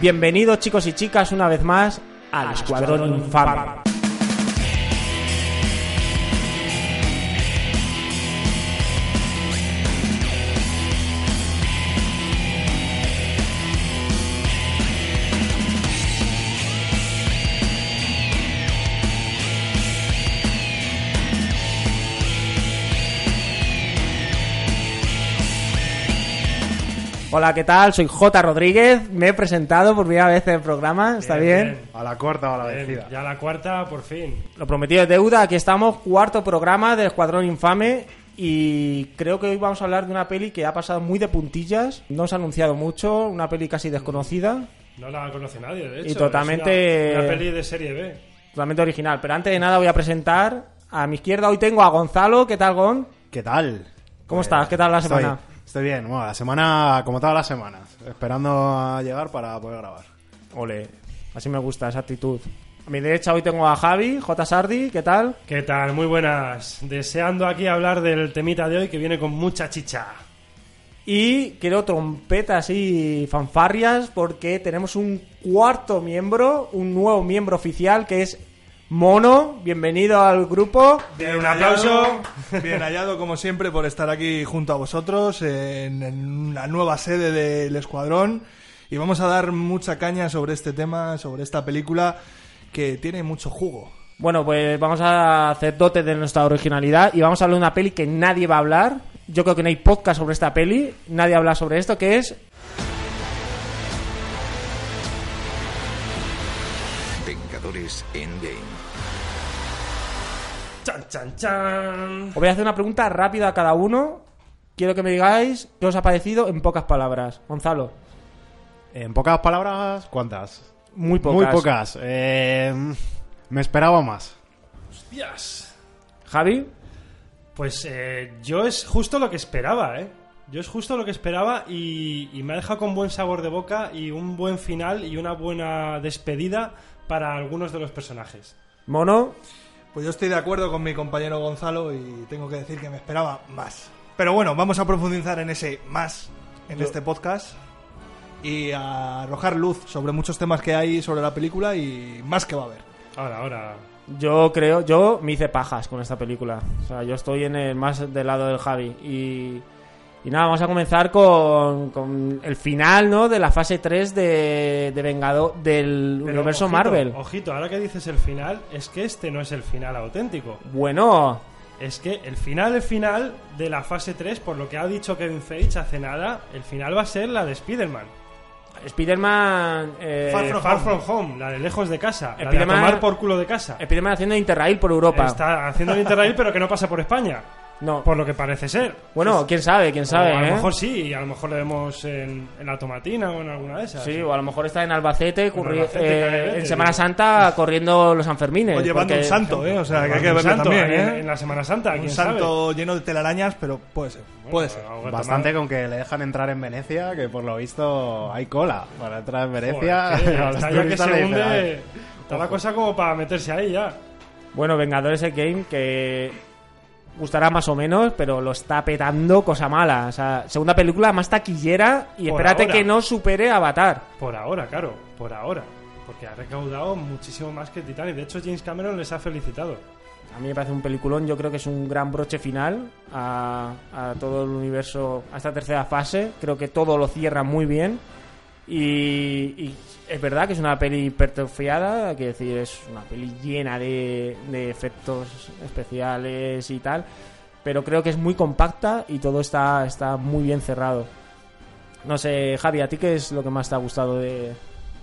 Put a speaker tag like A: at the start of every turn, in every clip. A: Bienvenidos chicos y chicas una vez más al Escuadrón Infame. Hola, ¿qué tal? Soy J. Rodríguez. Me he presentado por primera vez en el programa. ¿Está bien? Ah,
B: Bien,
C: A la corta o a la
B: bien.
C: vencida.
B: Eh, Ya la cuarta, por fin.
A: Lo prometido es deuda. Aquí estamos, cuarto programa del Escuadrón Infame. Y creo que hoy vamos a hablar de una peli que ha pasado muy de puntillas. No se ha anunciado mucho, una peli casi desconocida,
B: No la conoce nadie, de hecho.
A: Y totalmente-
B: Es Una, una peli de serie B.
A: totalmente original. Pero antes de nada voy a presentar. A mi izquierda hoy tengo a Gonzalo. ¿Qué tal, Gon?
C: ¿Qué tal?
A: ¿Cómo estás? ¿Qué tal la
C: Estoy-
A: semana?
C: Estoy, bien. Bueno, la semana, como todas las semanas, esperando a llegar para poder grabar.
A: Ole, así me gusta esa actitud. A mi derecha hoy tengo a Javi, J. Sardi. ¿Qué tal?
B: ¿Qué tal? Muy buenas. Deseando aquí hablar del temita de hoy que viene con mucha chicha.
A: Y quiero trompetas y fanfarrias porque tenemos un cuarto miembro, un nuevo miembro oficial que es Mono. Bienvenido al grupo.
B: Bien, un aplauso.
D: hallado, bien hallado, como siempre, por estar aquí junto a vosotros en, en la nueva sede del Escuadrón. Y vamos a dar mucha caña sobre este tema, sobre esta película que tiene mucho jugo.
A: Bueno, pues vamos a hacer dote de nuestra originalidad y vamos a hablar de una peli que nadie va a hablar. Yo creo que no hay podcast sobre esta peli, nadie habla sobre esto, que es
E: Vengadores Endgame.
B: Chan, chan, chan.
A: Os voy a hacer una pregunta rápida a cada uno. Quiero que me digáis qué os ha parecido en pocas palabras. Gonzalo,
C: En pocas palabras, ¿cuántas?
A: muy pocas.
C: Muy pocas. Eh, me esperaba más.
B: Hostias.
A: Javi,
B: Pues eh, yo es justo lo que esperaba, ¿eh? Yo es justo lo que esperaba y, y me ha dejado con buen sabor de boca y un buen final y una buena despedida para algunos de los personajes.
A: Mono,
D: Pues yo estoy de acuerdo con mi compañero Gonzalo y tengo que decir que me esperaba más. Pero bueno, vamos a profundizar en ese más en este podcast y a arrojar luz sobre muchos temas que hay sobre la película y más que va a haber.
B: Ahora, ahora.
A: Yo creo, yo me hice pajas con esta película. O sea, yo estoy en el más del lado del Javi. Y, y nada, vamos a comenzar con, con el final, ¿no? De la fase 3 de, de Vengado, del
B: Pero
A: universo
B: ojito,
A: Marvel.
B: Ojito, ahora que dices el final, es que este no es el final auténtico.
A: Bueno,
B: Es que el final, el final de la fase 3, por lo que ha dicho Kevin Feige hace nada, el final va a ser la de Spider-Man.
A: Spider-Man. eh,
B: Far, from, Home, la de lejos de casa, la de a
A: Spider-Man-
B: tomar por culo de casa.
A: Spider-Man haciendo Interrail por Europa.
B: Está haciendo el Interrail, pero que no pasa por España.
A: No.
B: Por lo que parece ser.
A: Bueno, quién sabe, quién sabe,
B: O a
A: ¿eh?
B: lo mejor sí, y a lo mejor le vemos en, en la tomatina o en alguna de esas.
A: Sí, o a lo mejor está en Albacete, curri-
B: Albacete,
A: eh,
B: Cagalete,
A: en Semana
B: tío.
A: Santa corriendo los Sanfermines.
D: O llevando
A: porque-
D: un santo, ¿eh? O sea, que hay que
B: Un
D: verlo
B: santo,
D: también,
B: en,
D: ¿eh?
B: en la Semana Santa,
D: Un
B: quién
D: santo lleno de telarañas, pero puede ser.
B: sabe.
D: puede ser.
B: Bueno, algo
C: Bastante
B: tomar.
C: con que le dejan entrar en Venecia, que por lo visto hay cola para entrar en
B: Joder,
C: Venecia. A
B: tío,
C: los
B: está ya que
C: turistas
B: se
C: le dicen, "Ay".
B: hunde. Está la cosa como para meterse ahí ya.
A: Bueno, Vengadores el game que gustará más o menos, pero lo está petando cosa mala. O sea, segunda película más taquillera y
B: Por
A: espérate
B: ahora.
A: que no supere Avatar.
B: Por ahora, claro, por ahora. Porque ha recaudado muchísimo más que Titanic. De hecho, James Cameron les ha felicitado.
A: A mí me parece un peliculón, yo creo que es un gran broche final a, a todo el universo, a esta tercera fase. Creo que todo lo cierra muy bien. Y, y es verdad que es una peli hipertrofiada, que decir, es una peli llena de, de efectos especiales y tal. Pero creo que es muy compacta y todo está, está muy bien cerrado. No sé, Javi, ¿a ti qué es lo que más te ha gustado de,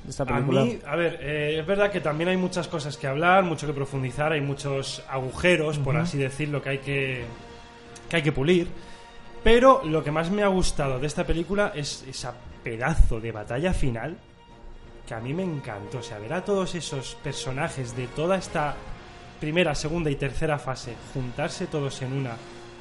A: de esta
B: A
A: película?
B: mí, a ver, eh, es verdad que también hay muchas cosas que hablar, mucho que profundizar, hay muchos agujeros, por así decirlo, que hay que, que hay que pulir. Pero lo que más me ha gustado de esta película es esa pedazo de batalla final que a mí me encantó. O sea, ver a todos esos personajes de toda esta primera, segunda y tercera fase juntarse todos en una,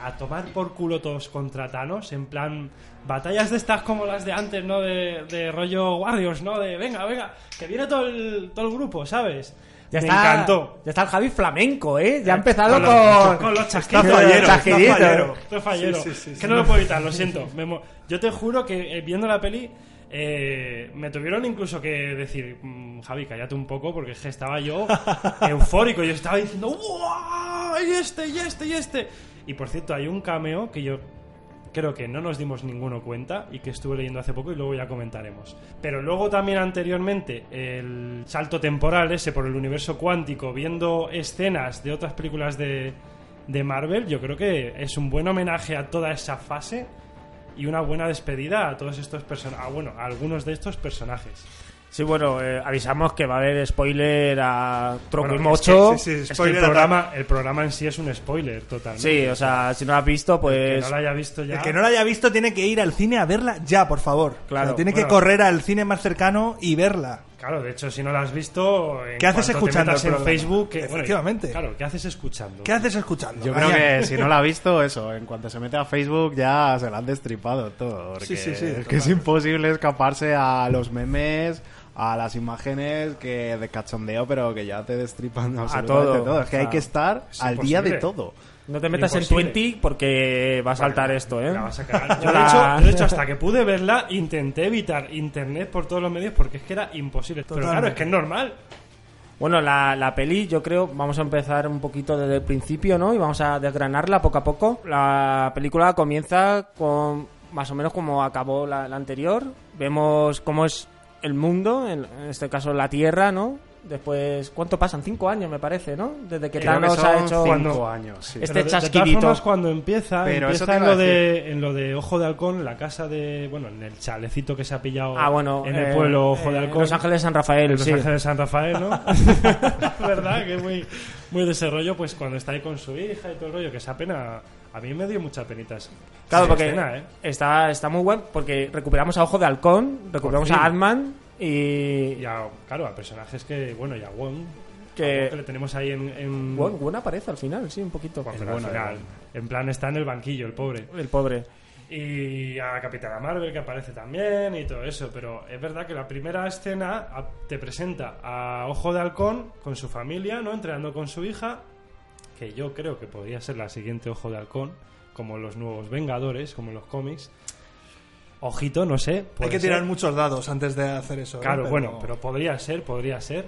B: a tomar por culo todos contra Thanos, en plan, batallas de estas como las de antes, ¿no? De, de rollo Warriors, ¿no? De venga, venga, que viene todo el, todo el grupo, ¿sabes?
A: Ya
B: me
A: está,
B: encantó.
A: Ya está el Javi flamenco, ¿eh? Ya ha empezado
B: Con
A: con,
B: los- con, los chasquitos.
A: Está fallero, está
B: Chasquidito.
A: fallero.
B: Está fallero.
D: Sí, sí, sí,
B: que
D: sí.
B: no lo puedo evitar, lo siento. Me mo- Yo te juro que eh, viendo la peli eh, me tuvieron incluso que decir, "Mm, Javi, cállate un poco, porque es que estaba yo eufórico. Yo estaba diciendo, ¡guau! Y este, y este, y este. Y por cierto, hay un cameo que yo creo que no nos dimos ninguno cuenta y que estuve leyendo hace poco y luego ya comentaremos. Pero luego también anteriormente el salto temporal ese por el universo cuántico, viendo escenas de otras películas de, de Marvel, yo creo que es un buen homenaje a toda esa fase y una buena despedida a todos estos personajes, bueno, a algunos de estos personajes.
A: Sí, bueno, eh, avisamos que va a haber spoiler a Troco y
B: Bueno, es que-
A: Mocho.
D: sí, sí,
B: Es que
D: spoiler
B: el,
D: atrás.
B: programa, el programa en sí es un spoiler total.
A: Sí, o sea, si no lo has visto,
B: que
A: pues...
B: no lo haya visto ya.
D: El que no la haya visto tiene que ir al cine a verla ya, por favor.
A: Claro,
D: O sea, tiene
B: bueno.
D: que correr al cine más cercano y verla.
B: Claro, de hecho, si no la has visto, en
D: ¿Qué haces
B: cuanto te
D: escuchando
B: metas
D: el
B: en
D: programa?
B: Facebook, que, bueno,
D: Efectivamente.
B: claro, ¿qué haces escuchando?
D: ¿Qué haces escuchando?
C: Yo creo
D: Brian?
C: que si no la ha visto, eso, en cuanto se mete a Facebook ya se la han destripado todo. Porque
D: Sí, sí, sí,
C: es
D: total.
C: que es imposible escaparse a los memes, a las imágenes que de cachondeo, pero que ya te destripan absolutamente
A: todo.
C: todo. Es que
A: O sea,
C: hay que estar
B: es
C: al día de
B: imposible.
C: todo.
A: No te metas en
B: Imposible.
A: 20 porque va a saltar esto, ¿eh?
B: La vas a cagar. Yo,
A: Yo
B: de
A: la-
B: hecho, yo, de hecho, hasta que pude verla, intenté evitar internet por todos los medios porque es que era imposible. Pero claro,
D: Totalmente.
B: es que es normal.
A: Bueno, la, la peli, yo creo, vamos a empezar un poquito desde el principio, ¿no? Y vamos a desgranarla poco a poco. La película comienza con más o menos como acabó la, la anterior. Vemos cómo es el mundo, en, en este caso la Tierra, ¿no? Después, ¿cuánto pasan? Cinco años, me parece, ¿no? Desde que
C: Creo que
A: Thanos ha
C: son
A: hecho...
C: cinco años. sí.
A: Este
B: Pero de- De
A: chasquidito.
B: todas formas, cuando empieza,
C: Pero
B: empieza
C: eso te
B: en
C: iba
B: lo,
C: a
B: de, en lo de Ojo de Halcón, en la casa de. Bueno, en el chalecito que se ha pillado
A: Ah, bueno,
B: en
A: eh,
B: el pueblo Ojo de
A: eh,
B: Halcón.
A: Los Ángeles San Rafael,
B: Los
A: sí.
B: Ángeles de San Rafael, ¿no? ¿Verdad? Que muy, muy de ese rollo, pues cuando está ahí con su hija y todo el rollo, que esa pena. A mí me dio mucha penita esa-
A: Claro,
B: esa
A: porque
B: escena, ¿eh?
A: está, está muy bueno porque recuperamos a Ojo de Halcón, recuperamos
B: fin.
A: a Ant-Man y...
B: Y a- claro, a personajes que. Bueno, y a Wong.
A: Que-
B: a Wong que le tenemos ahí en. en-
A: Bueno, bueno aparece al final, sí, un poquito.
B: Bueno, pero al
A: eh.
B: final, En plan, está en el banquillo, el pobre.
A: El pobre.
B: Y a Capitana Marvel que aparece también y todo eso. Pero es verdad que la primera escena a- te presenta a Ojo de Halcón con su familia, ¿no? Entrenando con su hija, que yo creo que podría ser la siguiente Ojo de Halcón, como los nuevos Vengadores, como en los cómics. Ojito, no sé.
D: Hay
B: puede
D: que tirar
B: ser.
D: muchos dados antes de hacer eso. ¿eh?
B: Claro, bueno, pero podría ser, podría ser.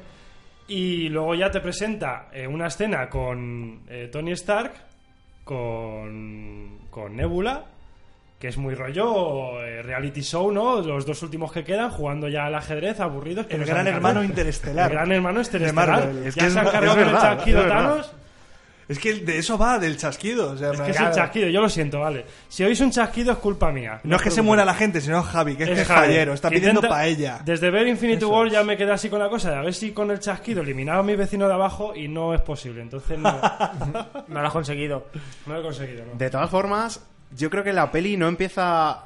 B: Y luego ya te presenta eh, una escena con eh, Tony Stark, con, con Nebula, que es muy rollo eh, reality show, ¿no? Los dos últimos que quedan jugando ya al ajedrez, aburridos. que
D: El
B: nos
D: gran
B: han cargado.
D: hermano interestelar.
B: El gran hermano
D: De
B: interestelar.
D: Marvel. Es
B: ya
D: que
B: se han
D: es-
B: cargado
D: es
B: con el
D: verdad,
B: chasquido
D: es verdad.
B: Thanos.
D: Es que de eso va, del chasquido. o sea,
B: Es
D: me
B: que es
D: cago.
B: un chasquido, yo lo siento, vale. Si oís un chasquido es culpa mía.
D: No es que se muera la gente, sino Javi, que es, que es
B: Javi,
D: fallero. Está
B: que
D: pidiendo
B: intenta-
D: paella.
B: Desde ver Infinity
D: Eso
B: War
D: es.
B: ya me quedé así con la cosa de a ver si con el chasquido eliminaba a mi vecino de abajo y no es posible. Entonces no,
A: No lo has conseguido.
B: no lo he conseguido. ¿no?
C: De todas formas, yo creo que la peli no empieza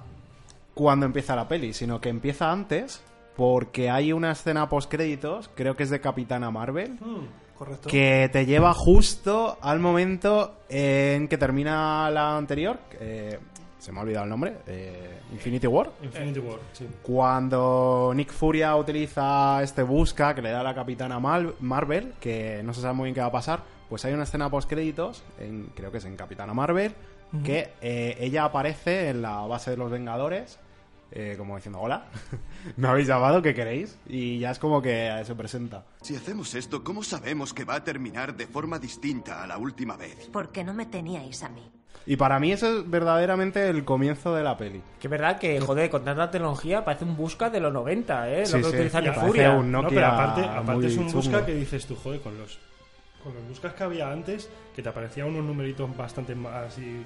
C: cuando empieza la peli, sino que empieza antes porque hay una escena post créditos, creo que es de Capitana Marvel,
D: Correcto.
C: que te lleva justo al momento en que termina la anterior, eh, se me ha olvidado el nombre, eh, Infinity War.
B: Infinity War, sí.
C: Cuando Nick Furia utiliza este busca que le da la capitana Mal- Marvel, que no se sabe muy bien qué va a pasar, pues hay una escena post créditos, creo que es en Capitana Marvel, que eh, ella aparece en la base de los Vengadores, eh, como diciendo, hola, me habéis llamado, ¿qué queréis? Y ya es como que se presenta.
F: Si hacemos esto, ¿cómo sabemos que va a terminar de forma distinta a la última vez?
G: Porque no me teníais a mí.
C: Y para mí eso es verdaderamente el comienzo de la peli.
A: Que es verdad que, joder, con tanta tecnología parece un busca de los 90, ¿eh? Lo
C: Sí,
A: que
C: sí.
A: utiliza
C: Y
A: Nick
C: parece
A: Furia.
C: un
B: No,
C: Nokia
B: pero aparte, aparte
C: muy
B: es un
C: chungo.
B: busca que dices tú, joder, con los, con los buscas que había antes, que te aparecían unos numeritos bastante ma- así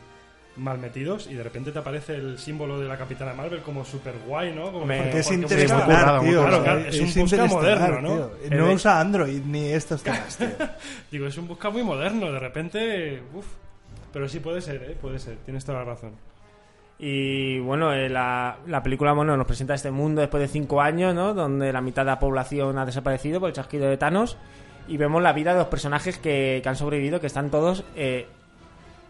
B: mal metidos y de repente te aparece el símbolo de la Capitana Marvel como super guay, ¿no? Como
A: Me-
D: Porque es
B: porque busca-
D: interestelar,
C: currado, muy
D: tío.
C: currado.
D: o sea,
B: Claro, claro, es un busca moderno, ¿no?
D: tío. No
A: Eh,
D: usa Android ni estos temas, tío.
B: Digo, es un busca muy moderno, de repente, uff. Pero sí puede ser, ¿eh? puede ser, tienes toda la razón.
A: Y bueno, eh, la, la película bueno, nos presenta este mundo después de cinco años, ¿no? Donde la mitad de la población ha desaparecido por el chasquido de Thanos. Y vemos la vida de los personajes que, que han sobrevivido, que están todos eh,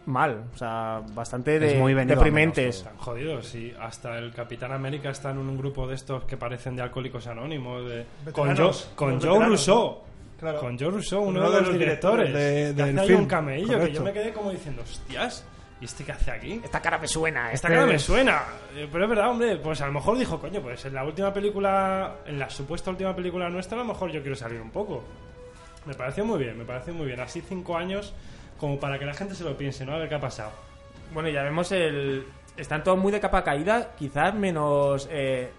A: mal. O sea, bastante de-
C: Es muy venido a
A: deprimentes.
B: Están jodidos y hasta el Capitán América está en un grupo de estos que parecen de alcohólicos anónimos. de- con Joe,
D: Veteranos,
B: con
D: los
B: Joe
D: veteranos,
B: Rousseau.
D: Claro.
B: Con Joe Rousseau, uno, de, los directores.
D: de-
B: que
D: del
B: hace ahí
D: film,
B: un camello que
D: correcto.
B: yo me quedé como diciendo, hostias, ¿y este qué hace aquí?
A: Esta cara me suena.
B: Esta
A: este-
B: cara me suena. Eh, Pero es verdad, hombre, pues a lo mejor dijo, coño, pues en la última película, en la supuesta última película nuestra, a lo mejor yo quiero salir un poco. Me pareció muy bien, me pareció muy bien. Así cinco años, como para que la gente se lo piense, ¿no? A ver qué ha pasado.
A: Bueno, ya vemos el. Están todos muy de capa caída, quizás menos eh,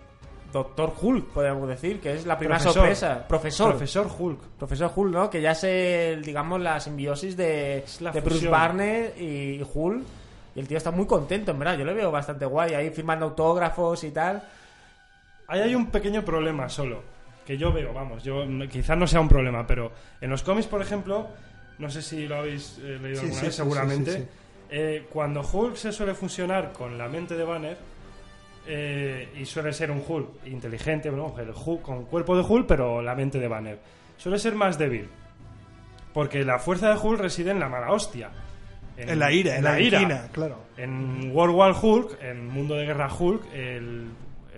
A: Doctor Hulk, podríamos decir, que es la primera
B: Profesor.
A: sorpresa. Profesor.
B: Profesor Hulk.
A: Profesor Hulk, ¿no? Que ya es, el, digamos, la simbiosis de,
B: Es la
A: de Bruce
B: fusión.
A: Banner y Hulk. Y el tío está muy contento, en verdad. Yo le veo bastante guay ahí firmando autógrafos y tal.
B: Ahí hay un pequeño problema solo, que yo veo, vamos, yo no- quizás no sea un problema, pero en los cómics, por ejemplo, no sé si lo habéis eh, leído
D: Sí,
B: alguna
D: sí,
B: vez,
D: sí,
B: seguramente,
D: sí, sí, sí.
B: eh, cuando Hulk se suele funcionar con la mente de Banner, eh, y suele ser un Hulk inteligente, bueno, el Hulk, con cuerpo de Hulk, pero la mente de Banner, suele ser más débil, porque la fuerza de Hulk reside en la mala hostia.
D: En la ira, en la,
B: ira.
D: inquina, claro.
B: En World War Hulk, en Mundo de Guerra Hulk, el,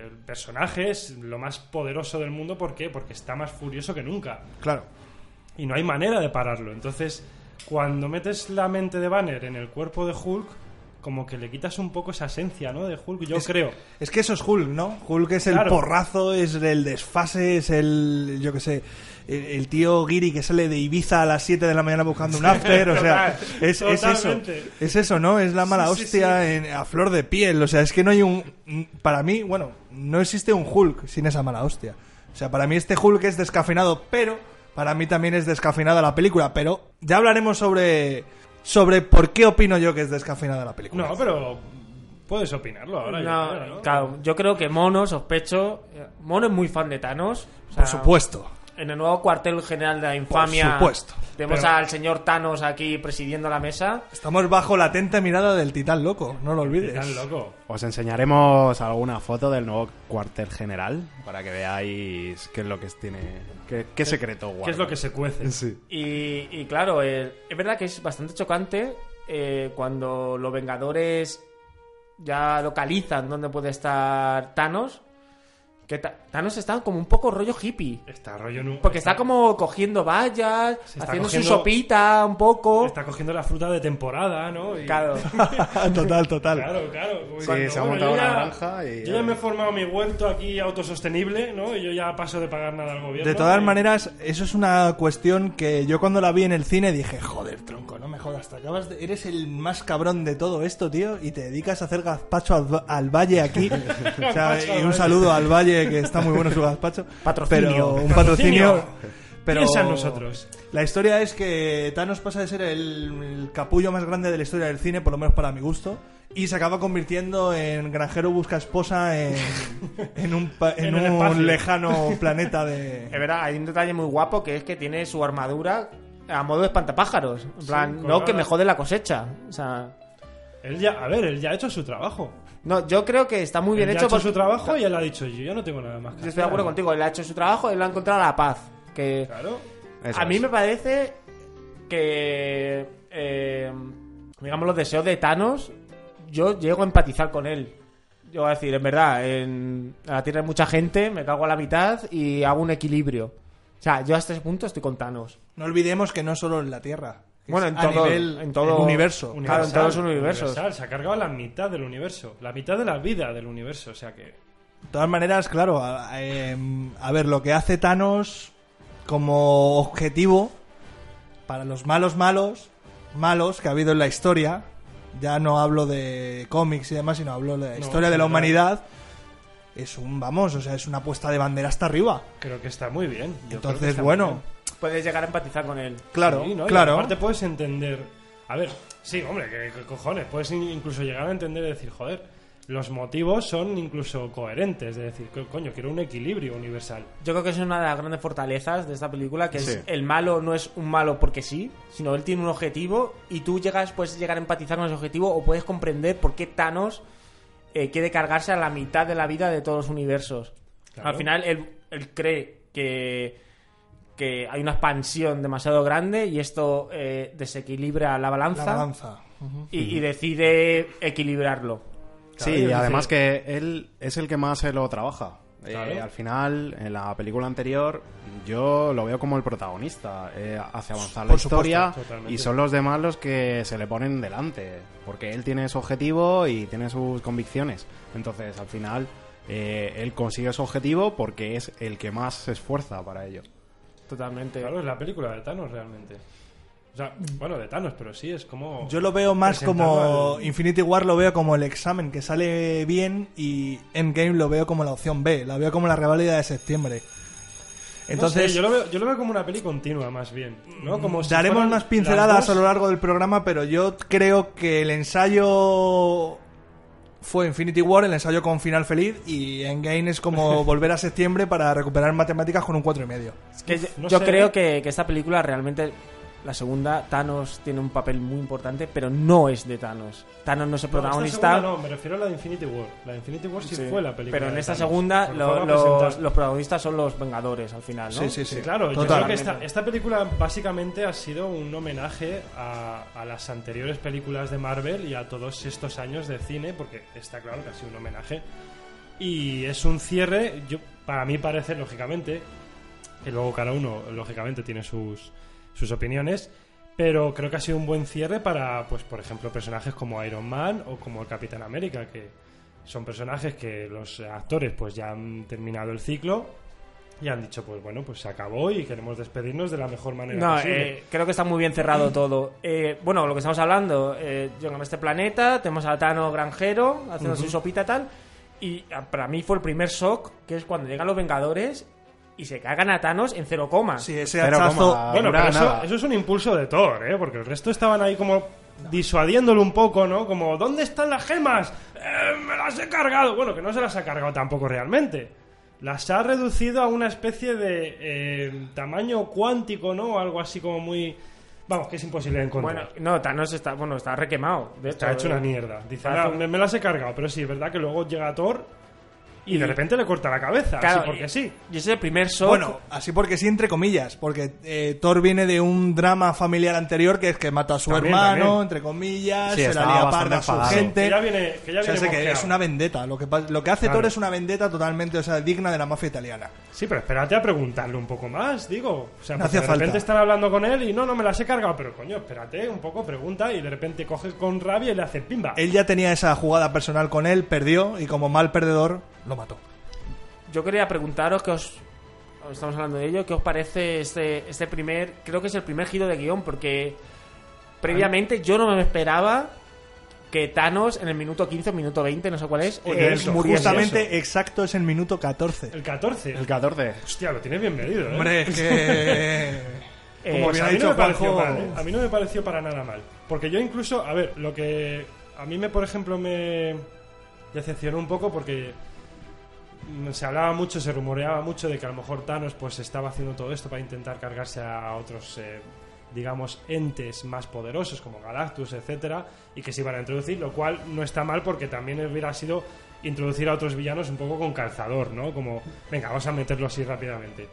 B: el personaje es lo más poderoso del mundo. ¿Por qué? Porque está más furioso que nunca.
D: Claro.
B: Y no hay manera de pararlo. Entonces, cuando metes la mente de Banner en el cuerpo de Hulk, como que le quitas un poco esa esencia, ¿no? De Hulk, yo
D: Es-
B: creo.
D: Es que eso es Hulk, ¿no? Hulk es el
B: Claro.
D: porrazo, es el desfase, es el, yo qué sé, el, el tío Giri que sale de Ibiza a las 7 de la mañana buscando un after, o sea, es, es eso.
B: Totalmente.
D: Es eso, ¿no? Es la mala
B: sí,
D: hostia en- a flor de piel, o sea, es que no hay un... Para mí, bueno, no existe un Hulk sin esa mala hostia. O sea, para mí este Hulk es descafeinado, pero para mí también es descafeinada la película, pero ya hablaremos sobre... Sobre por qué opino yo que es descafeinada la película.
B: No, pero puedes opinarlo ahora. yo
A: No,
B: creo, ¿no?
A: Claro, yo creo que Mono, sospecho. Mono es muy fan de Thanos. O sea,
D: Por supuesto.
A: En el nuevo cuartel general de la infamia.
D: supuesto.
A: Tenemos
B: Pero-
A: al señor Thanos aquí presidiendo la mesa.
D: Estamos bajo la atenta mirada del titán loco, no lo olvides.
B: Estás loco.
C: Os enseñaremos alguna foto del nuevo cuartel general para que veáis qué es lo que tiene. qué, qué secreto guarda.
B: ¿Qué es lo que se cuece?
C: Sí.
A: Y, y claro, eh, es verdad que es bastante chocante eh, cuando los Vengadores ya localizan dónde puede estar Thanos. Que Ta- Thanos está como un poco rollo hippie.
B: Está rollo... nu-
A: Porque está como cogiendo vallas,
B: Se está
A: haciendo su
B: cogiendo-
A: sopita un poco.
B: Está cogiendo la fruta de temporada, ¿no? Y-
A: Claro.
D: total, total.
B: Claro, claro. Uy,
C: Sí,
B: cuando-
C: se ha
B: bueno,
C: montado
B: yo ya-
C: una granja y-
B: Yo ya me he formado mi huerto aquí autosostenible, ¿no? Y yo ya paso de pagar nada al gobierno.
D: De todas
B: Y-
D: maneras, eso es una cuestión que yo cuando la vi en el cine dije, joder, tronco, no me jodas, te acabas de- eres el más cabrón de todo esto, tío, y te dedicas a hacer gazpacho al, al valle aquí. O sea, y un saludo al valle, que está muy bueno su gazpacho.
A: Patrocinio.
D: Pero, un patrocinio.
B: Patrocinio.
D: Pero
B: Piensa en nosotros.
D: La historia es que Thanos pasa de ser el, el capullo más grande de la historia del cine, por lo menos para mi gusto, y se acaba convirtiendo en granjero busca esposa en, en un, pa- en
B: En el
D: un
B: espacio.
D: lejano planeta
A: Es
D: de...
A: verdad, hay un detalle muy guapo que es que tiene su armadura a modo de espantapájaros. En plan,
B: con
A: no, que
B: alas.
A: me jode la cosecha. O sea,
B: Él ya, a ver, él ya ha hecho su trabajo.
A: no, yo creo que está muy bien
B: Él ya
A: hecho.
B: ha hecho
A: por
B: su trabajo y él ha dicho, yo ya no tengo nada más que
A: Yo estoy de acuerdo contigo, él ha hecho su trabajo, él ha encontrado la paz. Que
B: Claro.
C: Eso
A: a mí
C: es.
A: me parece que, eh, digamos, los deseos de Thanos, yo llego a empatizar con él. Yo voy a decir, en verdad, en a la Tierra hay mucha gente, me cago a la mitad y hago un equilibrio. O sea, yo hasta ese punto estoy con Thanos.
D: No olvidemos que no solo en la Tierra. es
A: Bueno, en
D: a
A: todo-
D: nivel-
A: en todo-
D: universo.
A: Uni- Claro, en todos los universos.
B: universal, se ha cargado la mitad del universo. La mitad de la vida del universo. O sea que.
D: De todas maneras, claro, a, a- em, a ver, lo que hace Thanos como objetivo para los malos malos, malos que ha habido en la historia, ya no hablo de cómics y demás, sino hablo de la
B: No,
D: historia de la
B: general.
D: humanidad, es un, vamos, o sea, es una puesta de bandera hasta arriba.
B: Creo que está muy bien. Yo creo que
D: Entonces,
B: está muy
D: bueno,
B: bien.
A: Puedes llegar a empatizar con él.
D: claro,
B: Sí, ¿no? Y
D: claro.
B: aparte puedes entender. A ver, sí, hombre, que, que cojones. Puedes in- incluso llegar a entender y decir, joder, los motivos son incluso coherentes. De decir, co- coño, quiero un equilibrio universal.
A: Yo creo que es una de las grandes fortalezas de esta película, que
C: Sí.
A: es el malo no es un malo porque sí, sino él tiene un objetivo y tú llegas, puedes llegar a empatizar con ese objetivo o puedes comprender por qué Thanos eh, quiere cargarse a la mitad de la vida de todos los universos.
B: Claro.
A: Al final él, él cree que, que hay una expansión demasiado grande y esto eh, desequilibra la balanza,
D: la balanza. Ujú.
A: Y, y decide equilibrarlo.
C: Sí, y además que él es el que más se lo trabaja. Eh,
B: Claro.
C: al final, en la película anterior, yo lo veo como el protagonista. eh, hace avanzar la
B: Por supuesto,
C: historia
B: totalmente.
C: y son los demás los que se le ponen delante. Porque él tiene su objetivo y tiene sus convicciones. Entonces, al final, eh, él consigue su objetivo porque es el que más se esfuerza para ello.
A: Totalmente.
B: Claro, es la película de Thanos realmente. O sea, bueno, de Thanos, pero sí, es como...
D: Yo lo veo más
B: presentarlo
D: como.
B: al-
D: Infinity War lo veo como el examen que sale bien y Endgame lo veo como la opción B. La veo como la reválida de septiembre. Entonces. Mm,
B: No sé, yo, lo veo, yo lo veo como una peli continua, más bien. ¿no? Como si
D: Daremos
B: fueran
D: más
B: las
D: pinceladas
B: dos-
D: a lo largo del programa, pero yo creo que el ensayo fue Infinity War, el ensayo con final feliz, y Endgame es como volver a septiembre para recuperar matemáticas con un cuatro y medio.
A: Es que yo,
B: no
A: yo
B: sé. ¿eh?
A: creo que, que esta película realmente, la segunda, Thanos tiene un papel muy importante, pero no es de Thanos. Thanos no es el
B: No, esta
A: protagonista.
B: segunda no, me refiero a la de Infinity War. La de Infinity War sí,
A: Sí.
B: fue la película.
A: Pero en
B: de
A: esta
B: Thanos,
A: segunda
B: porque
A: lo-
B: fue la
A: los,
B: presentada.
A: los protagonistas son los Vengadores al final, ¿no?
D: Sí,
B: Sí,
D: sí.
B: claro, yo creo que
D: Totalmente.
B: esta, esta película básicamente ha sido un homenaje a, a las anteriores películas de Marvel y a todos estos años de cine, porque está claro que ha sido un homenaje. Y es un cierre, yo, para mí parece, lógicamente, que luego cada uno, lógicamente, tiene sus, sus opiniones, pero creo que ha sido un buen cierre para, pues, por ejemplo, personajes como Iron Man o como el Capitán América, que son personajes que los actores pues ya han terminado el ciclo y han dicho, pues bueno, pues se acabó y queremos despedirnos de la mejor manera
A: No,
B: posible.
A: eh, creo que está muy bien cerrado todo. Eh, bueno, lo que estamos hablando, eh, yo en este planeta, tenemos a Tano granjero haciendo su sopita tal, y ah, para mí fue el primer shock, que es cuando llegan los Vengadores y se cagan a Thanos en cero coma.
D: Sí, ese
C: Ah. Pero como
D: hachazo.
C: la-
B: bueno,
C: dura
B: pero eso,
C: nada.
B: eso es un impulso de Thor, ¿eh? Porque el resto estaban ahí como disuadiéndolo un poco, ¿no? Como, ¿dónde están las gemas? Eh, me las he cargado. Bueno, que no se las ha cargado tampoco realmente. Las ha reducido a una especie de eh, tamaño cuántico, ¿no? Algo así como muy... Vamos, que es imposible de encontrar.
A: Bueno, no, Thanos está, bueno, está requemado. De
B: Está hecho una
A: eh,
B: mierda. Dice,
A: parece
B: "Ah,
A: un-
B: me, me las he cargado, pero sí, es verdad que luego llega Thor y, de repente le corta la cabeza.
A: Claro,
B: así porque
A: y-
B: sí.
A: Y ese es el primer shock.
D: Bueno, así porque sí, entre comillas, porque eh, Thor viene de un drama familiar anterior que es que mata a su
B: También,
D: hermano,
B: también.
D: entre comillas,
C: Sí,
D: se la
C: estaba
D: lía
C: bastante
D: parda a su
C: enfadado.
D: gente.
B: Que ya viene, que ya
D: O sea,
B: viene
D: sé que
B: mosqueado.
D: es una vendetta. Lo que, pa- lo que hace
B: Claro.
D: Thor es una vendetta totalmente, o sea, digna de la mafia italiana.
B: Sí, pero espérate a preguntarle un poco más, digo. O sea,
D: No
B: porque
D: hacía
B: de
D: falta.
B: repente están hablando con él y no, no me las he cargado, pero coño, espérate un poco, pregunta y de repente coges con rabia y le haces pimba.
D: Él ya tenía esa jugada personal con él, perdió y como mal perdedor lo mató.
A: Yo quería preguntaros qué os. Estamos hablando de ello. ¿Qué os parece este, este primer. Creo que es el primer giro de guión, porque. Previamente yo no me esperaba que Thanos en el minuto 15 o minuto 20, no sé cuál es.
B: Oye,
A: eh,
B: eso,
A: muriese.
D: Justamente exacto es el minuto 14.
B: El 14.
C: El 14.
B: Hostia, lo tienes bien medido, ¿eh?
D: Hombre, es que...
A: Eh,
D: Como
B: Pues
D: bien
B: a
D: ha
B: mí no
D: dicho
B: me pareció
D: Juanjo...
B: mal, ¿eh? A mí no me pareció para nada mal. Porque yo incluso, a ver, lo que a mí me, por ejemplo, me decepcionó un poco porque mm, se hablaba mucho, se rumoreaba mucho de que a lo mejor Thanos pues estaba haciendo todo esto para intentar cargarse a otros, eh, digamos, entes más poderosos como Galactus, etcétera, y que se iban a introducir, lo cual no está mal porque también hubiera sido introducir a otros villanos un poco con calzador, ¿no? Como, venga, vamos a meterlo así rápidamente.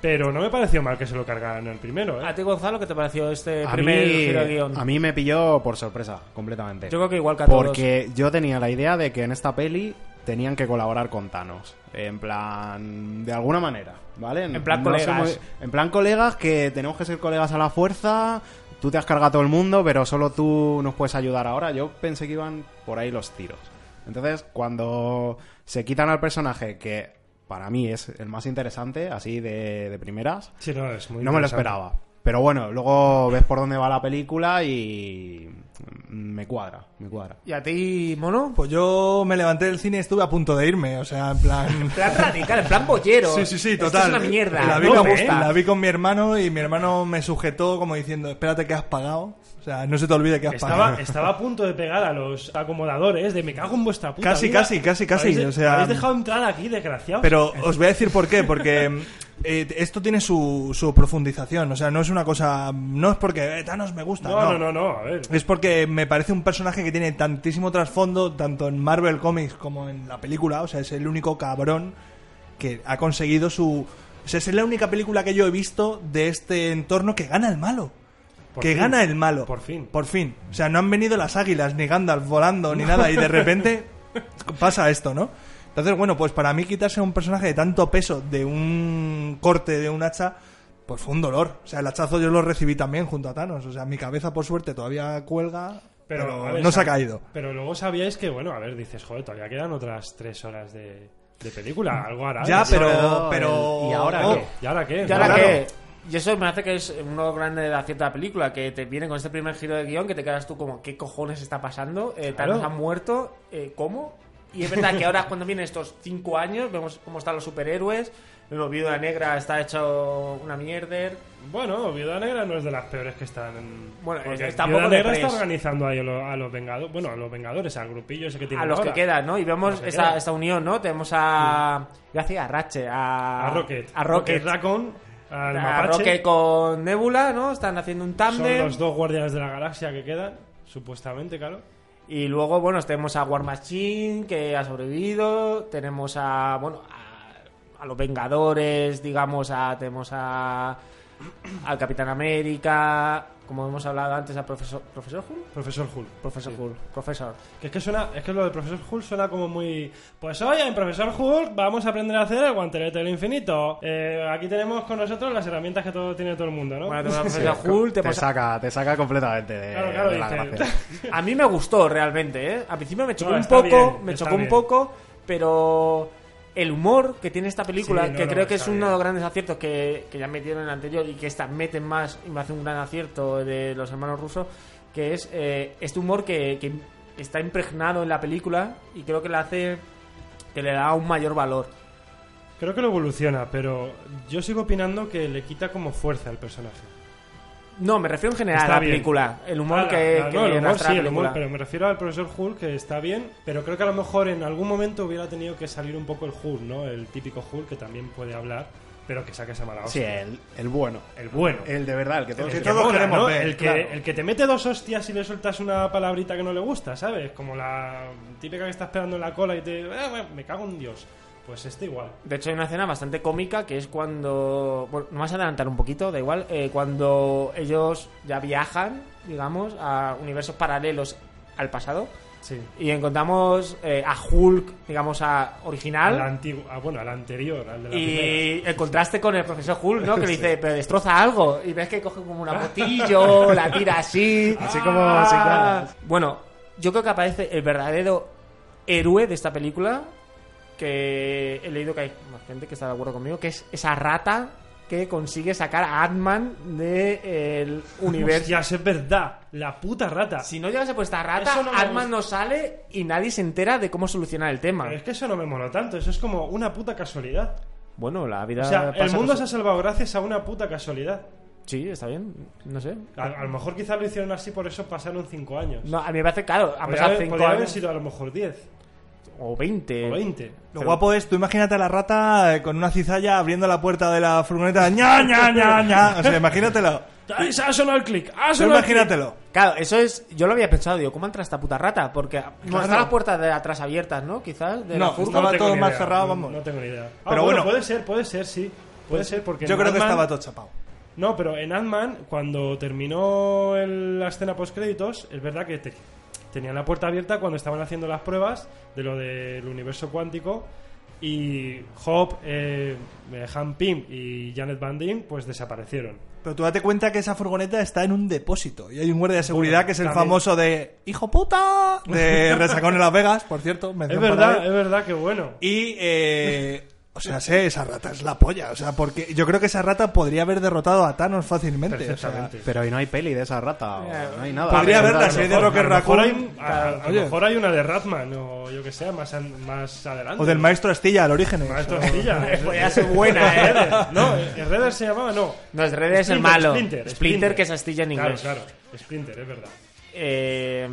B: Pero no me pareció mal que se lo cargaran el primero, ¿eh?
A: ¿A ti, Gonzalo, qué te pareció este
C: A
A: primer
C: mí-
A: giro de guión?
C: a mí me pilló por sorpresa, completamente.
A: Yo creo que igual que a todos.
C: Porque yo tenía la idea de que en esta peli tenían que colaborar con Thanos. En plan. de alguna manera, ¿vale?
A: En plan
C: sé
A: colegas.
C: en plan colegas que tenemos que ser colegas a la fuerza. Tú te has cargado a todo el mundo, pero solo tú nos puedes ayudar ahora. Yo pensé que iban por ahí los tiros. Entonces, cuando se quitan al personaje que para mí es el más interesante, así de, de primeras,
B: Sí, no, es muy
C: no me lo
B: interesante.
C: esperaba. Pero bueno, luego ves por dónde va la película y me cuadra, me cuadra.
A: ¿Y a ti, mono?
D: Pues yo me levanté del cine y estuve a punto de irme, o sea, en plan...
A: En plan radical, en plan bollero.
D: Sí, sí, sí,
A: Esto
D: total.
A: es una mierda.
D: La vi,
A: no
D: con,
A: me gusta.
D: la vi con mi hermano y mi hermano me sujetó como diciendo, espérate que has pagado. O sea, no se te olvide que has
B: Estaba,
D: pagado.
B: estaba a punto de pegar a los acomodadores de me cago en vuestra puta.
D: Casi,
B: vida.
D: casi, casi, casi,
B: Habéis, de-
D: o sea-
B: habéis dejado entrar aquí, desgraciados.
D: Pero os voy a decir por qué, porque eh, esto tiene su, su profundización, o sea, no es una cosa... No es porque eh, Thanos me gusta,
B: No, no, no, no, a ver.
D: Es porque me parece un personaje que tiene tantísimo trasfondo, tanto en Marvel Comics como en la película. O sea, es el único cabrón que ha conseguido su. O sea, es la única película que yo he visto de este entorno que gana el malo.
B: Por
D: que
B: fin.
D: gana el malo.
B: Por fin.
D: Por fin. O sea, no han venido las águilas, ni Gandalf volando, ni nada, y de repente pasa esto, ¿no? Entonces, bueno, pues para mí quitarse un personaje de tanto peso de un corte de un hacha, pues fue un dolor. O sea, el hachazo yo lo recibí también junto a Thanos. O sea, mi cabeza, por suerte, todavía cuelga, pero,
B: a ver,
D: no se ha
B: sab-
D: caído.
B: Pero luego sabíais que, bueno, a ver, dices, joder, todavía quedan otras tres horas de, de película. Algo hará.
D: Mm, Ya,
B: ¿no? oh,
D: pero...
C: el-
D: pero oh,
C: ¿y ahora
D: no.
C: qué?
B: ¿Y ahora qué?
A: Y ahora
B: Claro.
A: que- Y eso me hace que es uno grande de la cierta película, que te viene con este primer giro de guión, que te quedas tú como, ¿qué cojones está pasando? Eh,
B: Claro.
A: Thanos ha muerto, eh, ¿cómo? Y es verdad que ahora cuando vienen estos cinco años, vemos cómo están los superhéroes, la Viuda Negra está hecho una mierder.
B: Bueno, Viuda Negra no es de las peores que están. en-
A: Bueno,
B: porque
A: está
B: Viuda
A: poco de
B: Negra está
A: press.
B: organizando ahí a los, a los Vengadores, bueno, a los Vengadores, al grupillo ese que tiene
A: A los
B: ahora.
A: que quedan, ¿no? Y vemos
B: que
A: esta,
B: quedan.
A: esta unión, ¿no? Tenemos a... Gracias, a Ratchet, a...
B: A Rocket.
A: A Rocket.
B: Raccoon, al
A: A
B: Mapache.
A: Rocket con Nebula, ¿no? Están haciendo un
B: Son
A: tándem.
B: los dos guardianes de la galaxia que quedan, supuestamente, claro.
A: Y luego, bueno, tenemos a War Machine, que ha sobrevivido. Tenemos a, bueno, a, a los Vengadores, digamos, a, tenemos a, al Capitán América, como hemos hablado antes, a Profesor, ¿Profesor Hulk?
B: Profesor Hulk.
A: Profesor Hulk, Profesor.
B: Que es que suena, es que lo del Profesor Hulk suena como muy. Pues oye, en Profesor Hulk vamos a aprender a hacer el guantelete del infinito. Eh, aquí tenemos con nosotros las herramientas que todo tiene todo el mundo, ¿no?
A: Bueno, tenemos a Profesor Hulk,
C: Te,
A: tenemos a-
C: saca, te saca completamente de,
B: Claro, claro,
C: de la
B: dice-
C: gracia.
A: A mí me gustó realmente, ¿eh? Al principio me chocó
B: No,
A: un
B: está
A: poco,
B: bien,
A: me
B: está
A: chocó un
B: bien.
A: poco, pero el humor que tiene esta película,
B: Sí, no,
A: que
B: no,
A: creo que es
B: está
A: uno
B: bien.
A: de los grandes aciertos que, que ya metieron en el anterior y que esta meten más y me hace un gran acierto de los hermanos rusos, que es eh, este humor que, que está impregnado en la película y creo que le hace que le da un mayor valor.
B: Creo que lo evoluciona, pero yo sigo opinando que le quita como fuerza al personaje.
A: No, me refiero en general
B: Está
A: a la
B: bien.
A: película, el humor
B: Ah,
A: que,
B: ah,
A: que
B: no, el humor
A: arrastra
B: sí,
A: la
B: el humor,
A: película.
B: pero me refiero al profesor Hulk, que está bien, pero creo que a lo mejor en algún momento hubiera tenido que salir un poco el Hulk, ¿no? El típico Hulk que también puede hablar, pero que saque esa mala
C: Sí,
B: hostia.
C: el, el bueno.
B: El bueno.
A: eh,
C: El de verdad, el que todos
B: El que
C: queremos.
D: todos
B: mola,
D: queremos
B: ¿no?
D: ver,
B: El que,
D: claro.
B: el que te mete dos hostias y le sueltas una palabrita que no le gusta, ¿sabes? Como la típica que está esperando en la cola y te... "Ah, bueno, me cago en Dios. Pues este igual.
A: De hecho, hay una escena bastante cómica que es cuando. Bueno, no vas a adelantar un poquito, da igual. eh, cuando ellos ya viajan, digamos, a universos paralelos al pasado.
B: Sí.
A: Y encontramos eh, a Hulk, digamos, a
B: Al
A: original.
B: antiguo, ah, bueno, al anterior, al de la primera.
A: Y el contraste con el profesor Hulk, ¿no? Que le dice, pero destroza algo. Y ves que coge como una botillo, la tira así. Ah.
C: Así como- así, claro.
A: Bueno, yo creo que aparece el verdadero héroe de esta película. Que he leído que hay más gente que está de acuerdo conmigo. Que es esa rata que consigue sacar a Ant-Man del universo.
B: Hostias, es verdad. La puta rata.
A: Si no llegase por esta
B: Eso
A: rata,
B: no me
A: Ant-Man no sale y nadie se entera de cómo solucionar el tema.
B: Pero es que eso no me mola tanto. Eso es como una puta casualidad.
A: Bueno, la vida.
B: O sea, el
A: pasa
B: mundo se ha
A: cosas-
B: salvado gracias a una puta casualidad.
A: Sí, está bien. No sé.
B: A, a lo mejor quizás lo hicieron así, por eso pasaron 5 años.
A: No, a mí me parece, claro, han
B: Podría
A: pasado
B: haber,
A: 5
B: podría haber
A: años. Eh,
B: sido a lo mejor 10
A: O 20.
B: o 20.
D: Lo guapo es, tú imagínate a la rata eh, con una cizalla abriendo la puerta de la furgoneta. ¡Ña, ña, ña, ña! O sea, imagínatelo.
B: ¡Ay, se ha sonado el click! ¡Ha
D: Tú
B: sonado el click!
D: imagínatelo.
A: Claro, eso es. Yo lo había pensado, digo, ¿cómo entra esta puta rata? Porque no,
D: Claro.
A: están las puertas de atrás abiertas, ¿no? Quizás. De
D: No,
A: la furgo.
D: estaba
B: tengo
D: todo
B: ni
D: más
B: idea,
D: cerrado,
B: no-
D: vamos.
B: No tengo ni idea. Ah,
D: Pero bueno. Pues
B: Puede ser, puede ser, sí. Puede ser, porque.
D: Yo
B: en
D: creo que
B: Ant-Man-
D: estaba todo chapado.
B: No, pero en Ant-Man, cuando terminó el- la escena post-créditos, es verdad que te- tenían la puerta abierta cuando estaban haciendo las pruebas de lo del universo cuántico. Y Hop, eh, eh, Han Pym y Janet Van Dyne, pues desaparecieron.
D: Pero tú date cuenta que esa furgoneta está en un depósito y hay un guardia de seguridad
B: Bueno,
D: que es el
B: también.
D: famoso de ¡Hijo puta! de Resacón en Las Vegas, por cierto.
B: Es
D: mención para
B: verdad,
D: él.
B: es verdad que bueno.
D: Y, eh, o sea, sé, esa rata es la polla. O sea, porque yo creo que esa rata podría haber derrotado a Thanos fácilmente. O sea,
B: Perfectamente.
C: Pero ahí no hay peli de esa rata, o no hay nada.
D: Podría
C: A ver,
D: haberla,
C: claro.
D: si hay de Rocket
B: a lo mejor
D: Raccoon.
B: hay,
D: Ah,
B: a, a
D: Oye.
B: lo mejor hay una de Ratman o yo que sea, más, an- más adelante.
D: o del maestro Estilla, al origen. eh.
B: Maestro Astilla.
A: Podría ser buena, ¿eh?
B: No, Redder se llamaba, no.
A: No, es Redder es el
B: Splinter,
A: malo.
B: Splinter,
A: Splinter, que es astilla en
B: Claro,
A: inglés.
B: claro. Splinter, es verdad.
A: Eh,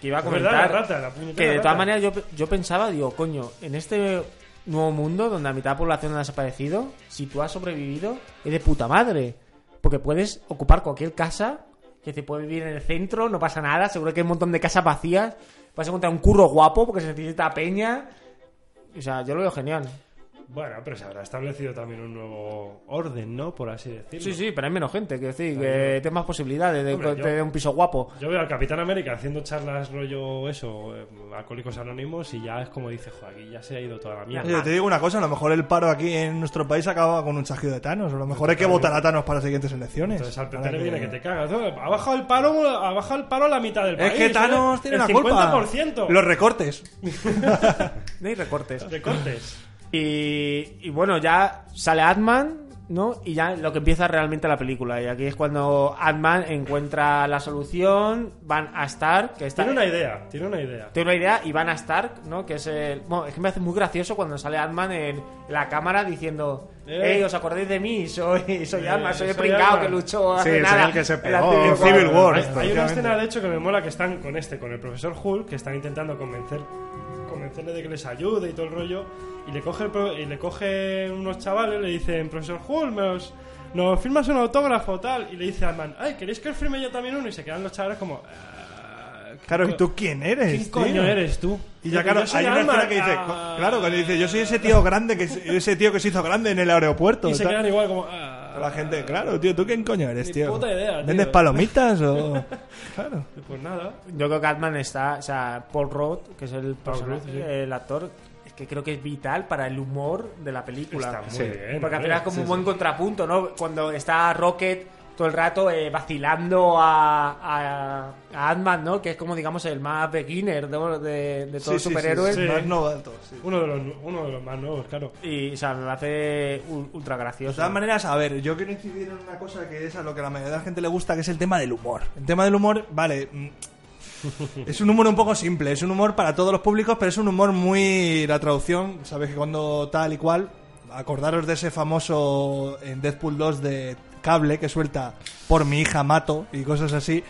A: que iba a
B: Es verdad, la
A: comentar.
B: rata, la puñetera
A: que de
B: rata.
A: todas maneras yo, yo pensaba, digo, coño, en este nuevo mundo donde la mitad de la población ha desaparecido, si tú has sobrevivido, es de puta madre. Porque puedes ocupar cualquier casa, que te puede vivir en el centro, no pasa nada, seguro que hay un montón de casas vacías. Vas a encontrar un curro guapo porque se necesita peña. O sea, yo lo veo genial.
B: Bueno, pero se habrá establecido también un nuevo orden, ¿no? Por así decirlo.
A: Sí, sí, pero hay menos gente, que decir, que tienes más posibilidades de
B: Hombre,
A: que
B: yo-
A: te dé un piso guapo.
B: Yo veo al Capitán América haciendo charlas rollo eso, eh, alcohólicos anónimos, y ya es como dice, jo, aquí ya se ha ido toda la mierda.
D: Oye, te digo una cosa, a lo mejor el paro aquí en nuestro país acaba con un chasquido de Thanos. A lo mejor hay que votar a Thanos para las siguientes elecciones.
B: Entonces al
D: Ahora
B: PP le viene que te cagas. ¿no? Ha bajado el paro, ha bajado el paro a la mitad del país.
D: Es que
B: ¿eh?
D: Thanos tiene
B: el
D: una culpa.
B: 50%
D: Los recortes.
A: No hay recortes.
B: de cortes.
A: Y, y bueno, ya sale Ant-Man, ¿no? Y ya lo que empieza realmente la película. Y aquí es cuando Ant-Man encuentra la solución, van a Stark, que está...
B: Tiene una idea, tiene una idea.
A: Tengo una idea, Iván Stark, ¿no? Que es el. Bueno, es que me hace muy gracioso cuando sale Ant-Man en la cámara diciendo:
B: Eh.
A: ¡Ey, os acordáis de mí! Soy, soy
B: Eh,
A: Ant-Man, soy el
B: soy
A: pringao
B: Ant-Man".
A: que luchó hace
C: Sí, soy
A: nada.
C: el que se
A: en
C: pegó
A: Civil
C: en
A: War".
D: Civil War.
B: Hay, hay una
D: efectivamente.
B: escena, de hecho, que me mola que están con este, con el profesor Hulk, que están intentando convencer, convencerle de que les ayude y todo el rollo. Y le coge, el pro- y le coge unos chavales, le dicen, profesor Hulk, me os- nos firmas un autógrafo, tal. Y le dice al man, ay, ¿queréis que os firme yo también uno? Y se quedan los chavales como... "Ah,
D: Claro,
B: co-
D: ¿y tú quién eres?
B: ¿Quién
D: tío?
B: coño eres tú?
D: Y ya, claro,
B: Yo soy
D: hay una
B: Ant-Man.
D: escena que dice,
B: Ah.
D: co- claro, que le dice, yo soy ese tío grande, que se- ese tío que se hizo grande en el aeropuerto.
B: Y se
D: tal.
B: quedan igual como... "Ah".
D: La gente, claro, tío, ¿tú quién coño eres,
B: Ni
D: tío?
B: puta idea, tío.
D: ¿Vendes palomitas o...? Claro.
B: Pues nada.
A: Yo creo que Ant-Man está. O sea, Paul Roth, que es el, personaje,
B: Rudd, sí.
A: el actor, es que creo que es vital para el humor de la película.
B: Está muy
C: Sí.
B: bien. ¿eh?
A: Porque al
B: hombre.
A: final es como un buen contrapunto, ¿no? Cuando está Rocket todo el rato eh, vacilando a, a, a Ant-Man, ¿no? Que es como, digamos, el más beginner ¿no? de, de todos los superhéroes.
B: sí.
D: Más novato, sí.
B: Uno de, los, uno de los más nuevos, claro.
A: Y, o sea, me hace u- ultra
D: De
A: gracioso.
D: todas maneras, a ver, yo quiero incidir en una cosa que es a lo que a la mayoría de la gente le gusta, que es el tema del humor. El tema del humor, vale, mm, es un humor un poco simple, es un humor para todos los públicos, pero es un humor muy... La traducción, sabes que cuando tal y cual, acordaros de ese famoso en Deadpool 2 de cable que suelta por mi hija mato y cosas así.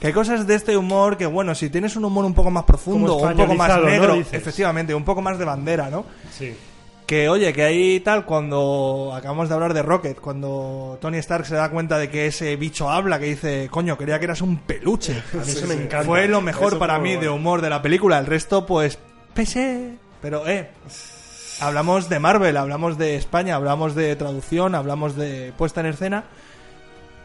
D: Que hay cosas de este humor que, bueno, si tienes un humor un poco más profundo o un poco más
B: españolizado, ¿no?
D: negro,
B: Dices.
D: efectivamente, un poco más de bandera, ¿no?
B: Sí.
D: Que oye, que ahí tal, cuando acabamos de hablar de Rocket, cuando Tony Stark se da cuenta de que ese bicho habla, que dice, coño, creía que eras un peluche.
B: A mí eso me encanta.
D: Fue lo
B: Eso
D: mejor para
B: fue
D: mí
B: muy
D: de
B: bueno.
D: humor de la película. El resto, pues, pese. Pero, eh, hablamos de Marvel, hablamos de España, hablamos de traducción, hablamos de puesta en escena.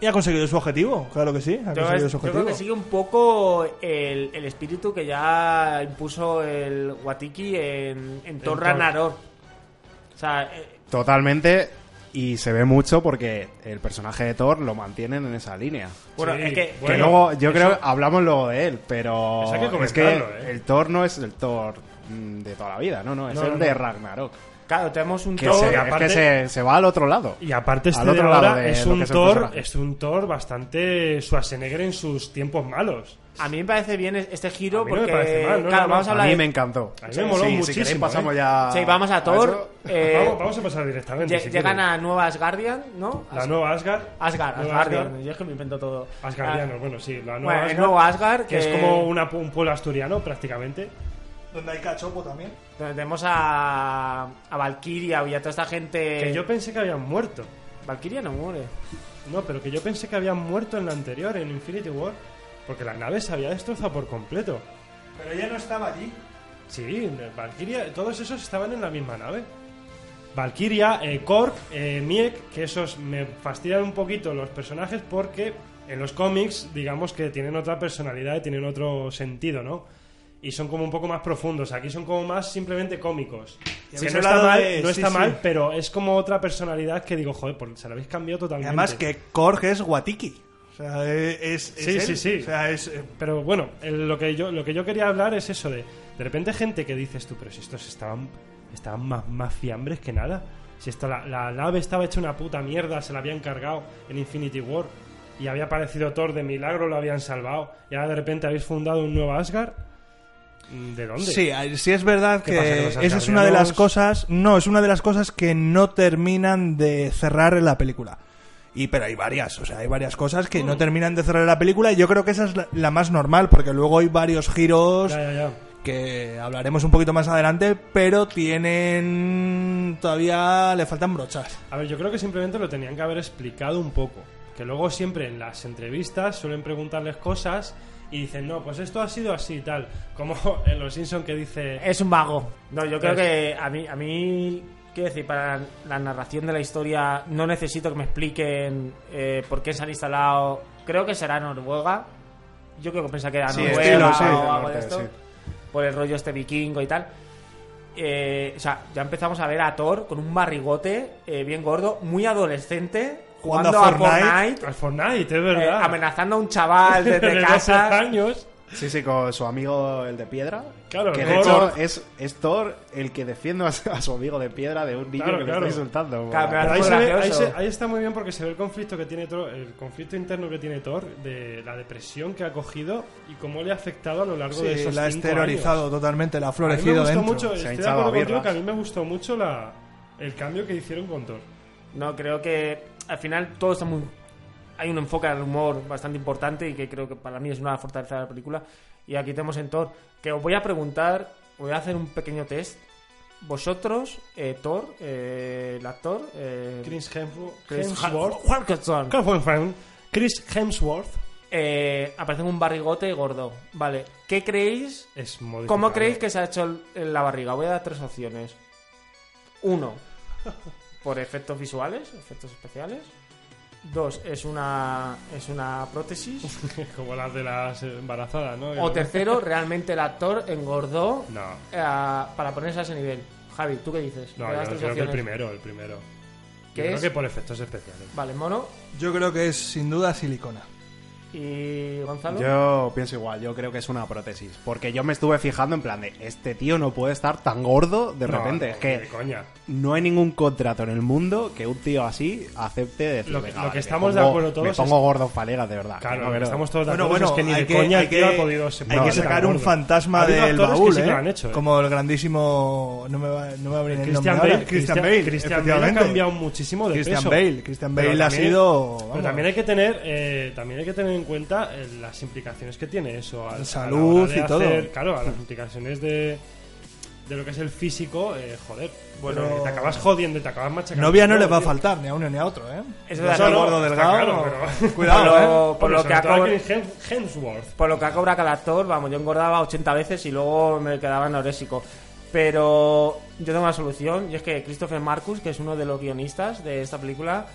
D: Y ha conseguido su objetivo, claro que sí, ha
A: Yo,
D: conseguido
A: es- yo
D: su objetivo.
A: creo que sigue un poco el, el espíritu que ya impuso el Watiki en, en Thor
B: Thor.
A: Ragnarok. O sea, eh,
C: Totalmente. Y se ve mucho porque el personaje de Thor lo mantienen en esa línea.
A: bueno,
B: Sí,
A: es que...
B: bueno.
C: que luego, yo
B: eso-
C: creo que hablamos luego de él, pero
B: Eso hay que
C: es que
B: comentarlo, ¿eh?
C: el Thor no es el Thor mm, de toda la vida, no, no, es
B: No,
C: el
B: no,
C: de
B: no.
C: Ragnarok.
A: Claro, tenemos un
C: Que,
A: Thor...
C: se, es
B: aparte-
C: que se, se va al otro lado.
B: Y aparte este
C: Al otro
B: de
C: lado
B: ahora
C: de
B: es
C: lo
B: un
C: que es el
B: Thor,
C: personaje.
B: es un Thor bastante Schwarzenegger en sus tiempos malos.
A: A mí me parece bien este
B: A
A: giro
B: mí no me
A: porque...
B: parece mal, no,
A: claro,
B: no, no.
A: vamos a
C: A
A: hablar...
C: mí
A: de-
C: me encantó.
B: A mí me moló
C: Sí, si
B: muchísimo,
C: queréis pasamos
B: ¿eh?
C: ya.
A: Sí, vamos a Thor.
C: eso.
A: eh,
B: vamos, vamos a pasar directamente.
A: lle-
B: si
A: llegan
B: quieres.
A: a nuevas Guardian, ¿no?
B: la nueva Asgard.
A: Asgard,
B: Nueva
A: Asgardian. Yo es que me invento todo. Ah,
B: Asgardianos, bueno, sí, la nueva
A: Bueno, el
B: Asgard,
A: nuevo Asgard, eh,
B: que es
A: que-
B: como una, un pueblo asturiano prácticamente.
D: Donde hay cachopo también.
A: Ah, donde tenemos a, a Valkyria y a toda esta gente...
B: Que yo pensé que habían muerto.
A: Valkyria no muere.
B: No, pero que yo pensé que habían muerto en la anterior, en Infinity War, porque la nave se había destrozado por completo.
D: Pero ella no estaba allí.
B: Sí, Valkyria, todos esos estaban en la misma nave. Valkyria, eh, Korg, eh, Miek, que esos me fastidian un poquito los personajes porque en los cómics, digamos que tienen otra personalidad, tienen otro sentido, ¿no? Y son como un poco más profundos. Aquí son como más simplemente cómicos.
D: Y
B: Que
D: habéis
B: no está
D: hablado
B: mal,
D: de-
B: no
D: sí,
B: está
D: sí.
B: mal, pero es como otra personalidad que digo, joder, por- se la habéis cambiado
D: Y
B: totalmente.
D: además que Korg es Watiki. O sea, e- es. es
B: Sí,
D: él.
B: sí, sí.
D: O sea, es. eh,
B: Pero bueno, el- lo, que yo, lo que yo quería hablar es eso de... De repente gente que dices tú, pero si estos estaban, estaban más, más fiambres que nada. Si esta, la, la nave estaba hecha una puta mierda, se la habían cargado en Infinity War y había aparecido Thor de milagro, lo habían salvado. Y ahora de repente habéis fundado un nuevo Asgard. Mm, ¿De dónde?
D: Sí, eh, sí es verdad
B: ¿Qué
D: que
B: pasa, que los
D: esa es una de las
B: asgardianos?
D: cosas, no, es una de las cosas que no terminan de cerrar en la película. Y pero hay varias, o sea, hay varias cosas que
B: Mm.
D: no terminan de cerrar en la película y yo creo que esa es la, la más normal porque luego hay varios giros
B: Ya, ya, ya.
D: que hablaremos un poquito más adelante, pero tienen todavía le faltan brochas.
B: A ver, yo creo que simplemente lo tenían que haber explicado un poco. Que luego siempre en las entrevistas suelen preguntarles cosas y dicen, no, pues esto ha sido así y tal. Como en Los Simpson que dice...
A: Es un vago. No, yo creo
B: Es-
A: que a mí, a mí Quiero decir, para la narración de la historia no necesito que me expliquen eh, por qué se han instalado. Creo que será Noruega. Yo creo que pensaba que era
C: Sí,
A: Noruega
C: estilo,
A: o
C: sí, del
A: algo
C: norte,
A: de esto.
C: sí.
A: Por el rollo este vikingo y tal. Eh, o sea, ya empezamos a ver a Thor con un barrigote eh, bien gordo, muy adolescente,
D: Jugando
A: jugando,
D: a
A: a
D: Fortnite.
A: Fortnite,
B: Al Fortnite, es
A: eh,
B: verdad.
A: amenazando a un chaval desde
B: De
A: casa.
B: 12 años.
C: Sí, sí, con su amigo el de piedra.
B: Claro,
C: que de
B: Thor.
C: hecho es, es Thor el que defiende a su a su amigo de piedra de un niño
B: Claro,
C: que
B: claro.
C: le está insultando. por
A: Claro,
C: la
A: me
B: Pero
A: hace muy
B: ahí, se ve- ahí,
A: gracioso.
B: se- ahí está muy bien porque se ve el conflicto que tiene Thor, el conflicto interno que tiene Thor, de la depresión que ha cogido y cómo le ha afectado a lo largo de
D: Sí,
B: esos
D: la ha
B: cinco
D: exteriorizado
B: años.
D: totalmente, la ha
B: A mí me
D: florecido
B: gustó
D: dentro.
B: mucho,
C: Se ha
B: estoy de
C: hinchado a
B: acuerdo contigo
C: birras.
B: que a mí me gustó mucho la, el cambio que hicieron con Thor.
A: No, creo que al final todo está muy... Hay un enfoque al humor bastante importante y que creo que para mí es una fortaleza de la película. Y aquí tenemos en Thor, que os voy a preguntar, voy a hacer un pequeño test. Vosotros, eh, Thor, eh, el actor... eh,
B: Chris Hemsworth,
A: Chris
B: Hemsworth,
A: Hemsworth.
B: Chris Hemsworth
A: Eh, aparece un barrigote gordo. Vale, ¿qué creéis?
B: es modificado.
A: ¿Cómo creéis que se ha hecho el- el- la barriga? Voy a dar tres opciones. Uno, por efectos visuales, efectos especiales. Dos, es una, es una prótesis.
B: Como las de las embarazadas, ¿no?
A: O tercero, realmente el actor engordó
B: No.
A: eh, para ponerse a ese nivel. Javi, ¿tú qué dices?
B: No,
A: Voy a dar
B: yo
A: tres
B: creo que el
A: opciones.
B: primero, el primero.
A: ¿Qué
B: Yo creo
A: es?
B: que por efectos especiales.
A: Vale, mono.
D: Yo creo que es sin duda silicona.
A: ¿Y Gonzalo?
C: Yo pienso igual, yo creo que es una prótesis. Porque yo me estuve fijando en plan de, este tío no puede estar tan gordo de
B: No,
C: repente.
B: no,
C: es
B: ni de
C: que
B: coña.
C: no hay ningún contrato en el mundo que un tío así acepte decir,
B: Lo que- lo
C: "Venga,
B: que
C: vale, me
B: estamos de
C: pongo-
B: acuerdo todos
C: Me
B: es-
C: pongo gordo en palegas, de verdad.
B: Claro,
C: No, pero-
B: estamos todos de
D: Bueno,
B: acuerdo es
D: bueno,
B: que ni
D: hay
B: de
D: que-
B: coña
D: hay
B: el tío
D: que-
B: ha podido ser
D: hay
B: tan
D: que
B: gordo.
D: sacar un fantasma
B: Ha habido
D: del
B: actores
D: baúl,
B: que sí
D: ¿eh?
B: que lo han hecho, ¿eh?
D: Como el grandísimo... No me va, no me va a venir el
B: Christian
D: nombre
B: Bale,
D: ahora. Christian Bale,
B: Christian Bale ha
D: efectivamente.
B: cambiado muchísimo de
D: Christian
B: peso.
D: Bale, Christian
B: Pero
D: Bale ha
B: también-
D: sido...
B: Pero
D: vamos,
B: también hay que tener, eh, también hay que tener en cuenta eh, las implicaciones que tiene eso. al- a la
D: Salud
B: hora de
D: y todo.
B: hacer- Claro, a las implicaciones de, de lo que es el físico, eh, joder. Bueno,
D: Pero-
B: te acabas jodiendo, te acabas machacando.
D: Novia no les va a
B: Tío.
D: faltar, ni a uno ni a otro, ¿eh?
A: Es
D: No
A: verdad,
D: soy
A: no,
D: gordo
B: está
D: delgado.
B: claro, pero-
D: Cuidado, ¿eh?
A: Por lo
B: Hombre,
A: que
B: sobre todo
A: acabo-
B: a Chris Hem- Hemsworth.
A: Por lo que ha cobrado cada actor, vamos, yo engordaba 80 veces y luego me quedaba anorésico. Pero yo tengo una solución, y es que Christopher Marcus, que es uno de los guionistas de esta película,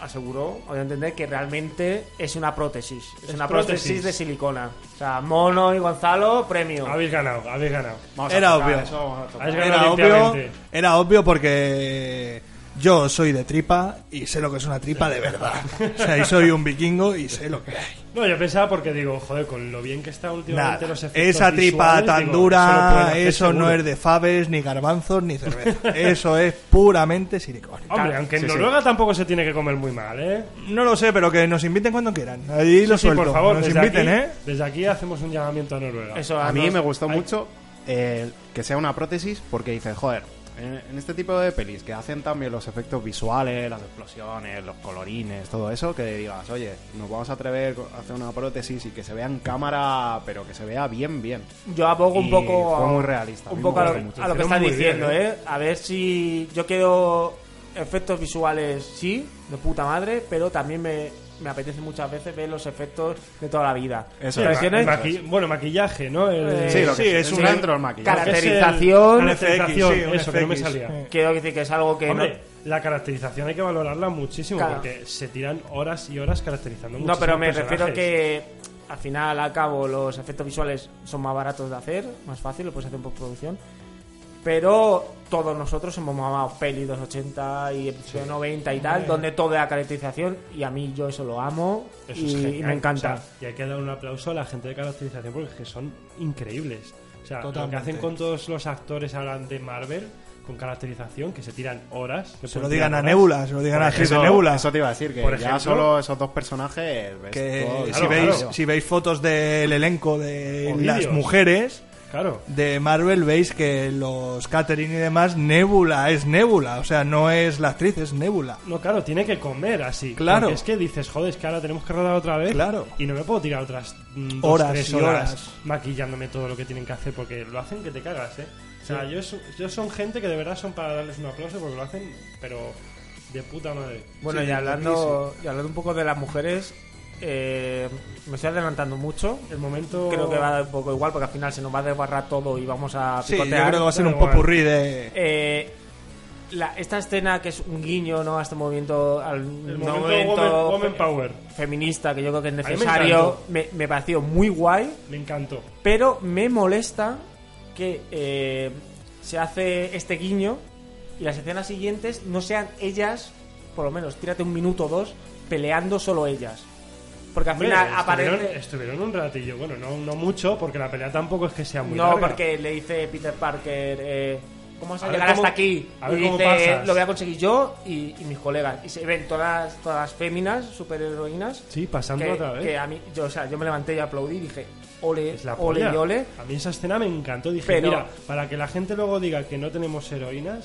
A: aseguró, voy a entender, que realmente es una prótesis. Es,
B: Es
A: una
B: prótesis.
A: prótesis. de silicona. O sea, Mono y Gonzalo, premio.
B: Habéis ganado, habéis ganado.
C: Vamos a
D: Era
C: tocar
D: obvio.
C: eso, vamos a tocar.
B: Habéis ganado
D: Era obvio,
B: limpiamente.
D: era obvio porque yo soy de tripa y sé lo que es una tripa de verdad. O sea, y soy un vikingo y sé lo que hay.
B: No, yo pensaba porque digo, joder, con lo bien que está últimamente
D: Nada,
B: los efectos
D: esa tripa
B: visuales,
D: tan
B: digo, eso lo pueden
D: dura,
B: hacer
D: eso, no
B: seguro.
D: es de faves, ni garbanzos, ni cerveza. Eso es puramente silicona.
B: Hombre, aunque en
C: Sí, sí.
B: Noruega tampoco se tiene que comer muy mal, ¿eh?
D: No lo sé, pero que nos inviten cuando quieran. Ahí lo
B: Sí,
D: suelto.
B: por favor,
D: nos
B: desde,
D: inviten,
B: aquí,
D: ¿eh?
B: desde aquí hacemos un llamamiento a Noruega.
A: Eso,
C: A mí
A: nos-
C: me gustó
B: Ay.
C: mucho eh, que sea una prótesis porque dices, joder, en, en este tipo de pelis que hacen también los efectos visuales, las explosiones, los colorines, todo eso, que digas, oye, nos vamos a atrever a hacer una prótesis y que se vea en cámara, pero que se vea bien, bien.
A: Yo abogo
C: Y
A: un poco
C: fue
A: a,
C: muy realista, a
A: un
C: mí
A: poco
C: me
A: a
C: gustó
A: lo,
C: mucho.
A: a lo que
B: Hicieron
A: estás
B: muy
A: diciendo,
B: bien,
A: ¿eh? A ver si yo quiero efectos visuales, sí, de puta madre, pero también me, me apetece muchas veces ver los efectos de toda la vida.
C: Eso
B: Ma-
C: es.
A: Impresiones,
B: maqui- bueno, maquillaje, ¿no? El-
A: Eh,
C: Sí, lo
D: sí,
C: que
D: es
C: es
D: un
C: un dentro del maquillaje.
B: lo que es el-
A: caracterización.
B: la caracterización,
D: FX, sí, un
B: eso, que no me
D: FX.
B: salía.
A: Quiero decir que es algo que no,
B: Hombre, la caracterización hay que valorarla muchísimo
A: Claro.
B: porque se tiran horas y horas caracterizando
A: no, pero
B: muchísimos
A: me refiero
B: personajes.
A: que al final, al cabo, los efectos visuales son más baratos de hacer, más fácil, lo puedes hacer en postproducción. Pero todos nosotros hemos mamado peli de los 80 y episodio 90 y tal, donde toda la caracterización, y a mí yo eso lo amo
B: Eso
A: y,
B: es
A: y
B: genial,
A: me encanta.
B: o sea, y hay que dar un aplauso a la gente de caracterización porque es que son increíbles. O sea, lo que
D: Totalmente.
B: hacen con todos los actores ahora de Marvel con caracterización que se tiran horas. que
D: Se lo
B: pueden
D: digan
B: tirar
D: a
B: horas.
D: Nebula, se lo digan a Chris de
C: Eso-
D: Nebula.
C: Eso te iba a decir, que
B: Por
C: ya
B: ejemplo,
C: solo esos dos personajes... ves
D: que
C: todo,
D: si,
B: claro,
D: veis,
B: claro.
D: si veis fotos del elenco de
B: O
D: las
B: vídeos.
D: mujeres
B: Claro.
D: de Marvel, veis que los Catherine y demás, Nebula es Nebula, o sea, no es la actriz, es Nebula.
B: No, claro, tiene que comer así.
D: Claro.
B: Porque es que dices, joder, es que ahora tenemos que rodar otra vez.
D: Claro.
B: Y no me puedo tirar otras mm, dos,
D: Horas
B: tres
D: y
B: horas,
D: horas.
B: maquillándome todo lo que tienen que hacer porque lo hacen que te cagas, ¿eh? O sea, yo, so- yo son gente que de verdad son para darles un aplauso porque lo hacen, pero de puta madre.
A: Bueno, y, hablando, y hablando un poco de las mujeres, eh, me estoy adelantando mucho.
B: El momento.
A: Creo que va a dar un poco igual porque al final se nos va a desbarrar todo y vamos a
D: Sí, yo
A: picotear.
D: creo que va a ser
B: da
D: un
B: igual.
D: popurrí de...
A: Eh, la- esta escena que es un guiño ¿no? a este movimiento, al
B: El
A: nuevo
B: momento
A: movimiento
B: woman, woman Power.
A: feminista que yo creo que es
B: me
A: necesario,
B: encantó.
A: me, me pareció muy guay,
B: Me encantó.
A: pero me molesta que eh, se hace este guiño y las escenas siguientes no sean ellas, por lo menos tírate un minuto o dos, peleando solo ellas. Porque al
B: Hombre,
A: final
B: estuvieron,
A: aparece...
B: estuvieron un ratillo. Bueno, no, no mucho, porque la pelea tampoco es que sea muy
A: No,
B: larga.
A: porque le dice Peter Parker, eh, ¿cómo vas a,
B: A ver
A: llegar
B: cómo-
A: hasta aquí?
B: a ver
A: y
B: cómo
A: dice,
B: pasas.
A: lo voy a conseguir yo y, y mis colegas. Y se ven todas, todas las féminas, superheroínas.
B: Sí, pasando
A: que,
B: otra vez.
A: que a mí, yo, o sea, yo me levanté y aplaudí y dije, ole,
B: Es la
A: ole
B: polla.
A: y ole.
B: A mí esa escena me encantó. Dije,
A: Pero-
B: mira, para que la gente luego diga que no tenemos heroínas,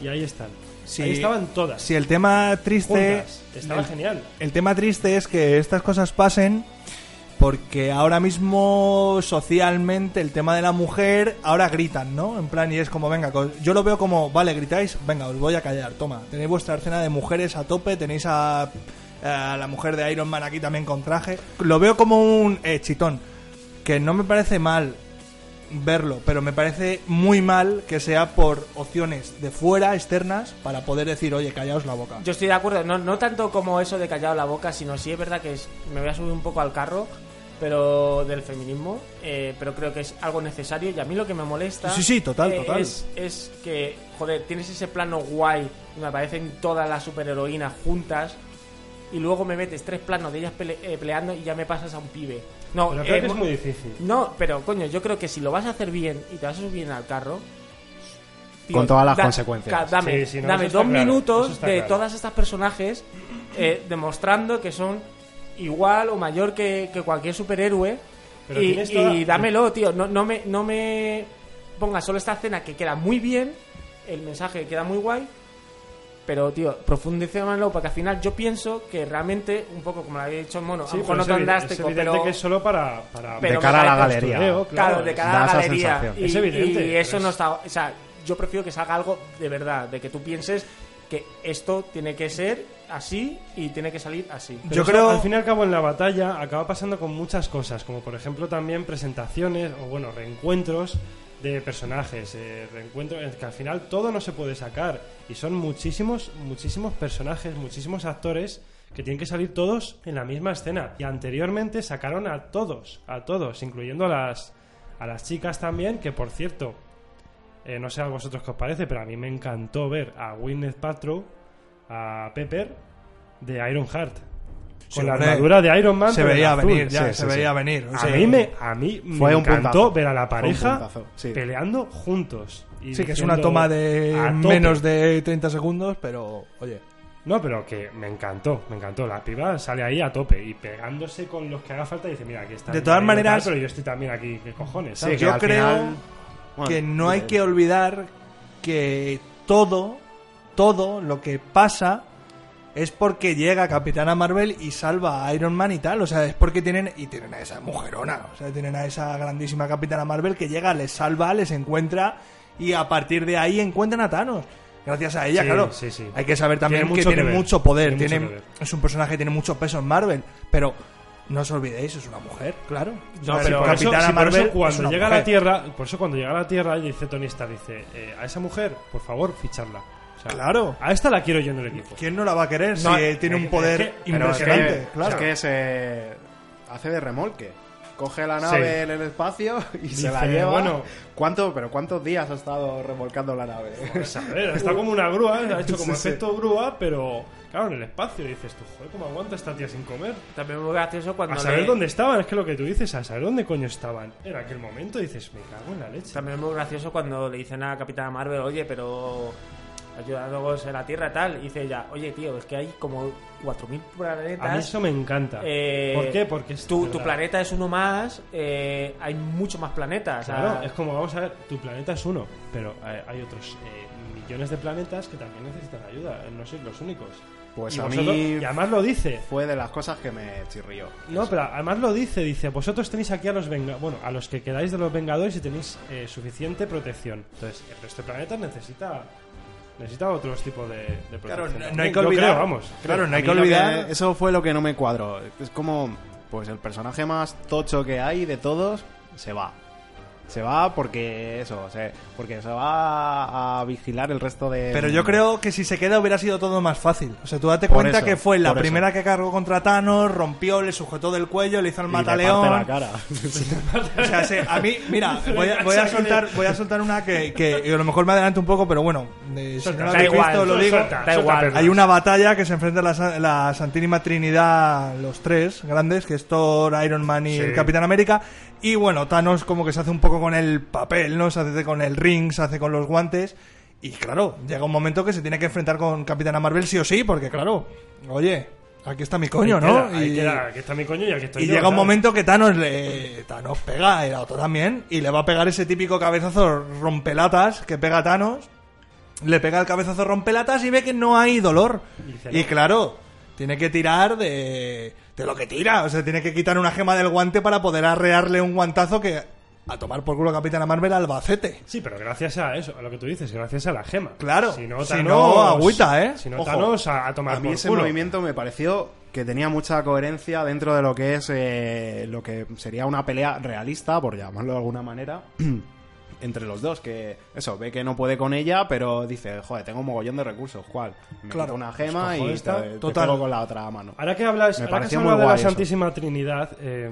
B: y ahí están.
D: Sí.
B: Ahí estaban todas.
D: Si el tema triste.
B: juntas. Estaba
D: el-
B: genial.
D: El tema triste es que estas cosas pasen porque ahora mismo socialmente el tema de la mujer ahora gritan, ¿no? En plan y es como venga, co- yo lo veo como vale gritáis, venga os voy a callar, toma, tenéis vuestra escena de mujeres a tope, tenéis a, eh, a la mujer de Iron Man aquí también con traje, lo veo como un eh, chitón que no me parece mal verlo, pero me parece muy mal que sea por opciones de fuera externas para poder decir oye callaos la boca.
A: Yo estoy de acuerdo, no, no tanto como eso de callado la boca, sino sí es verdad que es- me voy a subir un poco al carro pero del feminismo, eh, pero creo que es algo necesario y a mí lo que me molesta eh,
D: Sí, sí, total, total.
A: Es, es que, joder, tienes ese plano guay, y me aparecen todas las superheroínas juntas y luego me metes tres planos de ellas pele- eh, peleando y ya me pasas a un pibe. No,
B: Pero creo
A: eh,
B: que es
A: mo-
B: muy difícil.
A: No, pero coño, yo creo que si lo vas a hacer bien y te vas a subir bien al carro.
C: Con todas las consecuencias.
A: ca- Dame,
B: Sí, sí, no,
A: dame
B: eso está
A: dos
B: claro, eso
A: minutos
B: está
A: de
B: claro.
A: todas estas personajes eh, demostrando que son igual o mayor que, que cualquier superhéroe.
B: Pero
A: y,
B: tienes toda-
A: y dámelo, tío. No, no me, no me pongas solo esta escena que queda muy bien. El mensaje queda muy guay. Porque, Pero, tío, profundicémoslo, porque al final yo pienso que realmente, un poco como lo había dicho el mono, a
B: Sí,
A: lo mejor
B: pero
A: no
B: es
A: tan
B: evi-
A: drástico,
B: es evidente
A: pero...
B: que es solo para, para
A: pero
C: de cara a la
A: me parece
C: galería.
B: postureo,
A: Claro,
B: claro,
A: de
B: es-
A: cara a
C: da
A: la
C: esa
A: galería.
C: sensación.
A: Y,
B: Es evidente,
A: y
B: pero
A: eso
B: es-
A: no está. O sea, yo prefiero que salga algo de verdad, de que tú pienses que esto tiene que ser así y tiene que salir así.
B: Pero
D: Yo
B: eso,
D: creo-
B: Al fin y al cabo, en la batalla acaba pasando con muchas cosas, como por ejemplo también presentaciones o, bueno, reencuentros de personajes, eh, reencuentros es que al final todo no se puede sacar y son muchísimos, muchísimos personajes, muchísimos actores que tienen que salir todos en la misma escena. Y anteriormente sacaron a todos, a todos, incluyendo a las, a las chicas también, que por cierto, eh, no sé a vosotros qué os parece, pero a mí me encantó ver a Gwyneth Paltrow, a Pepper, de Iron Heart.
D: Sí,
B: Con la
D: hombre.
B: armadura de Iron Man.
D: se
B: pero en
D: veía
B: azul.
D: venir, ya,
C: sí,
D: se
C: sí,
D: veía
C: sí.
D: venir. o
B: A
D: sea,
B: mí me, a mí
C: Fue
B: me
C: un
B: encantó
C: puntazo.
B: ver a la pareja
C: puntazo, sí.
B: peleando juntos. y
D: Sí, que es
B: diciendo,
D: una toma de
B: "A tope".
D: menos de 30 segundos, pero oye.
B: No, pero que me encantó, me encantó. La piba sale ahí a tope y pegándose con los que haga falta y dice, mira, aquí está.
D: De
B: mi
D: todas
B: marido,
D: maneras-
B: tal, Pero yo estoy también aquí, ¿qué cojones?
C: Sí,
B: ¿sabes?
C: que
D: Yo
C: al
D: creo
C: final- bueno,
D: que no hay que olvidar que todo, todo lo que pasa es porque llega Capitana Marvel y salva a Iron Man y tal. O sea, es porque tienen. Y tienen a esa mujerona. O sea, tienen a esa grandísima Capitana Marvel que llega, les salva, les encuentra. Y a partir de ahí encuentran a Thanos. Gracias a ella,
B: Sí,
D: claro.
B: sí, sí.
D: Hay que saber también
B: Tiene
D: que
B: mucho que
D: tiene
B: ver.
D: mucho poder.
B: Tiene
D: Tiene
B: mucho que ver.
D: es un personaje que tiene mucho peso en Marvel. Pero no os olvidéis, es una mujer, claro.
B: No,
D: O sea,
B: pero
D: si
B: por eso-
D: Capitana
B: sí, por eso
D: Marvel es
B: cuando
D: una
B: llega a
D: mujer.
B: la Tierra, por eso cuando llega a la Tierra dice Tony Stark, dice, eh, a esa mujer, por favor, ficharla. O sea,
D: Claro.
B: A esta la quiero yo en el equipo.
D: ¿Quién no la va a querer
B: No,
D: si eh, tiene
B: es
D: un
B: que-
D: poder
B: es que-
C: pero es que-
D: impresionante? claro.
C: Es que se hace de remolque. Coge la nave
B: Sí.
C: en el espacio y
B: Dice,
C: se la lleva.
B: bueno.
C: ¿Cuánto, pero ¿cuántos días ha estado remolcando la nave?
B: Pues a ver, está como una grúa, ¿eh? ha hecho como
C: Sí, sí.
B: efecto grúa, pero claro, en el espacio y dices tú, joder, ¿cómo aguanta esta tía sin comer?
A: También muy gracioso cuando.
B: A saber
A: le-
B: dónde estaban, es que lo que tú dices, a saber dónde coño estaban. En aquel momento dices, me cago en la leche.
A: También muy gracioso cuando le dicen a Capitana Marvel, oye, pero. Ayudándonos en la Tierra, tal. Y dice ella, oye, tío, es que hay como 4.000 planetas.
B: A mí eso me encanta.
A: Eh,
B: ¿Por qué? Porque es
A: tu,
B: de
A: tu
B: verdad.
A: planeta es uno más, eh, hay muchos más planetas.
B: Claro,
A: ah,
B: es como, vamos a ver, tu planeta es uno, pero hay, hay otros eh, millones de planetas que también necesitan ayuda, no sois los únicos.
C: Pues
B: y,
C: a
B: vosotros-
C: mí-
B: y además lo dice.
C: Fue de las cosas que me chirrió.
B: No, pero además lo dice, dice, vosotros tenéis aquí a los venga bueno, a los que quedáis de los Vengadores y tenéis eh, suficiente protección. Entonces, el resto de planetas necesita necesita otros tipos de, de
D: Claro,
B: protección.
D: no hay que
B: Yo creo,
D: olvidar.
B: vamos.
D: Claro, no
C: A
D: hay
C: mí
D: que
C: lo
D: olvidar.
C: eso fue lo que no me cuadró. Es como, pues el personaje más tocho que hay de todos se va. Se va porque eso, o sea, porque se va a vigilar el resto de.
D: Pero yo creo que si se queda hubiera sido todo más fácil. O sea, tú date
C: Por
D: cuenta
C: eso,
D: que fue la
C: por eso.
D: primera que cargó contra Thanos, rompió, le sujetó del cuello, le hizo el
C: Y le parte
D: mataleón.
C: la cara.
D: O sea, se- a mí, mira, voy a, voy a soltar, voy a soltar una que, que- y a lo mejor me adelanto un poco, pero bueno, eh, si no la
A: Da
D: habéis
A: igual,
D: visto, lo digo.
A: suelta, da
B: suelta,
A: igual.
B: perro.
D: Hay una batalla que se enfrenta la, sa- la Santísima Trinidad, los tres grandes, que es Thor, Iron Man y
B: Sí.
D: el Capitán América. Y bueno, Thanos como que se hace un poco con el papel, ¿no? Se hace con el ring, se hace con los guantes. Y claro, llega un momento que se tiene que enfrentar con Capitana Marvel sí o sí, porque claro, oye, aquí está mi coño,
B: Ahí
D: ¿no?
B: queda, ahí
D: Y-
B: queda, aquí está mi coño y aquí estoy
D: y
B: yo,
D: llega un
B: ¿sabes?
D: momento que Thanos le Thanos pega, el auto también, y le va a pegar ese típico cabezazo rompelatas que pega Thanos. Le pega el cabezazo rompelatas y ve que no hay dolor.
B: Y dice,
D: Y
B: "No".
D: claro, tiene que tirar de, de lo que tira. O sea, tiene que quitar una gema del guante para poder arrearle un guantazo que a tomar por culo a Capitana Marvel Albacete.
B: Sí, pero gracias a eso, a lo que tú dices, gracias a la gema.
D: Claro,
B: Si no,
D: si
B: Thanos-
D: no, agüita, ¿eh?
B: Si no,
C: Ojo,
B: Thanos a, a tomar
C: A mí
B: por
C: ese
B: culo.
C: movimiento me pareció que tenía mucha coherencia dentro de lo que es eh, lo que sería una pelea realista, por llamarlo de alguna manera, entre los dos. Que eso, ve que no puede con ella, pero dice, joder, tengo un mogollón de recursos, ¿cuál? Me
D: Claro,
C: quito una gema
B: escojo
C: y
B: esta,
C: te, te
D: total.
C: pego con la otra mano.
B: Ahora que hablas, ahora que
C: Me
B: has
C: pareció
B: hablado
C: muy
B: de la
C: guay eso.
B: Santísima Trinidad, eh,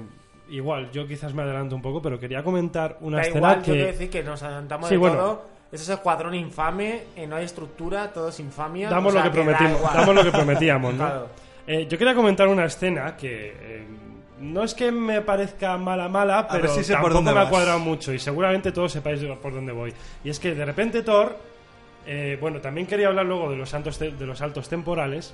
B: igual, yo quizás me adelanto un poco, pero quería comentar una
A: Da
B: escena
A: igual,
B: que...
A: yo quiero decir que nos adelantamos
B: Sí,
A: de
B: bueno.
A: todo. Es ese escuadrón infame, eh, no hay estructura, todo es infamia.
B: damos
A: o sea,
B: lo que
A: da
B: prometimos,
A: igual.
B: damos lo que prometíamos, ¿no?
A: Claro.
B: Eh, yo quería comentar una escena que eh, no es que me parezca mala mala, pero
D: ver si sé por
B: tampoco
D: dónde
B: me ha
D: vas.
B: cuadrado mucho y seguramente todos sepáis de- por dónde voy. Y es que de repente Thor, eh, bueno, también quería hablar luego de los santos te- de los saltos temporales,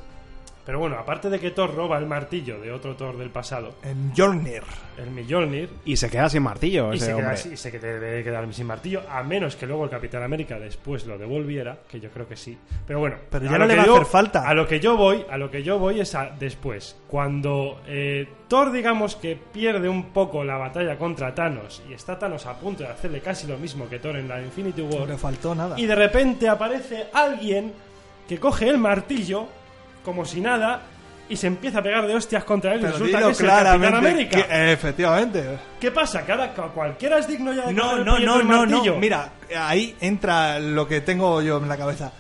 B: pero bueno, aparte de que Thor roba el martillo de otro Thor del pasado,
D: En Jornir.
B: el Mjolnir,
C: Y se queda sin martillo
B: y
D: Pues,
C: ese
B: se, queda,
C: hombre.
B: así, se que- debe quedar sin martillo, a menos que luego el Capitán América después lo devolviera, que yo creo que sí. Pero bueno,
D: Pero ya
B: lo
D: no le
B: que
D: va a
B: yo-
D: hacer falta.
B: A lo que yo voy, a lo que yo voy es a después. Cuando eh, Thor, digamos que pierde un poco la batalla contra Thanos, y está Thanos a punto de hacerle casi lo mismo que Thor en la Infinity
D: No
B: War,
D: le faltó nada.
B: y de repente aparece alguien que coge el martillo, como si nada, y se empieza a pegar de hostias contra él, y
D: Pero
B: resulta
D: dilo
B: que es el Capitán América.
D: que- efectivamente.
B: ¿Qué pasa? Cada, cua- cualquiera es digno ya de coger
D: No,
B: el
D: no,
B: puñetero
D: no, no,
B: martillo.
D: no. Mira, ahí entra lo que tengo yo en la cabeza.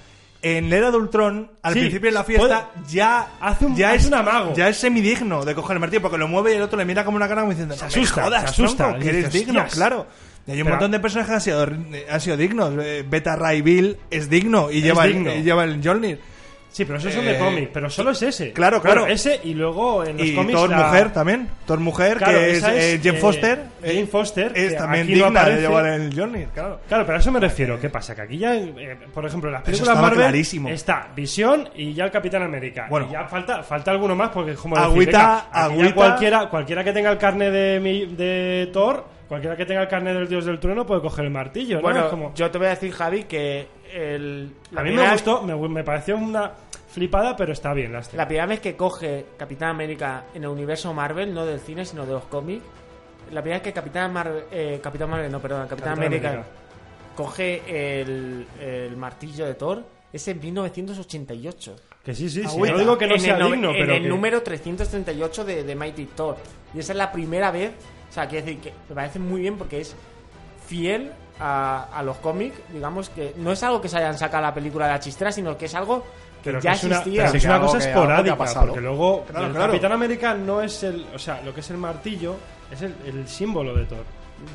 D: En la era de Ultron, al
B: Sí,
D: principio de la fiesta, ya
B: hace un-
D: ya
B: hace
D: es
B: un amago.
D: Ya es semidigno de coger el martillo, porque lo mueve y el otro le mira como una cara como diciendo,
B: Se
D: "No me
B: asusta,
D: jodas,
B: se asusta".
D: tronco, que
B: Y
D: eres
B: dices,
D: digno,
B: "Hostias".
D: claro. Y hay un
B: Pero-
D: montón de personajes que han sido, han sido dignos. Eh, Beta Ray Bill es digno y
B: Es
D: lleva,
B: digno.
D: El, y lleva el Jolnir.
B: Sí, pero esos son de
D: Eh,
B: cómic, pero solo es ese.
D: claro, claro.
B: Bueno, ese y luego en los
D: Y
B: cómics
D: Thor
B: la-
D: Mujer también. Thor Mujer,
B: Claro,
D: que es,
B: esa es,
D: eh, Jane
B: eh,
D: Foster.
B: Jane
D: eh,
B: Foster,
D: Es
B: que
D: también
B: aquí no
D: digna de
B: aparece.
D: llevar el Jolnir, claro.
B: Claro, pero a eso me refiero. ¿Qué pasa? Que aquí ya, eh, por ejemplo, en las películas
D: estaba
B: Marvel
D: clarísimo.
B: está Visión y ya el Capitán América.
D: Bueno.
B: y ya falta, falta alguno más porque es como
D: Agüita,
B: decir, venga, aquí ya
D: agüita.
B: cualquiera, cualquiera que tenga el carne de, mi- de Thor, cualquiera que tenga el carne del Dios del Trueno puede coger el martillo. ¿no?
A: Bueno,
B: Es como-
A: yo te voy a decir, Javi, que el, la
B: a mí me
A: primera-
B: gustó, me, me pareció una flipada, pero está bien la escena.
A: La primera vez que coge Capitán América en el universo Marvel, no del cine, sino de los cómics, la primera vez que Capitán Marvel, eh, Capitán Marvel, no, perdón, Capitán,
B: Capitán
A: América,
B: América.
A: coge el, el martillo de Thor, es en 1988.
B: Que sí, sí, sí.
A: Agüita.
B: No digo que no
A: Ah. En
B: sea
A: el no-
B: digno,
A: en
B: pero.
A: el
B: que-
A: número 338 de, de Mighty Thor. Y esa es la primera vez, o sea, quiero decir que me parece muy bien porque es fiel a, a los cómics, digamos que no es algo que se hayan sacado a la película de la chistera, sino que es algo que
B: pero que
A: ya
B: es una,
A: existía.
B: pero que es
C: Sí,
B: una
C: algo
B: cosa
C: que- algo que ha
B: esporádica,
C: pasado.
B: porque luego
D: Claro,
B: el
D: claro.
B: Capitán América no es el. O sea, lo que es el martillo es el, el símbolo de Thor.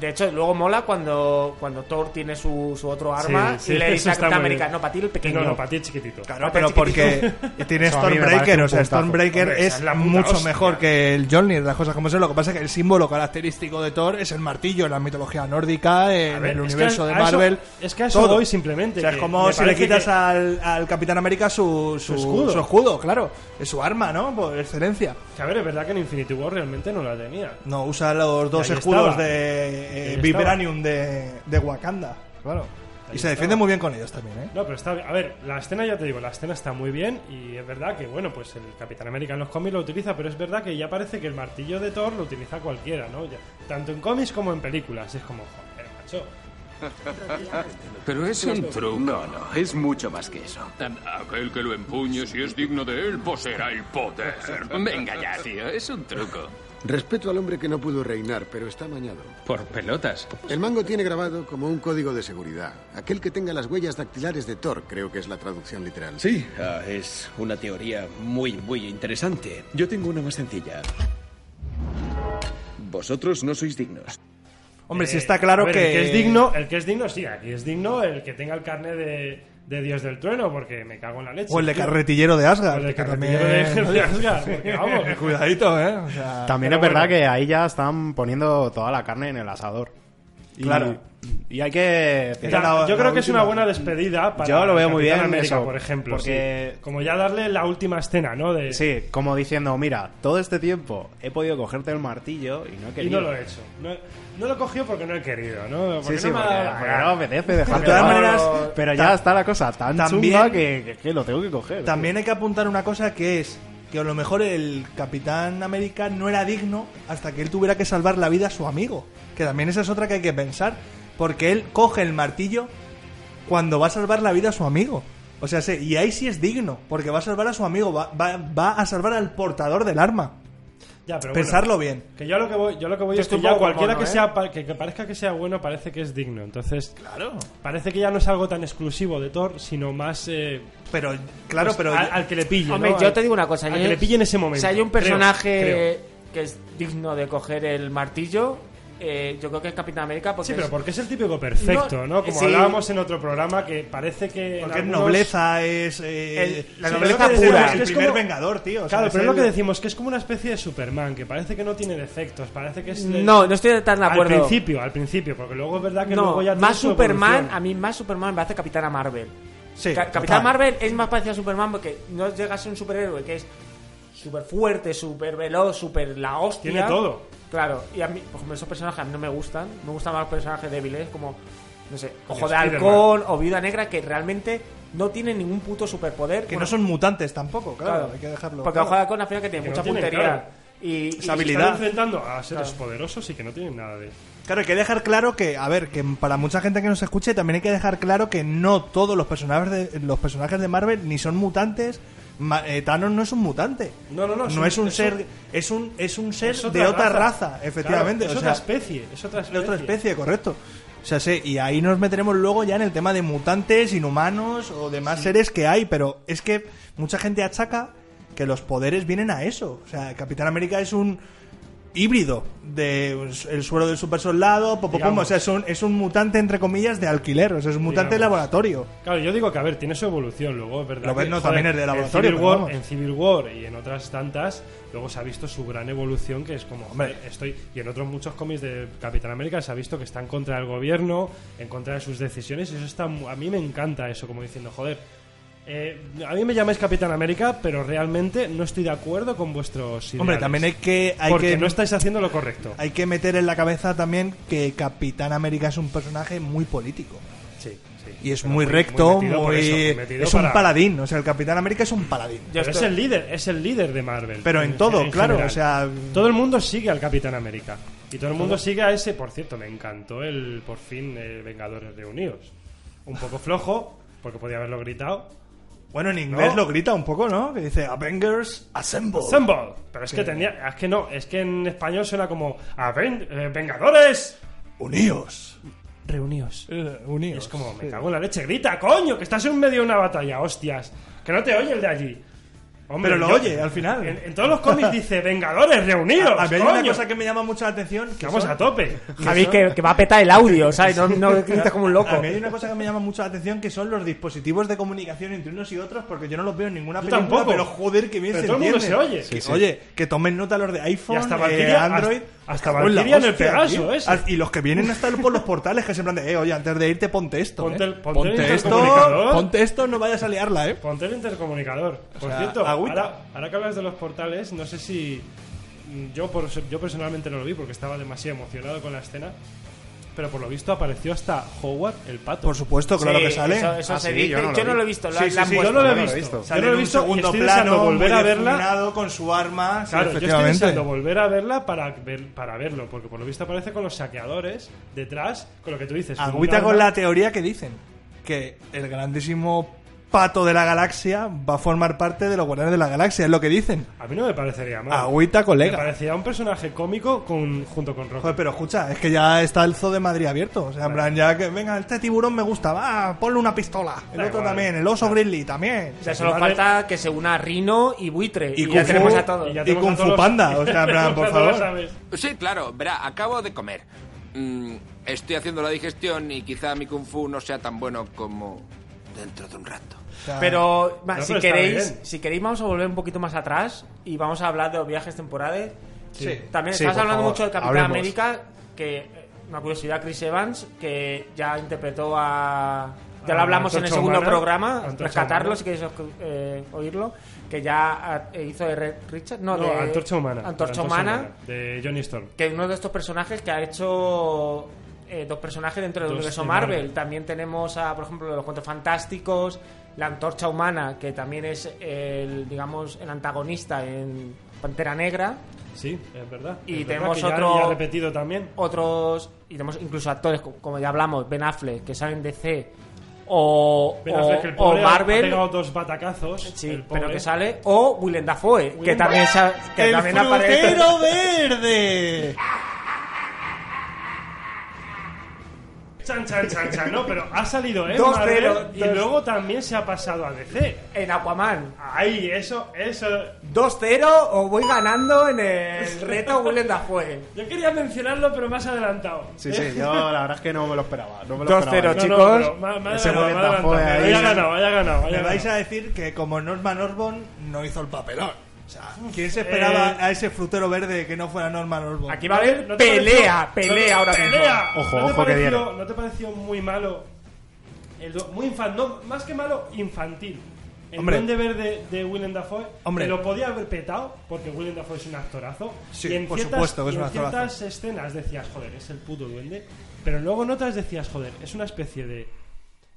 A: De hecho, luego mola cuando, cuando Thor tiene su, su otro arma
B: Sí, sí,
A: y le
B: eso
A: dice a
B: está
A: Capitán
B: muy bien.
A: América, no, para ti el pequeño.
B: No, no, para ti el chiquitito.
D: Claro,
A: Mata
D: pero porque
A: chiquitito.
D: tiene
C: Eso a mí me
D: Stormbreaker,
C: parece un
D: o sea,
C: puntazo.
D: Stormbreaker
B: Hombre, esa
D: es,
B: es la puta
D: mucho
B: hostia.
D: mejor que el Jolnir, las cosas como son. Lo que pasa es que el símbolo característico de Thor es el martillo en la mitología nórdica,
B: ver,
D: en el
B: es que
D: universo
B: a-
D: de
B: a eso-
D: Marvel.
B: es que a eso voy simplemente,
D: O sea, es
B: que
D: como
B: me
D: si le
B: parece
D: quitas
B: que-
D: al, al Capitán América su, su, su escudo.
B: escudo.
D: claro. Es su arma, ¿no? Por excelencia.
B: Que, a ver, es verdad que en Infinity War realmente no la tenía.
D: No, usa los dos
B: Ahí
D: escudos
B: estaba.
D: de eh,
B: Ahí
D: Vibranium de, de Wakanda. Claro. Y
B: Ahí
D: se defiende
B: estaba.
D: muy bien con ellos también, ¿eh?
B: No, pero está bien. A ver, la escena, ya te digo, la escena está muy bien y es verdad que, bueno, pues el Capitán América en los cómics lo utiliza, pero es verdad que ya parece que el martillo de Thor lo utiliza cualquiera, ¿no? Ya, tanto en cómics como en películas. Es como, joder, macho.
G: Pero es un truco.
H: No, no, es mucho más que eso.
G: Aquel que lo empuñe, si es digno de él, poseerá el poder. Venga ya, tío, es un truco.
I: Respeto al hombre que no pudo reinar, pero está mañado.
G: Por pelotas.
I: El mango tiene grabado como un código de seguridad. Aquel que tenga las huellas dactilares de Thor, creo que es la traducción literal.
H: Sí, ah, es una teoría muy, muy interesante. Yo tengo una más sencilla. Vosotros no sois dignos.
D: Hombre,
B: Eh,
D: si está claro
B: a ver,
D: que...
B: El que es digno, el que es digno, sí, aquí es digno el que tenga el carne de, de Dios del Trueno, porque me cago en la leche.
D: O el de
B: tío.
D: carretillero de Asgard.
B: O el de
D: que
B: carretillero
D: también-
B: de Asgard, porque vamos.
D: Cuidadito, ¿eh? O sea,
C: También
B: Pero
C: es verdad
B: bueno.
C: que ahí ya están poniendo toda la carne en el asador. Y-
D: Claro.
C: Y hay que...
B: Ya,
D: la-
B: yo
D: la
B: creo que es una
D: última.
B: buena despedida para
C: Yo lo veo muy
B: Capitán
C: bien
B: América,
C: eso,
B: por ejemplo.
C: porque-
B: sí. Como ya darle la última escena, ¿no? De,
C: Sí, como diciendo, mira, todo este tiempo he podido cogerte el martillo y no he
B: Y
C: querido.
B: no lo he hecho. No, no lo he cogido porque no he querido, ¿no?
C: Sí,
B: Porque
C: sí,
B: no me ha
C: porque-
B: dado la
C: porque
B: gana.
C: no obedece, dejar
D: De todas
C: pero-
D: maneras,
C: pero
D: tam-
C: ya está la cosa tan
D: también-
C: chunga que, que- que lo tengo que coger.
D: También hay que apuntar una cosa que es que a lo mejor el Capitán América no era digno hasta que él tuviera que salvar la vida a su amigo. Que también esa es otra que hay que pensar. Porque él coge el martillo cuando va a salvar la vida a su amigo. O sea, sí, y ahí sí es digno, porque va a salvar a su amigo, va, va- va a salvar al portador del arma.
B: Ya, pero bueno.
D: Pensarlo bien.
B: Que yo a lo que voy, yo a lo que voy
A: Te
B: es que
A: estoy
B: ya
A: un poco
B: cualquiera
A: mono,
B: que
A: ¿eh?
B: sea pa- que, que parezca que sea bueno parece que es digno. Entonces, claro, parece que ya no es algo tan exclusivo de Thor, sino más eh,
D: Pero, claro,
B: pues,
D: pero...
B: al, al que le pille.
A: Hombre,
B: ¿no?
A: yo
B: Al-
A: te digo una cosa.
B: al
A: yo-
B: que le pille en ese momento.
A: Si hay un
B: creo,
A: personaje
B: creo.
A: que es digno de coger el martillo, eh, yo creo que es Capitán América porque
B: Sí, pero
A: es-
B: porque es el típico perfecto, ¿no?
A: No,
B: Como
A: sí.
B: hablábamos en otro programa, que parece que. en
D: Porque es
B: algunos-
D: nobleza, es... eh,
A: El- la
D: sí,
A: nobleza
D: es lo que
A: pura.
D: decíamos, El
B: Es
D: primer
B: como-
D: vengador, tío. o sea,
B: Claro, pero es lo
D: el-
B: que decimos, que es como una especie de Superman, que parece que no tiene defectos, parece que es... de-
A: No, no estoy tan de
B: Al
A: acuerdo.
B: principio, al principio, porque luego es verdad que
A: no,
B: luego ya... tiene
A: más
B: su
A: Superman,
B: evolución.
A: a mí más Superman me hace Capitana Marvel.
D: Sí,
A: Ca-
D: total.
A: Capitán Marvel es más parecido a Superman porque no llega a ser un superhéroe que es súper fuerte, súper veloz, súper la hostia.
B: Tiene todo.
A: Claro, y a mí, por ejemplo, esos personajes a mí no me gustan. Me gustan más los personajes débiles como, no sé,
B: Como
A: Ojo de
B: Spider-Man.
A: Halcón o Viuda Negra que realmente no tienen ningún puto superpoder.
D: Que
A: Bueno,
D: no son mutantes tampoco, claro, hay que dejarlo.
A: Porque
D: claro.
A: Ojo de Halcón al final que tiene
B: Que no
A: mucha
B: tienen,
A: puntería.
B: claro.
A: Y, y-
B: Y se
D: habilidad.
B: Están enfrentando a seres
A: Claro.
B: poderosos y que no tienen nada de...
D: Claro, hay que dejar claro que, a ver, que para mucha gente que nos escuche también hay que dejar claro que no todos los personajes de, los personajes de Marvel ni son mutantes. Ma- eh, Thanos no es un mutante.
B: No, no, no, es
D: No
B: un-
D: es un
B: es
D: ser,
B: un-
D: es un es un ser
B: Es
D: de otra raza, efectivamente.
B: Claro,
D: o
B: es
D: sea,
B: otra especie, es otra especie.
D: de otra especie, correcto. O sea, sí, y ahí nos meteremos luego ya en el tema de mutantes, inhumanos o demás seres que hay, pero es que mucha gente achaca que los poderes vienen a eso. O sea, Capitán América es un híbrido de pues, el suero del super soldado, pom, pom, pom.
B: Digamos.
D: o sea, es un, es un mutante entre comillas de alquiler, o sea, es un mutante de
B: Digamos.
D: laboratorio.
B: Claro, yo digo que, a ver, tiene su evolución luego, es verdad.
D: Lo
B: que,
D: ves, no, también es de laboratorio,
B: En Civil,
D: pero
B: War,
D: vamos.
B: en Civil War y en otras tantas, luego se ha visto su gran evolución, que es como, hombre, estoy... Y en otros muchos cómics de Capitán América se ha visto que están contra el gobierno, en contra de sus decisiones, y eso está... mu- A mí me encanta eso, como diciendo, joder... eh, a mí me llamáis Capitán América, pero realmente no estoy de acuerdo con vuestros ideales.
D: Hombre, también hay que hay
B: porque
D: que
B: no estáis haciendo lo correcto.
D: hay que meter en la cabeza también que Capitán América es un personaje muy político.
B: Sí, sí.
D: Y es
B: Pero
D: muy recto, muy,
B: metido por eso, muy metido
D: es
B: para-
D: un paladín, o sea, el Capitán América es un paladín.
A: Yo
B: Pero es
A: estoy-
B: el líder, es el líder de Marvel.
D: Pero en todo, claro, o sea-
B: Todo el mundo sigue al Capitán América. Y todo el mundo sigue a ese, por cierto, me encantó el por fin eh, Vengadores Reunidos. Un poco flojo, porque podía haberlo gritado.
D: Bueno, en inglés
B: ¿No?
D: lo grita un poco, ¿no? Que dice Avengers Assemble.
B: ¡Assemble! Pero es que tenía. Es que no, es que en español suena como. "Aven- eh, ¡Vengadores!
D: Unidos.
B: Reunidos.
D: Eh, unidos.
B: Es como, me cago en la leche, grita, coño, que estás en medio de una batalla, hostias. Que no te oye el de allí. Hombre,
D: Pero lo oye, al final.
B: En, en todos los cómics dice Vengadores reunidos.
D: A, a mí hay
B: coño,
D: una cosa que me llama mucho la atención.
B: que vamos
D: son-
B: a tope.
A: Javi que, que va a petar el audio, ¿sabes? No, no grites como un loco.
D: A mí hay una cosa que me llama mucho la atención que son los dispositivos de comunicación entre unos y otros porque yo no los veo en ninguna
B: Yo
D: película,
B: tampoco.
D: pero joder, que bien
B: Pero
D: se
B: todo el mundo
D: entienden.
B: se oye. Sí,
D: Que-
B: sí.
D: Oye, que tomen nota los de iPhone,
B: Y hasta
D: eh,
B: Valkyria-
D: Android,
B: hasta- hasta
D: Cago la
B: Valkyria en el
D: hostia,
B: Pegaso,
D: tío.
B: ese.
D: Al- Y los que vienen hasta por los portales que se plan de, eh, oye, antes de irte ponte esto,
B: Ponte
D: eh.
B: el- ponte el
D: ponte esto,
B: intercomunicador.
D: ponte esto, no vayas a liarla, eh.
B: Ponte el intercomunicador. Por
D: sea,
B: cierto,
D: agüita.
B: ahora, ahora que hablas de los portales, no sé si. mm, Yo, por, yo personalmente no lo vi porque estaba demasiado emocionado con la escena. Pero por lo visto apareció hasta Howard el pato.
D: Por supuesto, claro
A: Sí,
D: que sale.
A: Eso, eso
C: Ah,
A: se
C: sí,
A: dice.
C: yo no lo vi.
A: he visto. lo
D: Sí,
A: han-
D: sí,
A: la han
D: sí, yo
A: puesto.
B: no lo he
C: no lo he
B: visto.
C: visto.
B: Yo no lo he
D: en un
B: visto. y
D: segundo
B: estoy deseando
D: plano,
B: volver
D: muy
B: a verla.
D: difuminado, con su arma. sí,
B: Claro, yo estoy
D: efectivamente.
B: deseando volver a verla para, ver- para verlo, porque por lo visto aparece con los saqueadores detrás, con lo que tú dices. un
D: Agüita
B: arma-
D: con la teoría que dicen que el grandísimo pato de la galaxia va a formar parte de los Guardianes de la Galaxia, es lo que dicen.
B: A mí no me parecería mal.
D: Agüita,
B: me
D: colega.
B: parecería un personaje cómico con, junto con Rocket.
D: Joder, pero escucha, es que ya está el zoo de Madrid abierto. O sea, en plan, ya que, venga, este tiburón me gusta, va, ponle una pistola. El
B: Da
D: otro
B: igual.
D: también, el oso grizzly también.
A: O sea, solo
B: Marvel-
A: falta que se una Rino y Buitre. Y,
D: Kung
A: ya
D: Fu-
A: tenemos Pues a todos.
B: Y ya
D: Y
B: tenemos
D: Kung
B: a
D: Fu
B: todos-
D: Panda, o sea, en
B: tenemos
D: plan, por
B: a todos,
D: favor.
B: ¿sabes?
G: Sí, claro, verá, acabo de comer. Mm, estoy haciendo la digestión y quizá mi kung fu no sea tan bueno como dentro de un rato.
D: O sea,
A: Pero, va,
B: No,
A: si,
B: pero está
A: queréis,
B: bien.
A: si queréis, vamos a volver un poquito más atrás y vamos a hablar de los viajes temporales.
D: Sí.
A: También
D: Sí,
A: estás
D: por
A: hablando
D: favor,
A: mucho del Capitán
D: hablemos.
A: América, que, eh, una curiosidad, Chris Evans, que ya interpretó a... Ya lo
B: A
A: hablamos en el
B: Antorcha
A: segundo
B: Humana.
A: programa,
B: Antorcha
A: rescatarlo
B: Humana.
A: si queréis eh, oírlo, que ya eh, hizo de Red Richard, no,
B: No,
A: de
B: Antorcha Humana.
A: Antorcha
B: Antorcha
A: Humana,
B: De Johnny Storm.
A: que es uno de estos personajes que ha hecho eh, dos personajes dentro del
B: Dos
A: universo
B: de
A: Marvel.
B: Marvel.
A: También tenemos a, por ejemplo, los Cuentos Fantásticos, la Antorcha Humana, que también es el, digamos, el antagonista en Pantera Negra.
B: Sí, es verdad.
A: Y
B: es verdad
A: tenemos
B: que ya-
A: otro-
B: Ya, ha repetido también.
A: Otros, y tenemos incluso actores, co- como ya hablamos, Ben Affleck, que salen de C, o,
B: Ben
A: o-
B: Affleck, el
A: o
B: pobre, ha- Ha
A: Marvel.
B: pegado dos batacazos.
A: Sí,
B: el pobre.
A: pero que sale, o Willem Dafoe, que
B: Willem
A: también, sa- que
D: ¡El
A: también aparece.
D: frutero verde!
B: Chan, chan, chan, chan. No, pero ha salido, ¿eh?
A: Dos
B: Marvel,
A: cero,
B: y
A: dos-
B: luego también se ha pasado a DC.
A: En Aquaman.
B: Ahí, eso, eso.
A: 2-0 o voy ganando en el reto Willem Dafoe.
B: Yo quería mencionarlo, pero más adelantado.
C: Sí, sí, yo la verdad es que no me lo esperaba. No me lo
A: 2-0,
C: esperaba.
B: No,
A: chicos.
B: no, pero ma- ma-
C: Ese
B: adelantado,
C: Willem
B: ma- adelantado.
C: Dafoe ahí.
B: Haya ganado, haya ganado. haya
D: Me vais
B: ganado.
D: a decir que como Norman Osborn no hizo el papelón. O sea, ¿quién se esperaba
B: Eh.
D: a ese frutero verde que no fuera Norman Osborn?
A: Aquí va a haber
B: ¿No te
A: pelea,
B: pareció-
A: pelea
B: no,
A: ahora
B: pelea.
A: mismo.
C: Ojo,
B: ¿No te
C: ojo que
B: pareció-
C: viene.
B: ¿No te pareció muy malo? El do- muy infan- no, más que malo, infantil. El
D: Hombre.
B: duende verde de Willem Dafoe
D: Hombre.
B: que lo podía haber petado porque Willem Dafoe es un actorazo.
D: Sí,
B: y en
D: por
B: ciertas,
D: supuesto que es
B: y
D: un
B: en
D: actorazo.
B: ciertas escenas decías, joder, es el puto duende. Pero luego en otras decías, joder, es una especie de,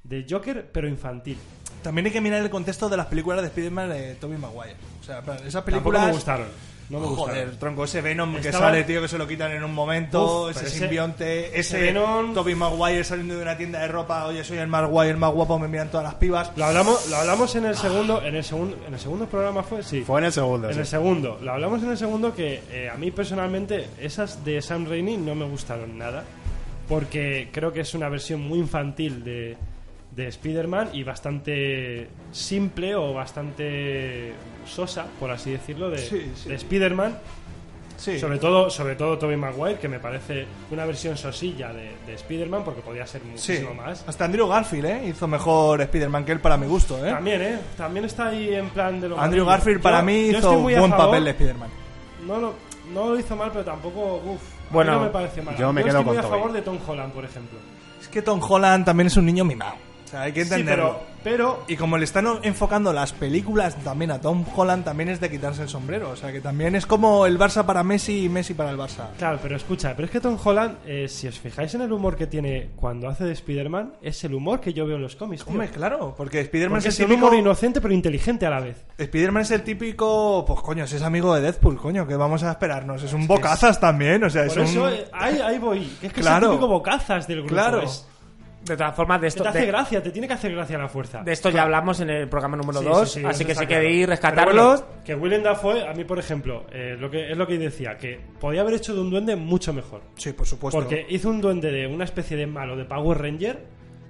B: de Joker, pero infantil.
D: También hay que mirar el contexto de las películas de Spider-Man de Tobey Maguire. O sea, en plan, esas
B: Tampoco
D: películas...
B: me gustaron. No me
D: Joder,
B: gustaron.
D: tronco, ese Venom que
B: Estaba-
D: sale, tío, que se lo quitan en un momento,
B: Uf,
D: ese
B: pero ese-
D: simbionte, ese
B: ese Venom-
D: Tobey Maguire saliendo de una tienda de ropa, oye, soy el más guay, el más guapo, me miran todas las pibas.
B: Lo hablamos, lo hablamos en el segundo, en el segundo, en el segundo programa fue, sí.
C: Fue en el segundo.
B: En
C: sí.
B: el segundo, lo hablamos en el segundo que eh, a mí personalmente esas de Sam Raimi no me gustaron nada porque creo que es una versión muy infantil de, de Spider-Man y bastante simple o bastante sosa, por así decirlo, de,
D: Sí, sí.
B: de Spider-Man.
D: Sí.
B: Sobre todo, sobre todo Tobey Maguire, que me parece una versión sosilla de, de Spider-Man porque podía ser
D: Sí,
B: muchísimo más.
D: hasta Andrew Garfield, ¿eh? Hizo mejor Spider-Man que él para mi gusto, ¿eh?
B: También, ¿eh? También está ahí en plan de lo
D: Andrew
B: amarillo.
D: Garfield para
B: Yo-
D: mí
B: yo estoy
D: hizo
B: muy a
D: buen
B: favor-
D: papel de Spider-Man.
B: No lo, no lo hizo mal, pero tampoco. Uf,
A: Bueno,
B: bueno, no me parece mal.
C: yo me quedo
B: estoy muy
C: con
B: a
C: Tobey.
B: favor de Tom Holland, por ejemplo.
D: Es que Tom Holland también es un niño mimado. O sea, hay que
B: Sí,
D: entenderlo.
B: pero, pero
D: Y como le están o- enfocando las películas también a Tom Holland, también es de quitarse el sombrero. O sea, que también es como el Barça para Messi y Messi para el Barça.
B: Claro, pero escucha, pero es que Tom Holland, eh, si os fijáis en el humor que tiene cuando hace de Spider-Man, es el humor que yo veo en los cómics. tío.
D: Hombre, claro, porque Spider-Man
B: Porque
D: es
B: es
D: el
B: un humor
D: típico...
B: inocente pero inteligente a la vez.
D: Spider-Man es el típico... Pues coño, si es amigo de Deadpool, coño, que vamos a esperarnos. Es un bocazas también, o sea, es
B: Por
D: un...
B: eso, eh, ahí, ahí voy. Es que es
D: Claro.
B: el típico bocazas del grupo.
D: Claro.
B: es-
A: De todas formas, de
B: que
A: esto,
B: te hace
A: de,
B: gracia, te tiene que hacer gracia la fuerza.
A: de esto ya hablamos en el programa número
B: Sí,
A: 2,
B: sí, sí,
A: así
B: eso
A: que
B: está
A: si
B: claro.
A: queréis
B: Pero
A: rescatarlos,
B: bueno, que Willem Dafoe, a mí, por ejemplo, eh, lo que, es lo que decía, que podía haber hecho de un duende mucho mejor.
D: Sí, por
A: Pues
D: supuesto.
B: Porque hizo un duende de una especie de malo de Power Ranger,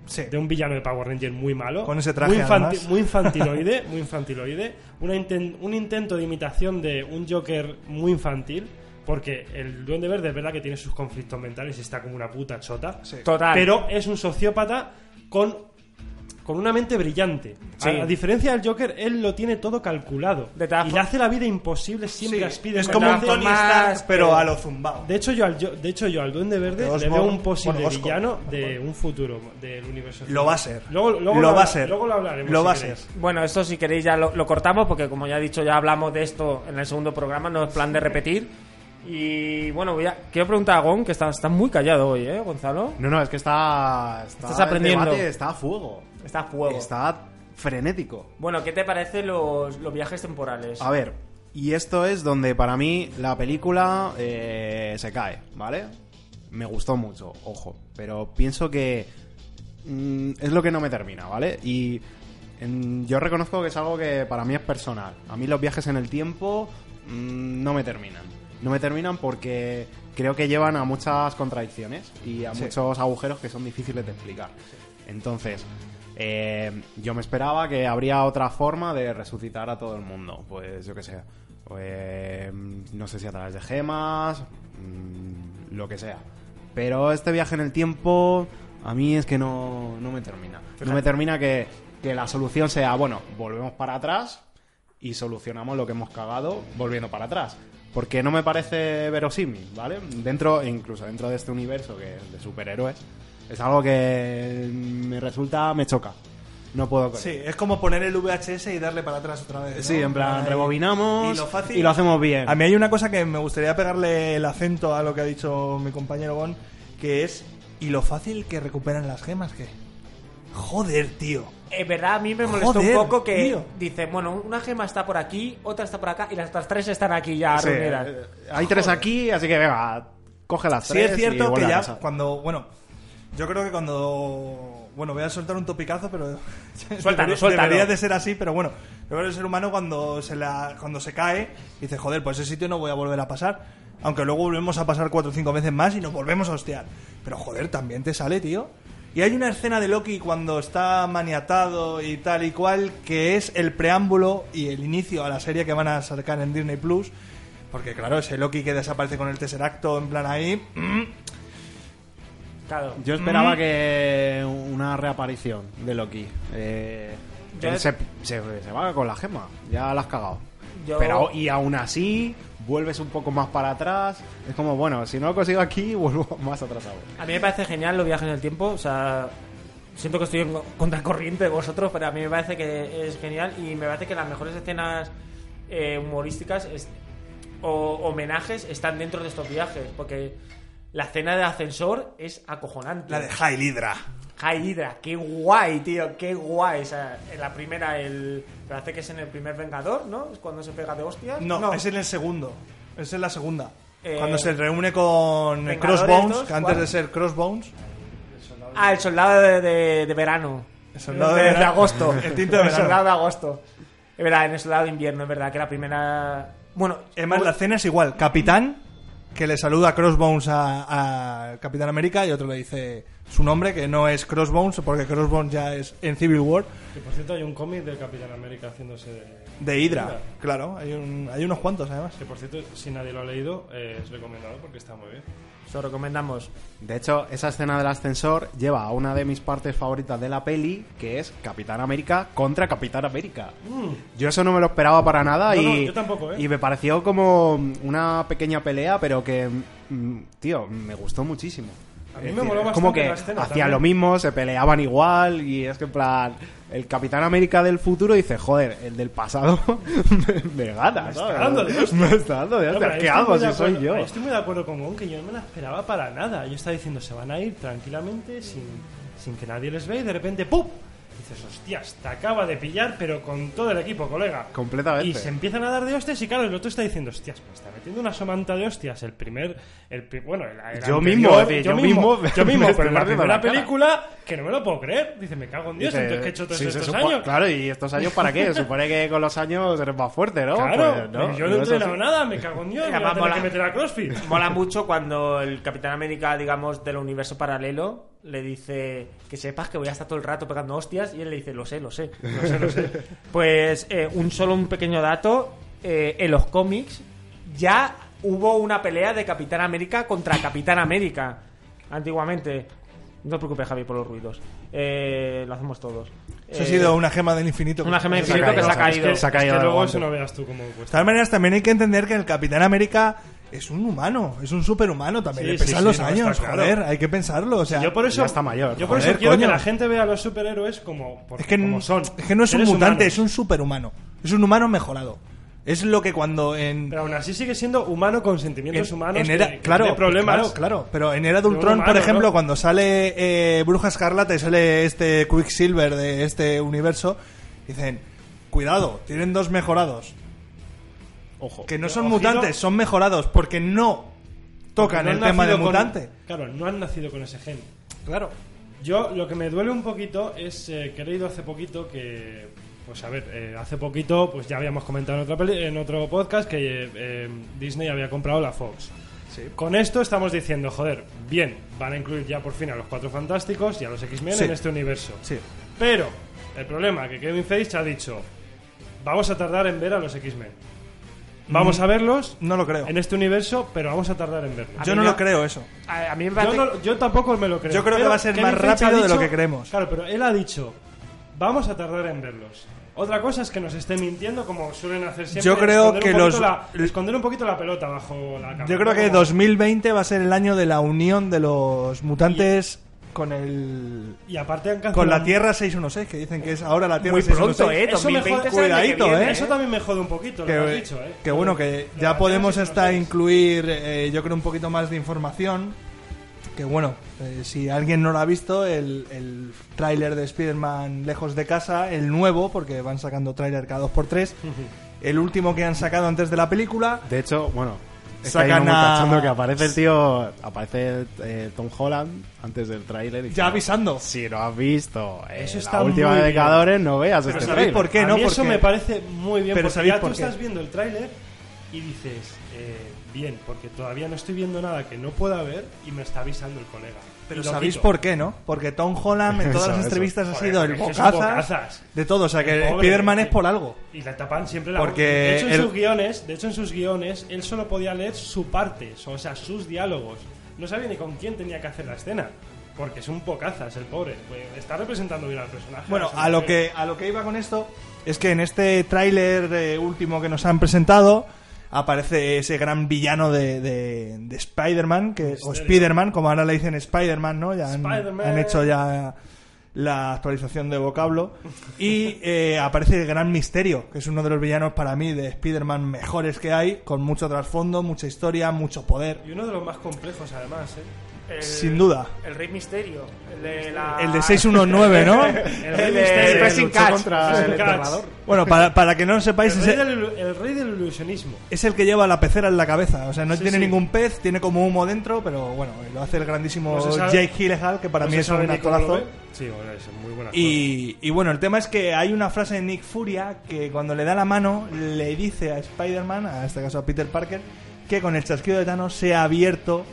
D: Sí.
B: de un villano de Power Ranger muy malo.
D: Con ese traje,
B: Muy, infanti-
D: además.
B: muy infantiloide, muy infantiloide. Una inten- un intento de imitación de un Joker muy infantil. Porque el Duende Verde es verdad que tiene sus conflictos mentales y está como una puta chota.
A: total.
B: Pero es un sociópata con, con una mente brillante.
A: Sí.
B: A, a diferencia del Joker, él lo tiene todo calculado.
A: De todas
B: y le
A: form-
B: hace la vida imposible siempre
D: Sí,
B: a Spider-Man.
D: es como un
A: De
D: Tony
A: todas
D: Stark,
A: formas,
D: pero
A: eh,
D: a lo zumbao.
B: De hecho, yo al, yo- de hecho, yo al Duende Verde
D: De
B: le
D: Osborn,
B: veo un posible
D: bueno, Oscorp.
B: villano de un futuro del universo.
D: Lo va a ser.
B: Luego, luego
D: lo va a
B: habla-
D: ser.
B: Luego lo hablaremos.
D: Lo
B: si
D: va a ser.
B: queréis.
A: Bueno, esto si queréis ya lo, lo cortamos porque como ya he dicho ya hablamos de esto en el segundo programa, no es plan de repetir. Y bueno, voy a, quiero preguntar a Gon, que está, está muy callado hoy, ¿eh, Gonzalo?
C: No, no, es que está. está
A: Estás
C: el
A: aprendiendo.
C: debate está a fuego.
A: Está a fuego.
C: Está frenético.
A: Bueno, ¿qué te parece los, los viajes temporales?
C: A ver, y esto es donde para mí la película eh, se cae, ¿vale? Me gustó mucho, ojo, pero pienso que mm, es lo que no me termina, ¿vale? Y En- Yo reconozco que es algo que para mí es personal. A mí los viajes en el tiempo mm, no me terminan. No me terminan porque creo que llevan a muchas contradicciones y a
D: Sí.
C: muchos agujeros que son difíciles de explicar. Entonces, eh, yo me esperaba que habría otra forma de resucitar a todo el mundo. Pues yo qué sé. eh, no sé si a través de gemas, mm, lo que sea. Pero este viaje en el tiempo a mí es que no, no me termina. No me termina que, que la solución sea, bueno, volvemos para atrás y solucionamos lo que hemos cagado volviendo para atrás. Porque no me parece verosímil, ¿vale? Dentro, incluso dentro de este universo que es de superhéroes, es algo que me resulta, me choca. No puedo con
D: Sí, es como poner el VHS y darle para atrás otra vez. ¿no?
C: Sí, en plan,
D: Ahí.
C: rebobinamos
D: Y lo fácil-
C: y lo hacemos bien.
D: A mí hay una cosa que me gustaría pegarle el acento a lo que ha dicho mi compañero Gon, que es. ¿Y lo fácil que recuperan las gemas? que Joder, tío.
A: Es Eh, verdad, a mí me molestó
D: Joder,
A: un poco que
D: tío.
A: dice, bueno, una gema está por aquí, otra está por acá y las otras tres están aquí ya
C: Sí,
A: reunidas.
C: eh, hay tres aquí, así que venga, coge las
D: Sí,
C: tres.
D: es
C: y
D: cierto
C: vuelve
D: que
C: a
D: ya
C: casa.
D: cuando. Bueno, yo creo que cuando. Bueno, voy a soltar un topicazo, pero.
A: Suéltalo,
D: debería-
A: suéltalo.
D: Debería de ser así, pero bueno. Yo creo que el ser humano cuando se, la, cuando se cae dice, joder, pues ese sitio no voy a volver a pasar. Aunque luego volvemos a pasar cuatro o cinco veces más y nos volvemos a hostiar. Pero joder, también te sale, tío. Y hay una escena de Loki cuando está maniatado y tal y cual, que es el preámbulo y el inicio a la serie que van a sacar en Disney Plus. Porque claro, ese Loki que desaparece con el Tesseracto en plan ahí. mm,
A: Claro.
C: Yo
A: Mm.
C: esperaba que una reaparición de Loki. Eh,
A: Yo
C: él
A: es-
C: se, se- se va con la gema, ya la has cagado.
A: Yo-
C: Pero, y aún así, vuelves un poco más para atrás. Es como, bueno, si no lo consigo aquí, vuelvo más atrás aún.
A: A mí me parece genial los viajes en el tiempo, o sea, siento que estoy en contracorriente de vosotros, pero a mí me parece que es genial y me parece que las mejores escenas eh, humorísticas es- o homenajes están dentro de estos viajes, porque la escena del ascensor es acojonante.
D: La de High Hydra.
A: High Hydra, qué guay, tío, qué guay. O sea, en la primera, el. Parece que es en el primer Vengador, ¿no? Es cuando se pega de hostias.
D: No, es en el segundo. Es en la segunda.
A: Eh,
D: Cuando se reúne con
A: Vengadores
D: Crossbones,
A: dos,
D: que antes
A: ¿cuál?
D: de ser Crossbones,
A: Ah, el soldado de, de- de verano.
D: El soldado de
A: de,
D: verano.
A: agosto.
D: El tinto de
A: El
D: verano.
A: soldado de agosto. Es verdad, en el soldado de invierno, es verdad, que la primera. Bueno, pues-
D: Además, la escena es igual. Capitán, que le saluda a Crossbones a, a Capitán América y otro le dice su nombre, que no es Crossbones, porque Crossbones ya es en Civil War,
B: Que por cierto hay un cómic del Capitán América haciéndose de...
D: de Hydra. Claro, hay, un- hay unos cuantos además.
B: Que por cierto, si nadie lo ha leído, eh, es recomendado porque está muy bien.
A: se lo recomendamos.
C: De hecho, esa escena del ascensor lleva a una de mis partes favoritas de la peli, que es Capitán América contra Capitán América. Yo eso no me lo esperaba para nada
B: Mm. No,
C: y,
B: no, yo tampoco, ¿eh?
C: y me pareció como una pequeña pelea, pero que, mm, tío, me gustó muchísimo.
B: A mí
C: Es
B: me moló
C: es
B: bastante
C: como que
B: la escena
C: hacían
B: también.
C: lo mismo, se peleaban igual y es que en plan el Capitán América del futuro dice, joder, el del pasado me, me gana,
B: Me está
C: ¿sabes?
B: dando de hostias.
C: me está dando de
B: No,
C: hostias.
B: pero ahí
C: ¿Qué
B: estoy
C: hago
B: muy de
C: si soy
B: acuerdo-
C: yo?
B: ahí Estoy muy de acuerdo con Gon, que yo no me la esperaba para nada. Yo estaba diciendo, se van a ir tranquilamente, sin, sin que nadie les vea, y de repente ¡pum! Dices, hostias, te acaba de pillar, pero con todo el equipo, colega.
C: Completamente.
B: Y se empiezan a dar de hostias, y claro, el otro está diciendo, hostias, me está metiendo una somanta de hostias. El primer. El, pri- bueno, el, el
C: Yo
B: anterior-
C: mismo, eh,
B: yo
C: yo
B: mismo.
C: mismo
B: Yo mismo,
C: me
B: pero
C: estoy
B: en la
C: partiendo la
B: primera
C: cara.
B: película, que no me lo puedo creer. Dice, me cago en Dios,
C: Dice,
B: entonces, ¿qué he hecho todos
C: sí, se
B: estos
C: supo-
B: años?
C: Claro, ¿y estos años para qué? Se supone que con los años eres más fuerte, ¿no?
B: Claro,
C: Pues no,
B: yo no he
C: eso
B: entrenado
C: sí.
B: nada, me cago en Dios, me
A: Además,
B: voy a
A: mola.
B: tener que meter a CrossFit.
A: Mola mucho cuando el Capitán América, digamos, del universo paralelo, le dice que sepas que voy a estar todo el rato pegando hostias y él le dice, lo sé, lo sé, lo sé, lo sé. Pues eh, un solo un pequeño dato, eh, en los cómics ya hubo una pelea de Capitán América contra Capitán América, antiguamente. No te preocupes, Javi, por los ruidos. Eh, lo hacemos todos.
D: Eso ha
A: Eh,
D: sido una gema del infinito.
A: una gema del
D: Se ha
A: infinito que se ha
D: caído.
A: caído.
B: Es que,
C: Se ha caído
B: es que
C: de
B: luego
C: golpe.
B: eso no veas tú cómo
D: De
B: cuesta.
D: todas maneras, también hay que entender que el Capitán América es un humano, es un superhumano también.
B: Sí,
D: Le pesan
B: sí, sí,
D: los
B: no, está
D: años,
B: claro.
D: joder, hay que pensarlo. O sea,
B: Yo por eso
C: Ya está mayor.
B: Yo por
D: Joder,
B: eso quiero
D: coño.
B: que la gente vea a los superhéroes como, por-
D: Es que,
B: como
D: n-
B: son.
D: es que no es un
B: Seres
D: mutante,
B: humanos.
D: es un superhumano. Es un humano mejorado. Es lo que cuando en.
B: Pero aún así sigue siendo humano con sentimientos
D: en-
B: humanos.
D: en
B: que-
D: era-
B: que
D: claro,
B: tiene problemas.
D: claro, claro. Pero en Era de
B: Pero
D: Ultron,
B: humano,
D: por ejemplo,
B: ¿no?
D: cuando sale eh, Bruja Escarlata y sale este Quicksilver de este universo, dicen: Cuidado, tienen dos mejorados.
C: Ojo.
D: Que no son
B: Ojito.
D: mutantes, son mejorados porque no
B: Porque
D: tocan
B: no
D: el
B: han
D: tema de
B: nacido con-
D: mutante.
B: Claro, no han nacido con ese gen.
D: Claro.
B: Yo lo que me duele un poquito es eh, que he leído hace poquito que, pues a ver, eh, hace poquito, pues ya habíamos comentado en, otra peli- en otro podcast que eh, eh, Disney había comprado la Fox. Con esto estamos diciendo, joder, bien, van a incluir ya por fin a los Cuatro Fantásticos y a los X-Men
D: Sí.
B: en este universo.
D: Sí.
B: Pero el problema que Kevin Feige ha dicho, vamos a tardar en ver a los X-Men. Vamos a verlos
D: Mm. No lo creo.
B: en este universo, pero vamos a tardar en verlos.
A: A
D: Yo
A: mí
D: no
A: no-
D: lo creo eso.
A: A, a mí me
B: Yo,
A: parece.
B: no- yo tampoco me lo creo.
D: Yo creo que
B: Pero
D: va a ser
B: Kevin
D: más
B: Feige ha
D: rápido de
B: dicho-
D: lo que creemos.
B: Claro, pero él ha dicho, vamos a tardar en verlos. Otra cosa es que nos esté mintiendo como suelen hacer siempre.
D: Yo
B: esconder
D: creo
B: un
D: que
B: poquito
D: los-
B: la- esconder un poquito la pelota bajo la cama.
D: Yo creo que
B: Como-
D: 2020 va a ser el año de la unión de los mutantes con el
B: Y aparte han cancelado-
D: con la Tierra 616, que dicen que es ahora la Tierra
A: Muy pronto,
D: 616.
A: eh.
B: Eso me
A: 2020
B: jode-
A: es el año que
D: Cuidadito,
A: viene,
D: eh.
B: Eso también me jode un poquito, lo que has dicho, eh.
D: que bueno, que
B: Lo
D: ya
B: que
D: podemos
B: haces es
D: hasta
B: lo que haces.
D: incluir, eh, yo creo, un poquito más de información. Que bueno, eh, si alguien no lo ha visto, el, el tráiler de Spider-Man Lejos de Casa, el nuevo, porque van sacando tráiler cada 2x3, el último que han sacado antes de la película,
C: De hecho, bueno, es que hay
D: Sacan
C: uno muy
D: a-
C: cachondo que aparece el tío, aparece eh, Tom Holland antes del tráiler. y
D: ya
C: dice,
D: avisando.
C: Si lo has visto, eh,
B: Eso está
C: la última
B: muy
C: de
B: bien.
C: Decadores, no veas este
D: ¿sabéis
C: tráiler.
D: por qué?
B: Pues A
D: no?
B: mí eso
D: Porque-
B: me parece muy bien
D: Pero
B: porque
D: ¿sabéis
B: ya
D: por
B: tú
D: qué?
B: estás viendo el tráiler y dices, eh, bien, porque todavía no estoy viendo nada que no pueda ver y me está avisando el colega.
D: Pero sabéis por qué, ¿no? Porque Tom Holland en todas
C: Eso,
D: las
C: eso.
D: entrevistas ha
B: Joder,
D: sido el
B: es que es
D: bocazas,
B: un bocazas.
D: de todo. O sea que
B: Pobre,
D: Spider-Man
B: sí.
D: es por algo.
B: Y la tapan siempre la
D: Porque
B: boca. de hecho, en
D: el-
B: sus guiones, de hecho en sus guiones él solo podía leer su parte, o sea, sus diálogos. No sabía ni con quién tenía que hacer la escena. Porque es un pocazas el pobre. Pues Está representando bien al personaje.
D: Bueno,
B: Eso
D: a
B: no
D: lo
B: creo.
D: que a lo que iba con esto es que en este tráiler eh, último que nos han presentado aparece ese gran villano de, de- de Spider-Man que o
B: Misterio.
D: Spider-Man, como ahora le dicen Spider-Man, ¿no? Ya han,
B: Spider-Man.
D: han hecho ya la actualización de vocablo y eh, aparece el gran misterio que es uno de los villanos para mí de Spider-Man mejores que hay con mucho trasfondo mucha historia mucho poder
B: Y uno de los más complejos, además, ¿eh?
A: el-
D: sin duda
A: El Rey Misterio. El de, la...
D: el de 619 no
B: El Rey
A: El de
B: Misterio.
A: Pressing
B: luchó
A: Catch.
B: contra
A: Pressing
B: el
A: Catch.
B: Enterrador.
D: bueno para, para que no lo sepáis
B: El
D: ese-
B: rey, del, el rey del ilusionismo.
D: Es el que lleva la pecera en la cabeza, o sea, no
B: Sí,
D: tiene
B: sí.
D: ningún pez, tiene como humo dentro, pero bueno, lo hace el grandísimo
B: No se sabe-
D: Jake Gyllenhaal, que para
B: No
D: mí
B: se
D: es
B: sabe
D: un
B: ni cómo lo
D: actorazo.
B: ve. Sí, bueno, es muy buena
D: Y, y bueno, el tema es que hay una frase de Nick Furia que cuando le da la mano le dice a Spider-Man, a este caso a Peter Parker, que con el chasquido de Thanos se ha abierto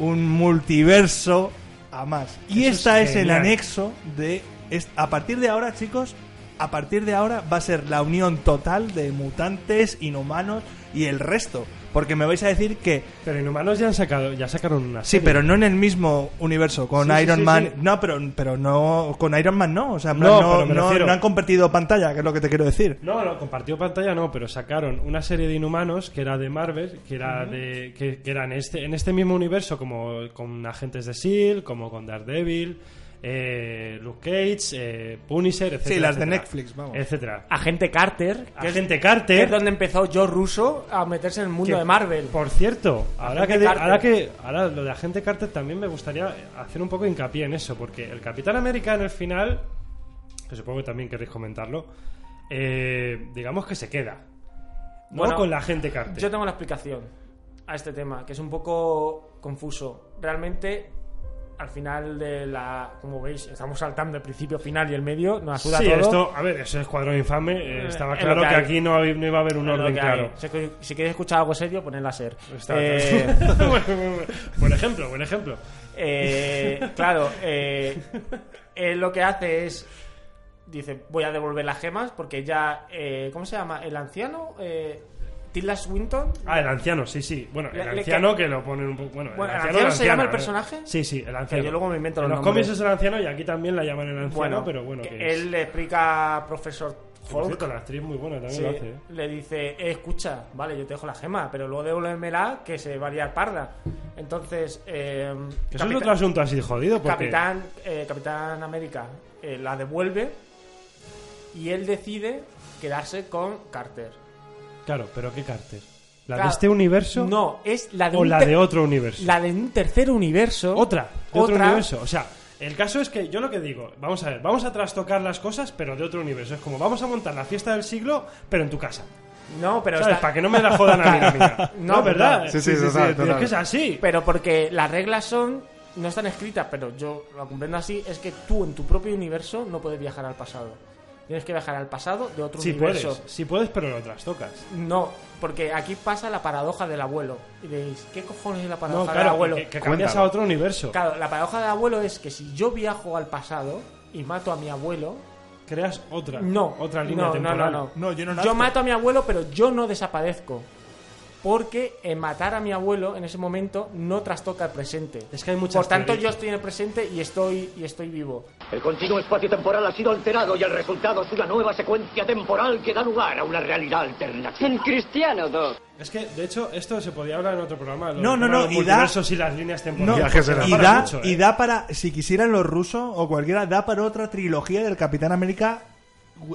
D: un multiverso a más. Y
B: Eso
D: esta
B: es
D: es, el
B: genial.
D: anexo de... es- a partir de ahora, chicos, a partir de ahora va a ser la unión total de mutantes, inhumanos y el resto. Porque me vais a decir que
B: Pero Inhumanos ya han sacado, ya sacaron una
D: Sí,
B: serie.
D: pero no en el mismo universo, con
B: Sí, sí,
D: Iron
B: sí,
D: Man.
B: sí.
D: No, pero, pero no. Con Iron Man no. O sea, en
B: No,
D: plan, no,
B: pero me
D: no-
B: refiero-
D: no han compartido pantalla, que es lo que te quiero decir.
B: No, no, compartió pantalla no, pero sacaron una serie de Inhumanos que era de Marvel, que era de que, que era en este en este mismo universo como con agentes de Seal, E como con Daredevil, eh, Luke Cage, eh, Punisher, etcétera.
D: Sí, las de
B: etcétera,
D: Netflix, vamos.
B: Etcétera.
A: Agente Carter. que es-
B: Agente
A: que es
B: Carter.
A: donde empezó Joe Russo a meterse en el mundo
B: que,
A: de Marvel.
B: Por cierto, ahora
A: Agente
B: que, de-
A: Carter.
B: ahora que ahora lo de Agente Carter también me gustaría hacer un poco de hincapié en eso, porque el Capitán América en el final, que supongo que también queréis comentarlo, eh, digamos que se queda. No
A: Bueno,
B: con la Agente Carter.
A: Yo tengo la explicación a este tema, que es un poco confuso. Realmente, al final de la. Como veis, estamos saltando el principio, final y el medio. Nos ayuda
B: Sí,
A: todo.
B: esto, a ver, ese escuadrón infame eh,
A: Eh,
B: estaba
A: es lo
B: claro
A: que
B: que,
A: hay.
B: aquí no, hab- no iba a haber un
A: Es lo
B: orden
A: que hay.
B: claro.
A: Si, si queréis escuchar algo serio, poned la ser.
B: Está-
A: Eh,
B: buen ejemplo, buen ejemplo.
A: Eh, claro, eh, él lo que hace es. Dice, voy a devolver las gemas porque ya. eh, ¿Cómo se llama? ¿El anciano? Eh, ¿Tilda Swinton?
B: Ah, el anciano, sí, sí. Bueno, el
A: Le- le
B: anciano que lo ponen un poco. Bueno,
A: Bueno,
B: el
A: ¿el
B: anciano,
A: anciano se llama el
B: ¿no?
A: personaje?
B: Sí, sí, el anciano.
A: Que yo luego me invento
B: En
A: los
B: los
A: nombres.
B: cómics es el anciano y aquí también la llaman el anciano, pero bueno.
A: que
B: que es-
A: él le explica a profesor
B: que, por
A: Hulk.
B: cierto, la actriz muy buena también
A: sí,
B: lo hace. ¿eh?
A: le dice, "Eh, escucha, vale, yo te dejo la gema, pero luego devuélvemela que se va a liar parda. Entonces, eh,
B: Que eso es
A: Capitán-
B: otro asunto así jodido porque.
A: Capitán, eh, Capitán América eh, la devuelve y él decide quedarse con Carter.
B: Claro, pero ¿qué Carter? ¿La de
A: Claro.
B: este universo?
A: No, es la de,
B: ¿O
A: un
B: la
A: ter-
B: de otro universo?
A: la de un tercer universo.
B: Otra, de otro
A: Otra.
B: universo. O sea, el caso es que yo lo que digo, vamos a ver, vamos a trastocar las cosas, pero de otro universo. Es como vamos a montar la fiesta del siglo, pero en tu casa.
A: No, pero
B: ¿Sabes?
A: está-
B: Para que no me la jodan a mí la mía.
A: No,
B: No, ¿verdad?
A: total.
C: Sí, sí, total,
B: Es
C: total.
B: que es así.
A: Pero porque las reglas son no están escritas, pero yo lo comprendo así, es que tú en tu propio universo no puedes viajar al pasado. Tienes que viajar al pasado de otro
B: Si
A: universo.
B: puedes, si puedes, pero lo trastocas.
A: No, porque aquí pasa la paradoja del abuelo. Y diréis, ¿qué cojones es la paradoja
B: No,
A: del
B: claro,
A: abuelo?
B: que, que cambias a otro universo.
A: Claro, la paradoja del abuelo es que si yo viajo al pasado y mato a mi abuelo,
B: Creas otra.
A: no,
B: Otra línea
A: no,
B: temporal.
A: No, no,
D: No, yo no nazco.
A: Yo mato a mi abuelo, pero yo no desaparezco. Porque eh, matar a mi abuelo en ese momento no trastoca el presente.
B: Es que hay muchas
A: Por tanto,
B: teorías.
A: yo estoy en el presente y estoy, y estoy vivo.
J: El continuo espacio temporal ha sido alterado y el resultado es una nueva secuencia temporal que da lugar a una realidad alternativa. En Cristiano 2.
B: Es que, de hecho, esto se podía hablar en otro programa. lo
D: No,
B: del
D: no,
B: tema
D: no,
B: de los
D: y da-
B: multiversos y las líneas
D: No,
B: temporales.
C: Viajes en el
D: y,
B: Para
D: da,
B: mucho, ¿eh?
D: y da para, si quisieran los rusos o cualquiera, da para otra trilogía del Capitán América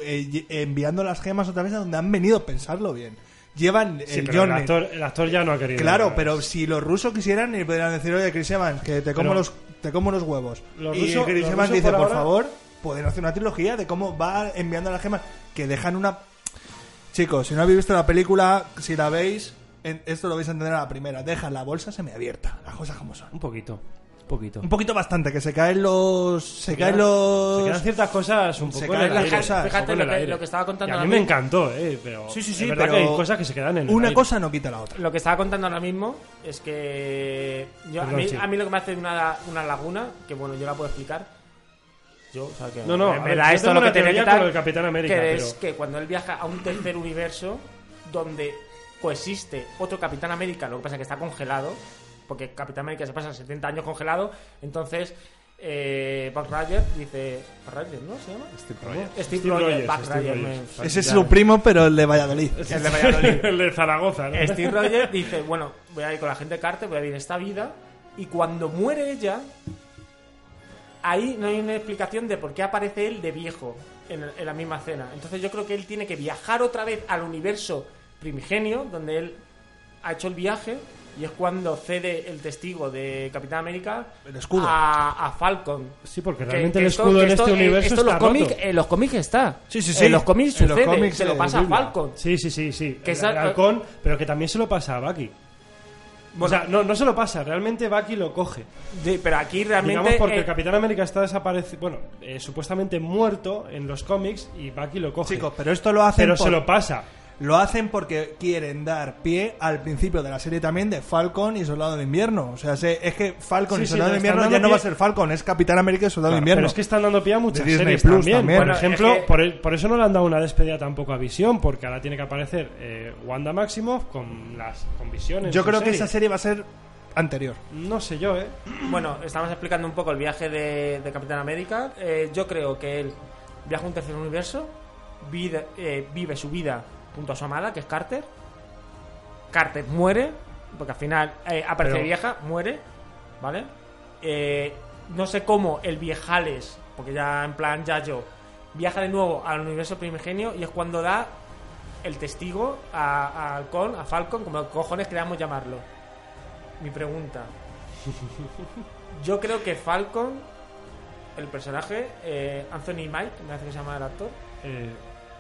D: eh, y- enviando las gemas otra vez a donde han venido, pensarlo bien. Llevan
B: Sí,
D: el
B: pero el,
D: Johnny.
B: actor, el actor ya no ha querido.
D: Claro,
B: hablar.
D: pero si los rusos quisieran, y podrían decir, oye, Chris Evans, que te como,
B: Pero-
D: los, te como los huevos.
B: Los
D: y
B: rusos-
D: Chris
B: los
D: Evans
B: rusos
D: dice,
B: por
D: por,
B: ahora-
D: favor, pueden hacer una trilogía de cómo va enviando las gemas, que dejan una... Chicos, si no habéis visto la película, si la veis, en- esto lo vais a entender a la primera. Deja la bolsa semiabierta, las cosas como son.
B: Un poquito. Un poquito.
D: Un poquito bastante, que se caen los... Se
B: quedan-
D: caen los...
B: Se quedan ciertas cosas un
D: Se
B: poco
D: caen
B: en el
D: las
B: aire,
D: cosas.
B: un poco
A: Fíjate
B: en
A: lo
B: el
A: que-
B: aire.
A: lo que estaba contando
B: Y a mí
A: ahora
B: me
A: mismo.
B: encantó, eh, pero
D: Sí, sí, sí,
B: es verdad
D: pero
B: que hay cosas que se quedan en el
D: Una
B: aire.
D: cosa no quita la otra.
A: Lo que estaba contando ahora mismo es que yo- a,
B: Perdón,
A: mí,
B: sí.
A: a mí lo que me hace una, una laguna, que bueno, yo la puedo explicar. Yo, o sea, que
B: No, no,
A: en
B: a ver,
A: verdad
B: yo
A: esto
B: tengo
A: lo que
B: una
A: tiene que
B: teoría
A: tal,
B: con el Capitán América,
A: que
B: pero-
A: es que cuando él viaja a un tercer universo donde coexiste otro Capitán América, lo que pasa es que está congelado, porque Capitán América se pasa 70 años congelado, entonces eh, Buck Rogers dice, Buck Rogers, ¿no se llama?
C: Steve Rogers.
A: Steve,
B: Steve
A: Rogers,
B: Rogers,
A: Buck
B: Steve
A: Rogers,
B: Rogers.
A: me-
D: Ese es
A: ya.
D: su primo, pero el de Valladolid.
A: El de Valladolid. Este-
B: el de Zaragoza, ¿no?
A: Steve Rogers dice, bueno, voy a ir con la gente de Carter, voy a vivir esta vida. Y cuando muere ella, ahí no hay una explicación de por qué aparece él de viejo en, en la misma escena. Entonces yo creo que él tiene que viajar otra vez al universo primigenio, donde él ha hecho el viaje, y es cuando cede el testigo de Capitán América
D: El escudo.
A: A, a Falcon.
B: Sí, porque
A: Que-
B: realmente
A: que
B: el
A: esto-
B: escudo
A: que
B: en
A: esto-
B: este
A: eh,
B: universo
A: esto en los
B: está roto.
A: cómics, en los cómics está.
D: Sí, sí, sí.
A: En los cómics
D: En los
A: sucede,
D: cómics
A: se lo
D: de
A: pasa a
D: Biblia.
A: Falcon.
B: Sí, sí, sí, sí.
A: Que
B: el,
A: esa-
B: el halcón, pero que también se lo pasa a Bucky. o sea, no, no se lo pasa, realmente Bucky lo coge.
A: Sí, pero aquí realmente
B: Digamos porque
A: eh,
B: el Capitán América está desaparecido, bueno, eh, supuestamente muerto en los cómics y Bucky lo coge.
D: Chicos, pero esto lo hacen
B: pero
D: por-
B: se lo pasa.
D: Lo hacen porque quieren dar pie al principio de la serie también de Falcon y Soldado de Invierno. O sea, se- es que Falcon
B: Sí,
D: y
B: sí,
D: Soldado
B: le
D: de
B: están
D: Invierno ya
B: dando
D: no va a
B: pie-
D: ser Falcon, es Capitán América y Soldado de Invierno.
B: Pero es que están dando pie a muchas
D: De Disney
B: series
D: Plus
B: también.
D: también.
B: Por
D: Bueno,
B: ejemplo,
A: es que-
B: por, el- por eso no le han dado una despedida tampoco a Visión, porque ahora tiene que aparecer eh, Wanda Maximoff con las con visiones.
D: Yo creo que esa serie va a ser anterior.
B: No sé yo, ¿eh?
A: Bueno, estamos explicando un poco el viaje de, de Capitán América. Eh, yo creo que él viaja a un tercer universo, vida- eh, vive su vida junto a su amada, que es Carter. Carter muere, porque al final eh, aparece
B: Pero-
A: vieja, muere, ¿vale? Eh, no sé cómo el viejales, porque ya en plan ya yo, viaja de nuevo al universo primigenio y es cuando da el testigo a, a Halcón, a Falcon, como cojones queramos llamarlo. Mi pregunta. Yo creo que Falcon, el personaje, eh, Anthony Mike, me hace que se llama el actor.
B: Eh,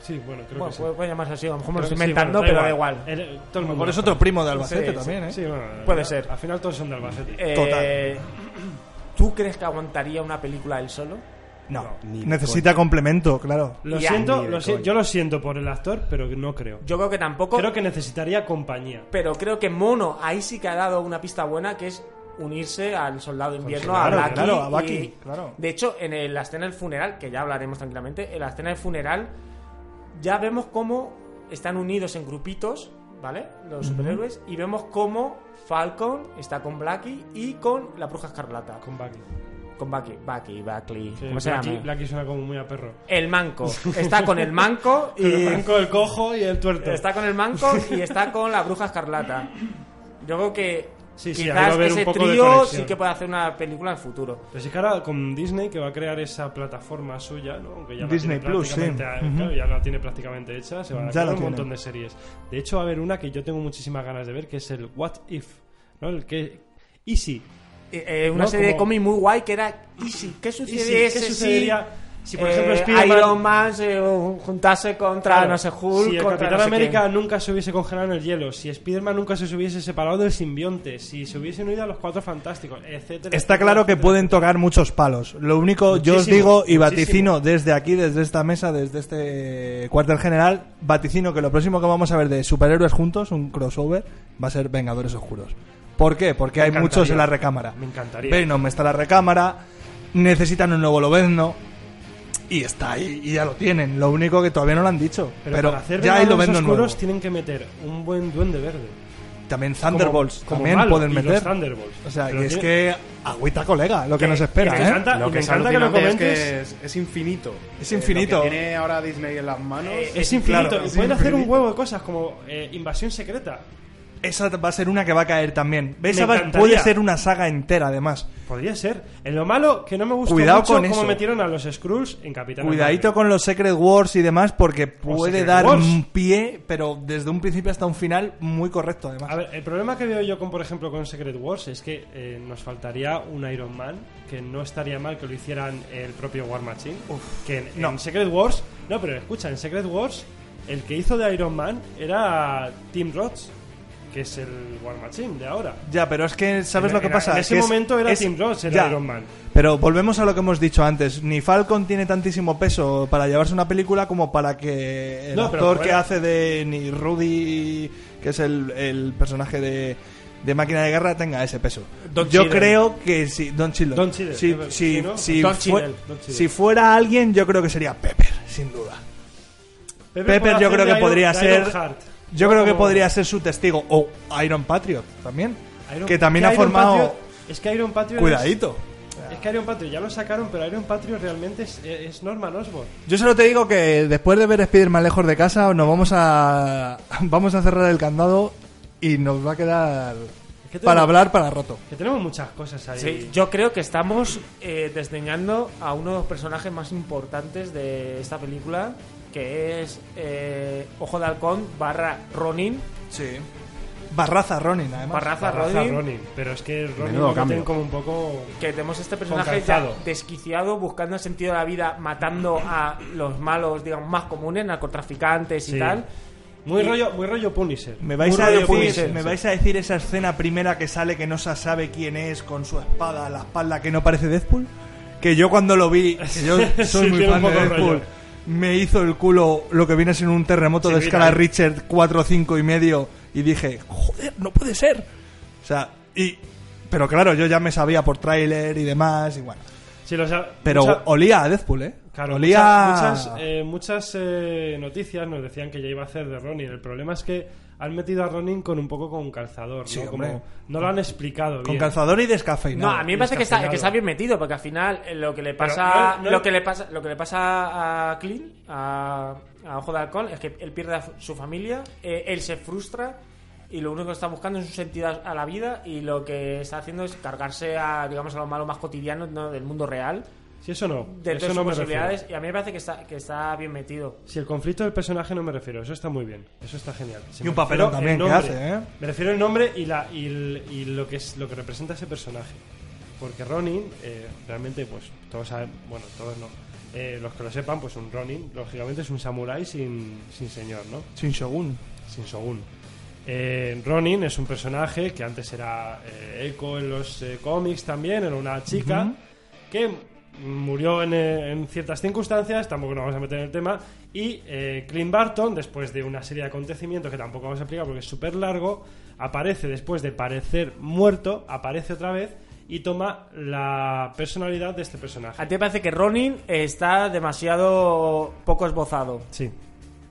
B: sí, bueno,
A: bueno,
B: creo
A: pues,
B: que sí.
A: puede, puede llamarse así, a lo mejor me lo
B: Creo
A: estoy
B: que sí,
A: inventando,
B: bueno,
A: pero da igual.
B: El- el- todo el mundo
D: Por es
B: lo
D: otro primo de Albacete
A: Sí, sí,
D: también, ¿eh?
B: sabe. Sí, bueno,
A: Puede
B: al-
A: ser.
B: Al final todos son de Albacete.
A: Eh, ¿Tú crees que aguantaría una película él solo?
D: No,
C: ni de
B: Pues-
D: necesita complemento, claro.
B: lo
A: ya,
B: siento,
C: ni de
B: lo si-
C: coña.
B: yo lo siento por el actor, pero no creo.
A: Yo creo que tampoco.
B: Creo que necesitaría compañía.
A: Pero creo que Mono ahí sí que ha dado una pista buena que es unirse al soldado de invierno,
D: Pues claro,
A: a Bucky.
D: claro, a Bucky,
A: y-
D: claro.
A: De hecho, en el- la escena del funeral, que ya hablaremos tranquilamente, en la escena del funeral ya vemos cómo están unidos en grupitos, ¿vale? Los superhéroes, y vemos cómo Falcon está con Blackie y con la Bruja Escarlata. Con,
B: Con Bucky.
A: Bucky, Bucky, Bucky,
B: Que
A: ¿cómo se
B: Blackie-
A: llama?
B: Blackie suena como muy a perro.
A: El manco. Está con el manco y
B: El blanco, el cojo y el tuerto.
A: Está con el manco y está con la bruja escarlata. Yo creo que
B: Sí, sí, ahí va a
A: quizás
B: haber
A: ese
B: un poco de
A: trío
B: conexión.
A: sí que puede hacer una película en el futuro.
B: Pero sí que ahora con Disney, que va a crear esa plataforma suya, ¿no? Aunque ya la
D: Disney
B: tiene
D: Plus, sí.
B: prácticamente- ah,
D: Ujú.
B: claro, ya la tiene prácticamente hecha, se van a
D: Ya la
B: crear un
D: tiene.
B: montón de series. De hecho, va a haber una que yo tengo muchísimas ganas de ver, que es el What If, ¿no? El que... Easy.
A: Eh, eh, una
B: No,
A: serie de
B: como-
A: cómic muy guay que era ¿y si ¿Qué
B: Easy. ¿Qué
A: sucede si-
B: sucedería Si, por ejemplo,
A: eh,
B: Spider-Man-
A: Iron Man se uh, juntase contra,
B: Claro,
A: no sé, Hulk,
B: si el
A: contra
B: Capitán
A: no sé
B: América
A: quién.
B: nunca se hubiese congelado en el hielo, si Spider-Man nunca se hubiese separado del simbionte, si se hubiesen unido a los cuatro fantásticos, etcétera.
D: Está claro que pueden tocar muchos palos. Lo único, yo os
B: Muchísimo,
D: digo y
B: muchísimo.
D: vaticino desde aquí, desde esta mesa, desde este cuartel general, vaticino que lo próximo que vamos a ver de superhéroes juntos, un crossover, va a ser Vengadores Oscuros. ¿Por qué? Porque
B: Me
D: hay
B: encantaría.
D: muchos en la recámara.
B: Me encantaría.
D: Venom está en la recámara, necesitan un nuevo Lobezno y está ahí y ya lo tienen. Lo único que todavía no lo han dicho,
B: pero,
D: pero,
B: para hacer
D: ya hay
B: Vengadores
D: Lobezno nuevo.
B: oscuros tienen que meter un buen duende verde.
D: También
B: Como-
D: Thunderbolts
B: como
D: también
B: malo,
D: pueden
B: y los
D: meter.
B: Thunderbolts.
D: O sea,
B: Pero
D: y es
B: tiene-
D: que agüita colega, lo que,
B: Que-
D: nos espera,
B: que me
D: ¿eh?
B: encanta-
D: Lo
B: y
D: que
B: me
D: es
B: encanta que lo
D: alucinante es que
B: comentes.
C: este Es, es infinito.
D: Es
C: Eh,
D: infinito.
C: lo que tiene ahora Disney en las manos.
B: Eh, Es infinito.
D: claro,
B: y
D: es
B: pueden hacer un
D: infinito.
B: huevo de cosas como eh, invasión secreta.
D: Esa va a ser una que va a caer también. Esa va-
B: encantaría.
D: puede ser una saga entera, además.
B: Podría ser. En lo malo que no me gustó
D: Cuidado
B: mucho
D: con
B: cómo
D: eso.
B: metieron a los Skrulls en Capitán
D: Cuidadito con los Secret Wars y demás, porque puede
B: Secret
D: dar
B: Wars.
D: un pie, pero desde un principio hasta un final muy correcto, además.
B: A ver, el problema que veo yo con, por ejemplo, con Secret Wars es que eh, nos faltaría un Iron Man, que no estaría mal que lo hicieran el propio War Machine. que en, en
D: no.
B: Secret Wars, no, pero escucha, en Secret Wars el que hizo de Iron Man era Tim Roth, que es el War Machine de ahora.
D: Ya, pero es que sabes
B: En-
D: lo que
B: en-
D: pasa.
B: en
D: Es
B: ese
D: que es-
B: momento era
D: es-
B: Tim Roth, era
D: ya.
B: Iron Man.
D: Pero volvemos a lo que hemos dicho antes. Ni Falcon tiene tantísimo peso para llevarse una película como para que el
B: No, pero
D: actor
B: fuera.
D: que hace de ni Rudy, que es el, el personaje de, de Máquina de Guerra, tenga ese peso.
B: Don
D: Yo
B: Cheadle.
D: creo que sí, Don Chilo.
B: Don Cheadle,
D: si,
B: es verdad.
D: si-
B: Sí, ¿no?
D: si
B: Don
D: fue-
B: Cheadle, Don Cheadle.
D: si fuera alguien, yo creo que sería Pepper, sin duda. Pepper,
B: puede
D: yo
B: hacer de
D: creo que
B: Iron- Oh.
D: podría
B: de
D: ser.
B: Ironheart.
D: Yo
B: No
D: creo que
B: como-
D: podría ser su testigo. O Iron Patriot también.
B: Iron-
D: que también ha
B: Iron
D: formado.
B: Patriot- es que Iron Patriot. es-
D: Cuidadito.
B: Es, que Iron Patriot ya lo sacaron, pero Iron Patriot realmente es, es Norman Osborn.
D: Yo solo te digo que después de ver Spider-Man lejos de casa, nos vamos a. Vamos a cerrar el candado y nos va a quedar.
B: Es que tenemos-
D: Para hablar, para roto.
B: Que tenemos muchas cosas ahí.
A: Sí, yo creo que estamos eh, desdeñando a uno de los personajes más importantes de esta película, que es eh, Ojo de Halcón barra Ronin,
D: Sí. Barraza Ronin, además.
A: barraza
B: Barraza
A: Ronin,
B: Ronin, pero es que Ronin
C: Menudo
B: lo
C: cambio.
B: tienen como un poco...
A: que tenemos este
B: Con
A: personaje ya
B: calzado.
A: desquiciado, buscando el sentido de la vida, matando a los malos, digamos, más comunes, narcotraficantes y
B: Sí.
A: tal.
B: Muy
A: Y-
B: rollo, muy rollo Punisher.
D: Me vais,
A: Un
D: a
A: rollo
D: decir,
A: Punisher,
D: me
A: sí.
D: vais a decir esa escena primera que sale que no se sabe quién es con su espada a la espalda que no parece Deadpool. Que yo cuando lo vi, que yo soy
B: Sí,
D: muy
B: tiene un
D: fan de
B: poco rollo.
D: Deadpool, me hizo el culo lo que viene siendo un terremoto
B: Sí,
D: de
B: mira,
D: escala
B: eh.
D: Richard 4, 5 y medio. Y dije, joder, no puede ser. O sea, y. Pero claro, yo ya me sabía por tráiler y demás, y bueno.
B: Sí, lo sa-
D: Pero
B: mucha-
D: olía a Deadpool, ¿eh?
B: claro,
D: olía.
B: muchas, muchas, eh, muchas, eh, noticias nos decían que ya iba a hacer de Ronin. El problema es que han metido a Ronin con un poco con calzador,
D: Sí,
B: ¿no?
D: hombre.
B: Como no lo han explicado
D: con
B: bien.
D: calzador y descafeinado.
A: No, a mí me parece que está,
B: descafeinado.
A: que está bien metido, porque al final eh, lo que le pasa,
B: no- no-
A: lo que le pasa, lo que le pasa a Clint, a, a Ojo de Halcón, es que él pierde a fu- su familia, eh, él se frustra y lo único que está buscando es un sentido a- a la vida y lo que está haciendo es cargarse a, digamos, a lo malo más cotidiano ¿no? del mundo real,
B: Sí, eso no.
A: de
B: eso
A: todas
B: no
A: sus
B: me refiero.
A: posibilidades, y a mí me parece que está, que está bien metido.
B: Si el conflicto del personaje no me refiero, eso está muy bien, eso está genial. Si
D: Y
B: me
D: un papelón
B: refiero
D: también
B: el
D: que
B: nombre.
D: hace, ¿eh?
B: Me refiero el nombre y, la, y, el- y lo, que es, lo que representa ese personaje. Porque Ronin, eh, realmente, pues todos saben, bueno, todos no. Eh, los que lo sepan, pues un Ronin, lógicamente, es un samurái sin, sin señor, ¿no?
D: Sin Shogun.
B: sin Shogun. Eh, Ronin es un personaje que antes era eh, eco en los eh, cómics también, era una chica que murió en, eh, en ciertas circunstancias, tampoco nos vamos a meter en el tema, y eh, Clint Barton, después de una serie de acontecimientos que tampoco vamos a explicar porque es súper largo, aparece después de parecer muerto, aparece otra vez y toma la personalidad de este personaje.
A: A ti me parece que Ronin está demasiado poco esbozado.
B: Sí,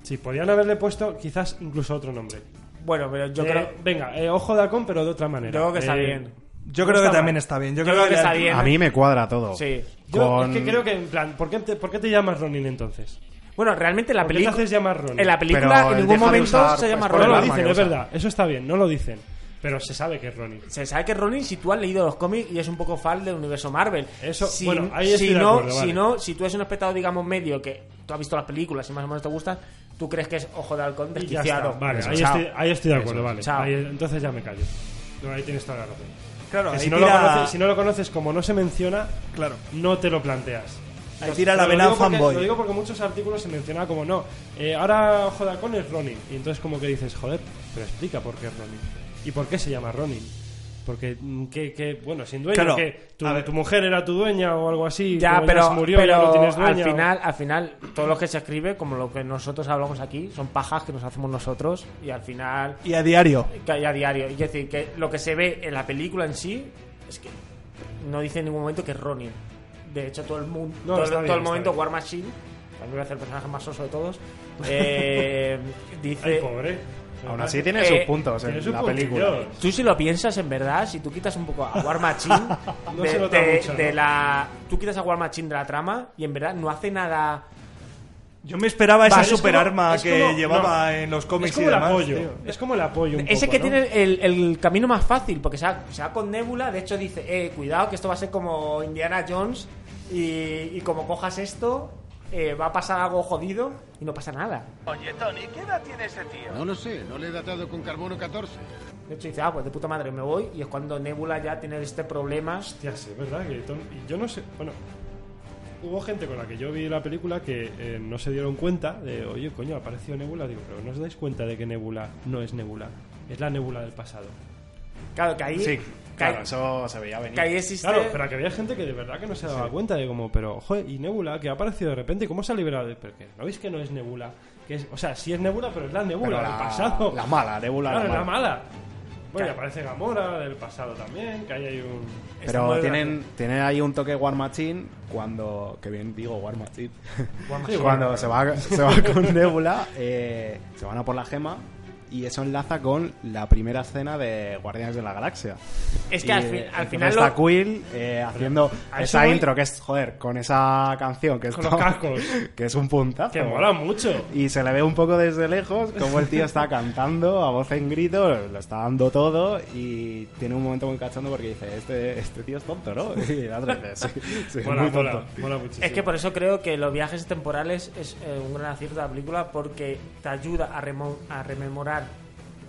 B: sí, podían haberle puesto quizás incluso otro nombre.
A: Bueno, pero yo
B: Eh,
A: creo,
B: Venga, eh, ojo de halcón, pero de otra manera.
A: creo que está
B: Eh,
A: bien.
D: Yo
A: No
D: creo que
A: está
D: también
A: mal.
D: está bien. Yo,
A: Yo creo que está
D: le-
A: bien.
C: A mí me cuadra todo.
A: Sí.
B: yo
C: Con-
B: es que creo que, en plan, ¿por qué te, por qué te llamas Ronin entonces?
A: Bueno, realmente la
B: ¿Por qué te
A: película
B: haces llamar Ronin?
A: En la película en
C: Pero él
A: ningún
C: deja de
A: momento
C: usar,
A: se llama
C: pues, por
B: No
A: Ronin.
B: lo
C: el arma
B: dicen,
C: que
B: es
C: usa.
B: verdad. Eso está bien, no lo dicen. Pero se sabe que es Ronin.
A: Se sabe que Ronin, si tú has leído los cómics y es un poco fan del universo Marvel.
B: Eso,
A: si,
B: bueno, ahí
A: si
B: estoy de
A: no,
B: acuerdo,
A: si
B: vale.
A: no, si tú eres un espectador, digamos, medio que tú has visto las películas y más o menos te gustan, tú crees que es Ojo de Halcón
B: Y ya
A: desquiciado.
B: está, Vale,
A: Eso,
B: ahí
A: chao.
B: estoy, ahí estoy de acuerdo, vale.
A: chao.
B: Ahí- entonces ya me callo. No, ahí tienes toda la razón.
D: Claro,
B: Que
D: ahí
B: si, no
D: tira-
B: lo conoces, si no lo conoces como no se menciona,
D: Claro.
B: no te lo planteas.
D: Ahí tira la
B: Pero lo
D: vena
B: digo porque-
D: fanboy.
B: Lo digo porque muchos artículos se mencionaba como no. eh, ahora Jodacón es Ronin. Y entonces, como que dices, joder, pero explica por qué es Ronin. ¿Y por qué se llama Ronin? Porque, mm, que, que, bueno, sin dueño,
A: Claro,
B: que tu,
A: a ver.
B: tu mujer era tu dueña o algo así.
A: Ya,
B: como
A: pero,
B: se murió,
A: pero
B: ya no tienes dueña.
A: al final, al final, todo lo que se escribe, como lo que nosotros hablamos aquí, son pajas que nos hacemos nosotros y al final...
D: Y a diario.
A: Que hay a diario. Es decir, que lo que se ve en la película en sí es que no dice en ningún momento que es Ronin. De hecho, todo el mundo,
B: No,
A: todo,
B: está
A: todo
B: bien,
A: el
B: está
A: momento
B: bien.
A: War Machine, a mí me parece el personaje más oso de todos, eh, dice...
B: Ay, pobre.
C: Aún así
B: Eh,
C: tiene sus puntos en
A: tiene sus
C: la
A: puntillos.
C: película.
A: Tú si lo piensas en verdad, si tú quitas un poco a War Machine
B: No
A: de,
B: se nota
A: de-
B: mucho, ¿no?
A: de la... Tú quitas a War Machine de la trama y en verdad no hace nada...
D: Yo me esperaba esa
A: Vale, es como-
D: superarma
B: es
D: que
B: como-
D: llevaba
B: no.
D: en los
B: Es
D: cómics
B: como
D: y
B: el
D: demás.
B: apoyo.
D: tío.
B: Es como el apoyo. un
A: Ese
B: poco,
A: que
B: ¿no?
A: tiene el, el camino más fácil, porque se va, se va con Nebula, de hecho dice, eh, cuidado que esto va a ser como Indiana Jones y, y como cojas esto, eh, va a pasar algo jodido y no pasa nada.
K: Oye, Tony, ¿qué edad tiene ese tío?
I: No lo sé, no le he datado con carbono 14.
A: De hecho dice, ah, pues de puta madre me voy y es cuando Nebula ya tiene este problema.
B: Hostia, sí, es verdad que Tom- y yo no sé, bueno, hubo gente con la que yo vi la película que eh, no se dieron cuenta de, oye, coño, ha aparecido Nebula, digo, pero no os dais cuenta de que Nebula no es Nebula, es la Nebula del pasado.
A: Claro, que ahí...
C: Sí,
A: que
C: claro,
A: ahí-
C: eso se veía venir.
A: que ahí existe...
B: Claro, pero que había gente que de verdad que no se daba cuenta de como, pero, joder, y Nebula que ha aparecido de repente, ¿cómo se ha liberado? de- Pero que, ¿No veis que no es Nebula? Que es, o sea, sí es Nebula, pero es la Nebula
C: Pero
B: del
C: la-
B: pasado.
C: la mala, Nebula
B: Claro,
C: la
B: es la
C: mala.
B: mala. Bueno, y
A: Claro.
B: aparece Gamora del pasado también, que ahí hay un...
A: Está
C: Pero
A: muy
C: tienen, tienen ahí un toque War Machine cuando. Que bien digo War Machine.
A: War Machine.
C: cuando se va, se va con Nebula, eh, se van a por la gema. Y eso enlaza con la primera escena de Guardianes de la Galaxia.
A: Es que
C: Y,
A: al fin-
C: eh,
A: al
C: entonces
A: final
C: Está
A: lo-
C: Quill eh, haciendo
B: a eso
C: esa
B: voy-
C: intro que es, joder, con esa canción que es,
B: Con los
C: como-
B: cascos.
C: que es un puntazo.
B: Que mola mucho.
C: Y se le ve un poco desde lejos como el tío está cantando a voz en grito, lo está dando todo y tiene un momento muy cachondo porque dice, este, este tío es tonto, ¿no? Y la otra dice, sí, sí, es
B: mola,
C: muy tonto.
B: mola, mola muchísimo.
A: Es que por eso creo que los viajes temporales es eh, un gran acierto de la película porque te ayuda a, remo- a rememorar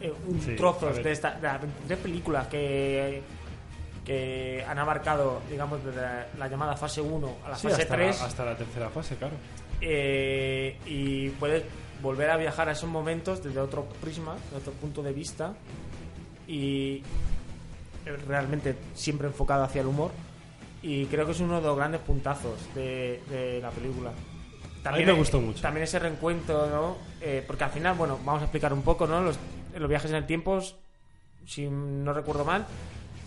A: eh, un
B: Sí, a
A: trozos
B: ver.
A: de, esta, de las 23 películas que, que han abarcado, digamos, desde la, la llamada fase 1 a la
B: Sí,
A: fase
B: hasta
A: 3
B: la- hasta la tercera fase, claro.
A: eh, y puedes volver a viajar a esos momentos desde otro prisma, desde otro punto de vista y eh, realmente siempre enfocado hacia el humor y creo que es uno de los grandes puntazos de, de la película.
B: me gustó mucho.
A: También ese reencuentro, ¿no? Eh, porque al final, bueno, vamos a explicar un poco, ¿no? Los, los viajes en el tiempo, si no recuerdo mal,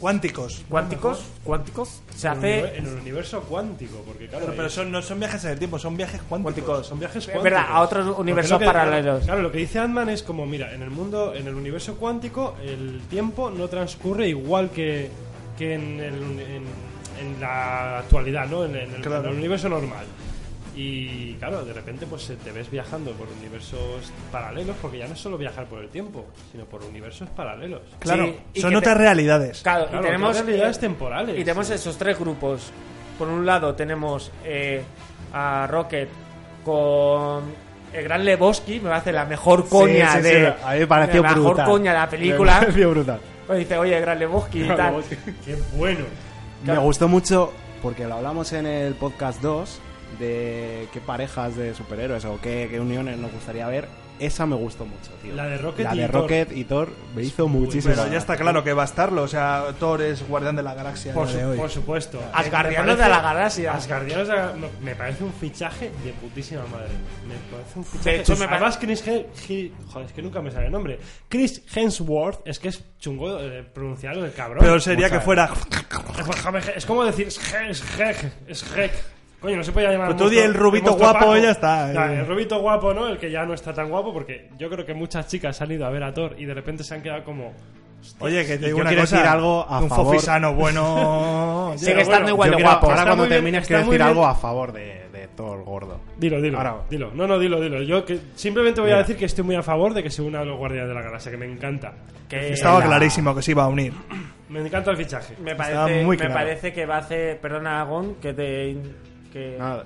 D: Cuánticos.
A: cuánticos, cuánticos, se
B: En el univer-
A: hace...
B: en el universo cuántico, porque claro. eh,
D: Pero, pero
B: ahí-
D: son, no son viajes en el tiempo, son viajes cuánticos.
A: Cuánticos.
D: Son viajes
A: Es verdad, a otros universos
B: porque lo que-
A: paralelos.
B: Claro, lo que dice Ant-Man es como, mira, en el mundo, en el universo cuántico, el tiempo no transcurre igual que, que en, el, en, en la actualidad, ¿no? En, en el,
D: Claro.
B: en el universo normal. Y claro, de repente pues se te ves viajando por universos paralelos, porque ya no es solo viajar por el tiempo, sino por universos paralelos.
D: Claro,
A: Sí, y
D: son
A: que
D: otras
A: te-
D: realidades.
A: Claro,
B: Claro,
A: y tenemos eh,
B: otras realidades temporales.
A: Y tenemos esos tres grupos. Por un lado tenemos eh, a Rocket con el gran Lebowski, me hace la mejor coña
C: Sí, sí, sí,
A: de
C: a mí me pareció
A: la mejor
C: brutal.
A: coña de la
C: Me
A: película.
C: pareció brutal.
A: Pues dice, "Oye, gran Lebowski" y tal.
B: ¡Qué bueno!
C: Me gustó mucho porque lo hablamos en el podcast 2 de qué parejas de superhéroes o qué, qué uniones nos gustaría ver. Esa me gustó mucho, tío.
B: La de Rocket
C: La
B: y
C: de
B: Thor.
C: Rocket y Thor me hizo muchísimo.
D: Pero ya está claro que va a estarlo. O sea, Thor es guardián de la galaxia. a
B: Por,
D: día de
B: su-
D: hoy.
B: por supuesto.
A: Asgardianos de la galaxia.
B: Asgardianos de la- me- Me parece un fichaje de putísima madre. Me parece un fichaje.
A: De hecho, me
B: Además, Chris He- He- Joder, es que nunca me sale el nombre. Chris Hemsworth es que es chungo de pronunciarlo de cabrón.
D: Pero sería que fuera.
B: Es como decir. Es He- es Heck, es Heck. Coño, no se podía llamar.
D: Pues tú di
B: monstruo-
D: el rubito
B: monstruo
D: guapo
B: Paco.
D: y ya está. eh.
B: Ya, el rubito guapo, ¿no? El que ya no está tan guapo, porque yo creo que muchas chicas han ido a ver a Thor y de repente se han quedado como.
D: Oye, que te digo
C: yo
D: una
C: quiero
D: cosa.
C: decir algo a
D: un
C: favor.
D: fofisano bueno.
A: Sigue estando igual
C: Yo
A: de
C: quiero-
A: guapo.
C: Ahora
B: Está
C: cuando
B: muy bien,
C: termines
B: está
C: quiero
B: muy
C: decir
B: bien.
C: algo a favor de, de Thor gordo.
B: Dilo, dilo,
C: Ahora-
B: dilo. No, no, dilo, dilo. Yo que siempre voy a
C: Mira.
B: decir que estoy muy a favor de que se una a los Guardianes de la Galaxia, que me encanta. Que
D: Estaba clarísimo que se iba a unir.
B: me encanta el fichaje.
A: Me
D: Estaba
A: parece,
D: muy
A: me
D: claro.
A: parece que va a hacer, perdona Agón, que te que,
C: Nada,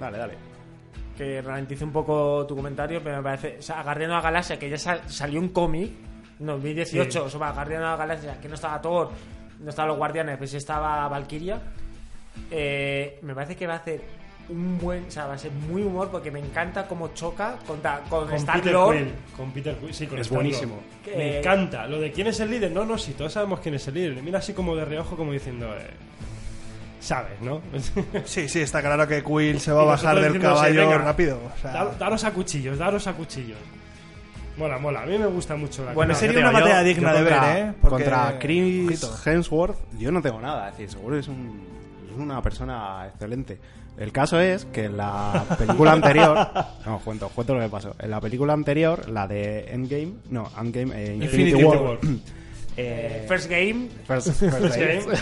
C: dale, dale.
A: que ralentice un poco tu comentario, pero me parece, o sea, Guardiano de la Galaxia, que ya sal- salió un cómic en 2018, o sea, Guardiano de la Galaxia, que no estaba Thor, no estaban los Guardianes, pues estaba Valkyria, eh, me parece que va a hacer un buen, o sea, va a ser muy humor porque me encanta cómo choca con, da- con,
B: Con
A: Star
B: Peter
A: Lord.
B: Quill, con Peter Quill, sí, con
C: Es
B: Star-Lord.
C: buenísimo.
A: Que-
B: Me encanta. Lo de quién es el líder, no, no, sí, todos sabemos quién es el líder. Le Mira así como de reojo, como diciendo, eh, sabes, ¿no?
D: Sí, sí, está claro que Quill se va a
B: Y nosotros
D: bajar del
B: diciendo, "Sí,
D: caballo
B: venga,
D: rápido. o sea.
B: da- daros a cuchillos, daros a cuchillos. Mola, mola. A mí me gusta mucho la
D: Bueno,
B: cara.
D: sería una batalla digna de
C: contra,
D: ver, ¿eh? Porque-
C: Contra Chris
D: Ojito.
C: Hemsworth, yo no tengo nada. Es decir, seguro que es, un- es una persona excelente. El caso es que en la película anterior. No, os cuento, os cuento lo que pasó. En la película anterior, la de Endgame. No, Endgame, eh, Infinity,
B: Infinity
C: War.
B: War.
C: eh,
A: First Game.
C: First- first
A: Game.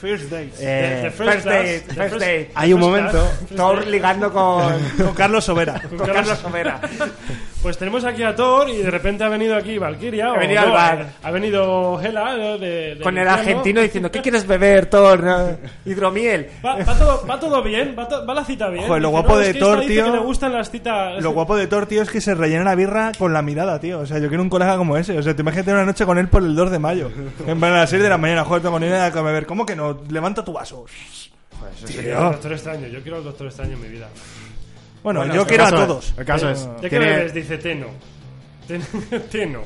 D: First Dates.
C: Eh,
A: The- the first
B: first
A: date,
B: class, the
A: first
B: first-
A: date.
C: hay un momento.
A: Thor ligando con,
D: Con Carlos Sobera.
A: con Carlos Somera.
B: Pues tenemos aquí a Thor y de repente ha venido aquí Valkyria.
A: Ha venido
B: o,
A: al
B: no, eh,
A: bar.
B: Ha venido Hela ¿no? de, de
A: Con el
B: Luciano.
A: argentino diciendo, ¿qué quieres beber, Thor? ¿No? Hidromiel.
B: Va, va todo, va todo bien, va, to- va la cita bien.
D: Joder, lo
B: Dice,
D: guapo
B: "No, es
D: de
B: que esta
D: Thor,
B: dice
D: tío".
B: Que le gustan las citas.
D: Eh, Lo guapo de Thor, tío, es que se rellena la birra con la mirada, tío. O sea, yo quiero un colega como ese. O sea, te imagínate una noche con él por el 2 de mayo. En plan, a las 6 de la mañana, joder, tengo ni idea de qué beber. ¿Cómo que no? Levanta tu vaso.
B: Tío, el Doctor Extraño, yo quiero al Doctor Extraño en mi vida.
D: Bueno,
C: Bueno,
D: yo
C: el
D: quiero a
C: caso es-
D: todos.
C: El caso es.
B: ¿De qué
C: tiene-
B: bebes? Dice Teno. Ten- Teno.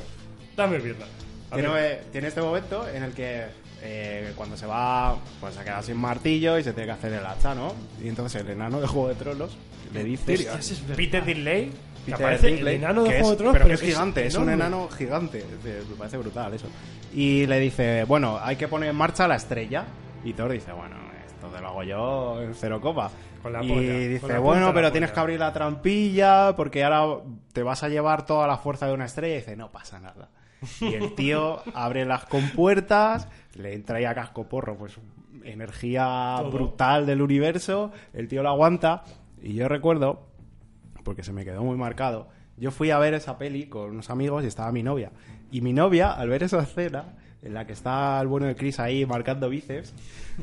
B: Dame birra. A
C: Tiene,
B: ver.
C: eh, tiene este momento en el que eh, cuando se va, pues se queda sin martillo y se tiene que hacer el hacha, ¿no? Y entonces el enano de Juego de Tronos le dice.
B: Hostias, es verdad.
A: Peter Dinley.
B: Que
C: Peter
B: aparece
C: Dinklage,
B: el enano de
C: que
B: Juego
C: es-
B: de Tronos,
C: pero,
B: pero
C: que
B: es
C: es gigante, es, un
B: enorme.
C: enano gigante. Eh, Me parece brutal eso. Y le dice, bueno, hay que poner en marcha la estrella. Y Thor dice, bueno, esto te lo hago yo en cero copa.
B: Con la
C: y
B: polla, con
C: dice,
B: la punta de
C: bueno,
B: la
C: pero tienes
B: polla".
C: que abrir la trampilla porque ahora te vas a llevar toda la fuerza de una estrella. Y dice, no pasa nada. Y el tío abre las compuertas, le entra ya casco porro, pues energía
B: Todo.
C: brutal del universo. El tío lo aguanta. Y yo recuerdo porque se me quedó muy marcado. Yo fui a ver esa peli con unos amigos y estaba mi novia. Y mi novia, al ver esa escena, en la que está el bueno de Chris ahí marcando bíceps,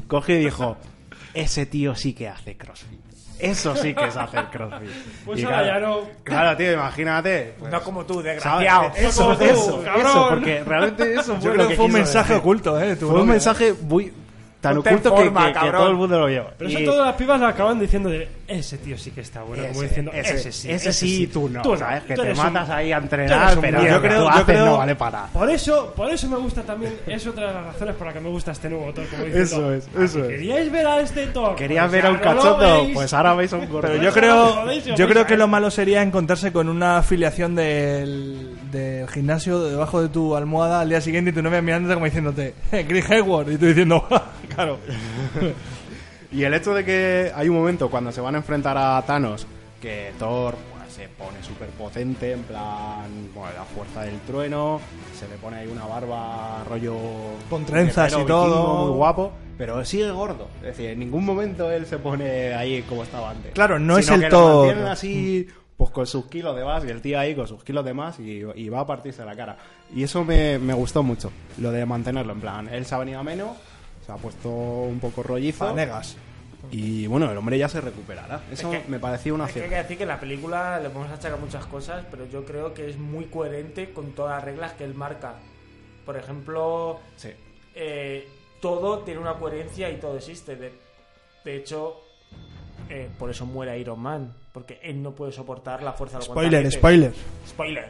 C: coge y dijo, ese tío sí que hace crossfit. Eso sí que es hacer crossfit.
B: Pues
C: Y
B: ahora
C: claro,
B: ya no.
C: claro, tío, imagínate. pues,
A: No como tú,
C: ¿sabes?
A: desgraciado.
C: Eso,
B: No como tú,
C: eso,
B: cabrón.
C: eso, porque realmente eso fue
D: Yo
C: lo
D: creo que fue un
C: quiso
D: mensaje
C: decir.
D: oculto, ¿eh? de tu
C: Fue un
D: novia.
C: mensaje muy... Tan
A: Ponte en
C: oculto que-
A: forma,
C: que, que
A: cabrón.
C: todo el mundo lo vio.
B: Pero
C: Y-
B: eso todas las pibas lo acaban diciendo de ese tío sí que está bueno, como
C: Ese,
B: diciendo "Eh,
C: ese,
B: ese, sí,
C: ese sí, tú no, ¿sabes? Que
B: tú
C: te
B: eres un-
C: matas ahí a
B: tú
C: entrenar,
B: eres un
C: pero
B: mierda.
C: yo creo,
D: yo
C: tú haces
D: creo-
C: no vale para nada.
B: Por eso, por eso me gusta también, es otra de las razones por la que me gusta este nuevo Thor, como diciendo,
C: Eso es, eso
B: "Ah,
C: es.
B: ¿Queríais ver a este Thor?
C: ¿Querías
B: Pues
C: ver
B: ya
C: a un
B: no lo
C: cachondo?
B: veis".
C: Pues ahora veis a un gordo.
D: Pero yo
B: Joder, si
D: creo,
B: os
D: yo creo
B: vais
D: que
B: a-
D: lo malo sería encontrarse con una afiliación del, del gimnasio debajo de tu almohada al día siguiente y tu novia mirándote como diciéndote, "Eh, Chris Hayward, y tú diciendo, claro.
C: Y el hecho de que hay un momento cuando se van a enfrentar a Thanos que Thor pues, se pone súper potente, en plan, bueno, la fuerza del trueno, se le pone ahí una barba rollo...
D: Con trenzas
C: guerrero
D: y todo.
C: vikingo, Muy guapo, pero sigue gordo. Es decir, en ningún momento él se pone ahí como estaba antes.
D: Claro,
C: Sino
D: no es el
C: que
D: Thor. Mm.
C: Lo mantienen así, pues con sus kilos de más, y el tío ahí con sus kilos de más y, y va a partirse la cara. Y eso me, me gustó mucho, lo de mantenerlo, en plan, él se ha venido a menos, se ha puesto un poco rollizo.
D: Fanegas.
C: Y bueno, el hombre ya se recuperará. Eso
A: Es que-
C: me parecía una
A: Es que hay
C: cierta.
A: que decir que la película le podemos achacar muchas cosas, pero yo creo que es muy coherente con todas las reglas que él marca. Por ejemplo,
C: Sí.
A: eh, todo tiene una coherencia y todo existe. De, de hecho, eh, por eso muere Iron Man, porque él no puede soportar la fuerza del
D: Spoiler,
A: guantelete.
D: spoiler.
A: Spoiler.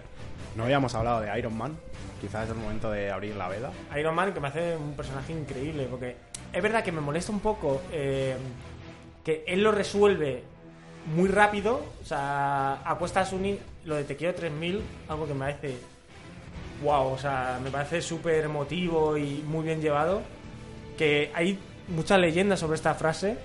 C: No habíamos hablado de Iron Man. Quizás es el momento de abrir la veda.
A: Iron Man que me hace un personaje increíble, porque es verdad que me molesta un poco eh, que él lo resuelve muy rápido, o sea, apuestas un lo de Te quiero 3000, algo que me parece wow, o sea, me parece súper emotivo y muy bien llevado, que hay muchas leyendas sobre esta frase.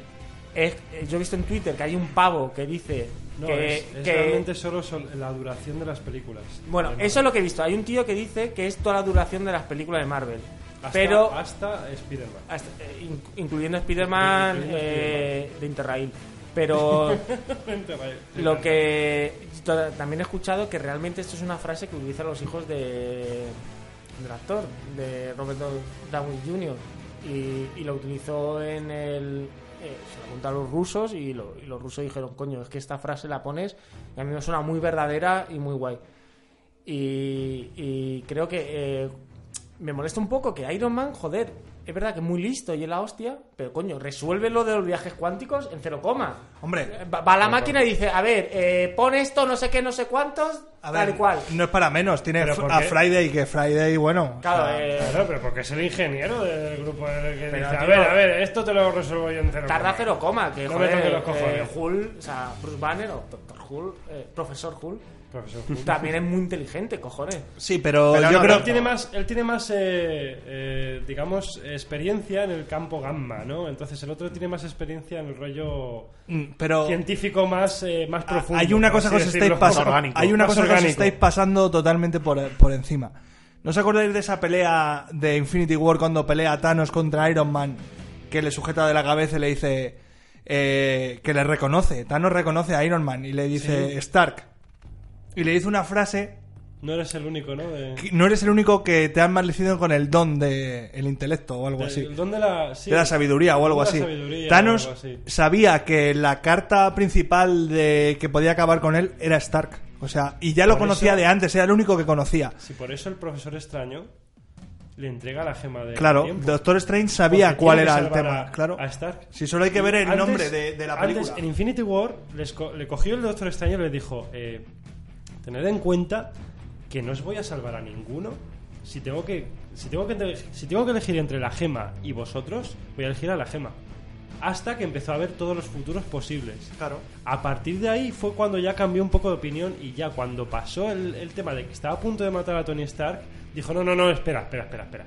A: Es- eh, yo he visto en Twitter que hay un pavo que dice
B: No,
A: que,
B: es, es
A: que-
B: realmente solo sol- la duración de las películas.
A: bueno,
B: Además,
A: eso es lo que he visto. Hay un tío que dice que es toda la duración de las películas de Marvel.
B: hasta-
A: pero
B: hasta Spider-Man.
A: hasta- eh, in- incluyendo Spider-Man
B: Incluyendo
A: eh, de Interrail. Pero lo que to- también he escuchado que realmente esto es una frase que utilizan los hijos de del actor, de Robert Dow- Downey Jr. Y, y lo utilizó en el... eh, se lo contaron los rusos y, lo- y los rusos dijeron, coño, es que esta frase la pones y a mí me suena muy verdadera y muy guay. Y, y creo que eh, me molesta un poco que Iron Man, joder, es verdad que es muy listo y es la hostia, pero coño, resuelve lo de los viajes cuánticos en cero coma.
D: Hombre.
A: Va, va la máquina y dice, a ver, eh, pon esto, no sé qué, no sé cuántos,
D: A
A: tal
D: ver,
A: y cual.
D: no es para menos. Tiene
B: ¿Pero
D: fr-
B: por
D: a
B: qué?
D: Friday, que Friday, bueno. o
A: Claro,
D: sea,
A: eh,
B: Claro, pero porque es el ingeniero del grupo del que
A: Pero,
B: dice, a
A: tío,
B: ver, a ver, esto te lo resuelvo yo en cero.
A: Tarda
B: coma".
A: cero coma, que
B: No me
A: joder,
B: toques los cojones.
A: eh, Hull, o sea, Bruce Banner o Doctor Hull, eh, Profesor Hull,
B: Profesor Hull.
A: también es muy inteligente, cojones.
D: Sí, pero,
B: Pero
D: yo
B: no,
D: creo
B: él tiene más, él tiene más eh, eh, digamos, experiencia en el campo gamma, ¿no? Entonces el otro tiene más experiencia en el rollo
D: Mm, pero-
B: científico más, eh, más profundo.
D: Ah, Hay una
B: por
D: cosa que
B: así
D: os estáis
B: decirlo, más
D: pasando.
B: orgánico,
D: Hay una
B: más
D: cosa que os
B: orgánico.
D: estáis pasando totalmente por, por encima. ¿No os acordáis de esa pelea de Infinity War cuando pelea Thanos contra Iron Man? Que le sujeta de la cabeza y le dice. eh, que le reconoce. Thanos reconoce a Iron Man y le dice
B: Sí.
D: Stark. Y le dice una frase.
B: No eres el único, ¿no? De-
D: que No eres el único que te han maldecido con el don del el intelecto o algo
B: de-
D: así.
B: ¿Dónde la, sí,
D: de la sabiduría o algo
B: de la
D: así.
B: sabiduría o
D: Thanos
B: algo así.
D: sabía que la carta principal de que podía acabar con él era Stark. O sea, y ya lo
B: Por
D: conocía
B: eso-
D: de antes, era el único que conocía.
B: Si por eso el profesor extraño le entrega la gema de.
D: Claro,
B: tiempo.
D: Doctor Strange sabía
B: Porque
D: cuál
B: tiene que
D: era el
B: salvar
D: tema.
B: a-
D: claro.
B: a Stark.
D: Si solo hay que ver el
B: Antes-
D: nombre de, de la
B: antes,
D: película.
B: en Infinity War les co- le cogió el Doctor Extraño y le dijo: eh, Tened en cuenta que no os voy a salvar a ninguno. Si tengo que si tengo que entre- si tengo que elegir entre la gema y vosotros, voy a elegir a la gema. Hasta que empezó a ver todos los futuros posibles.
D: Claro.
B: A partir de ahí fue cuando ya cambió un poco de opinión y ya cuando pasó el, el tema de que estaba a punto de matar a Tony Stark, dijo, no, no, no, espera, espera, espera, espera.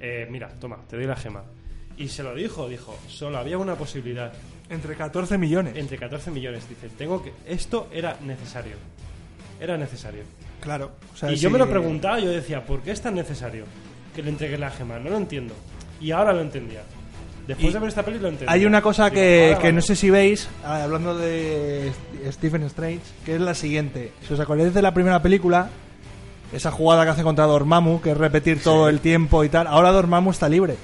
B: Eh, mira, toma, te doy la gema. Y se lo dijo, dijo, solo había una posibilidad.
D: Entre 14 millones.
B: Entre 14 millones, dice, tengo que... Esto era necesario. Era necesario.
D: Claro. o sea,
B: y yo
D: si-
B: me lo preguntaba, yo decía, ¿por qué es tan necesario que le entregues la gema? No lo entiendo. Y ahora lo entendía. Después
D: Y
B: de ver esta peli lo entendí.
D: Hay una cosa
B: Digo,
D: que,
B: ahora
D: que no
B: vale.
D: sé si veis, ah, hablando de St- Stephen Strange, que es la siguiente. Si os acordáis de la primera película, esa jugada que hace contra Dormammu, que es repetir todo el tiempo y tal, ahora Dormammu está libre.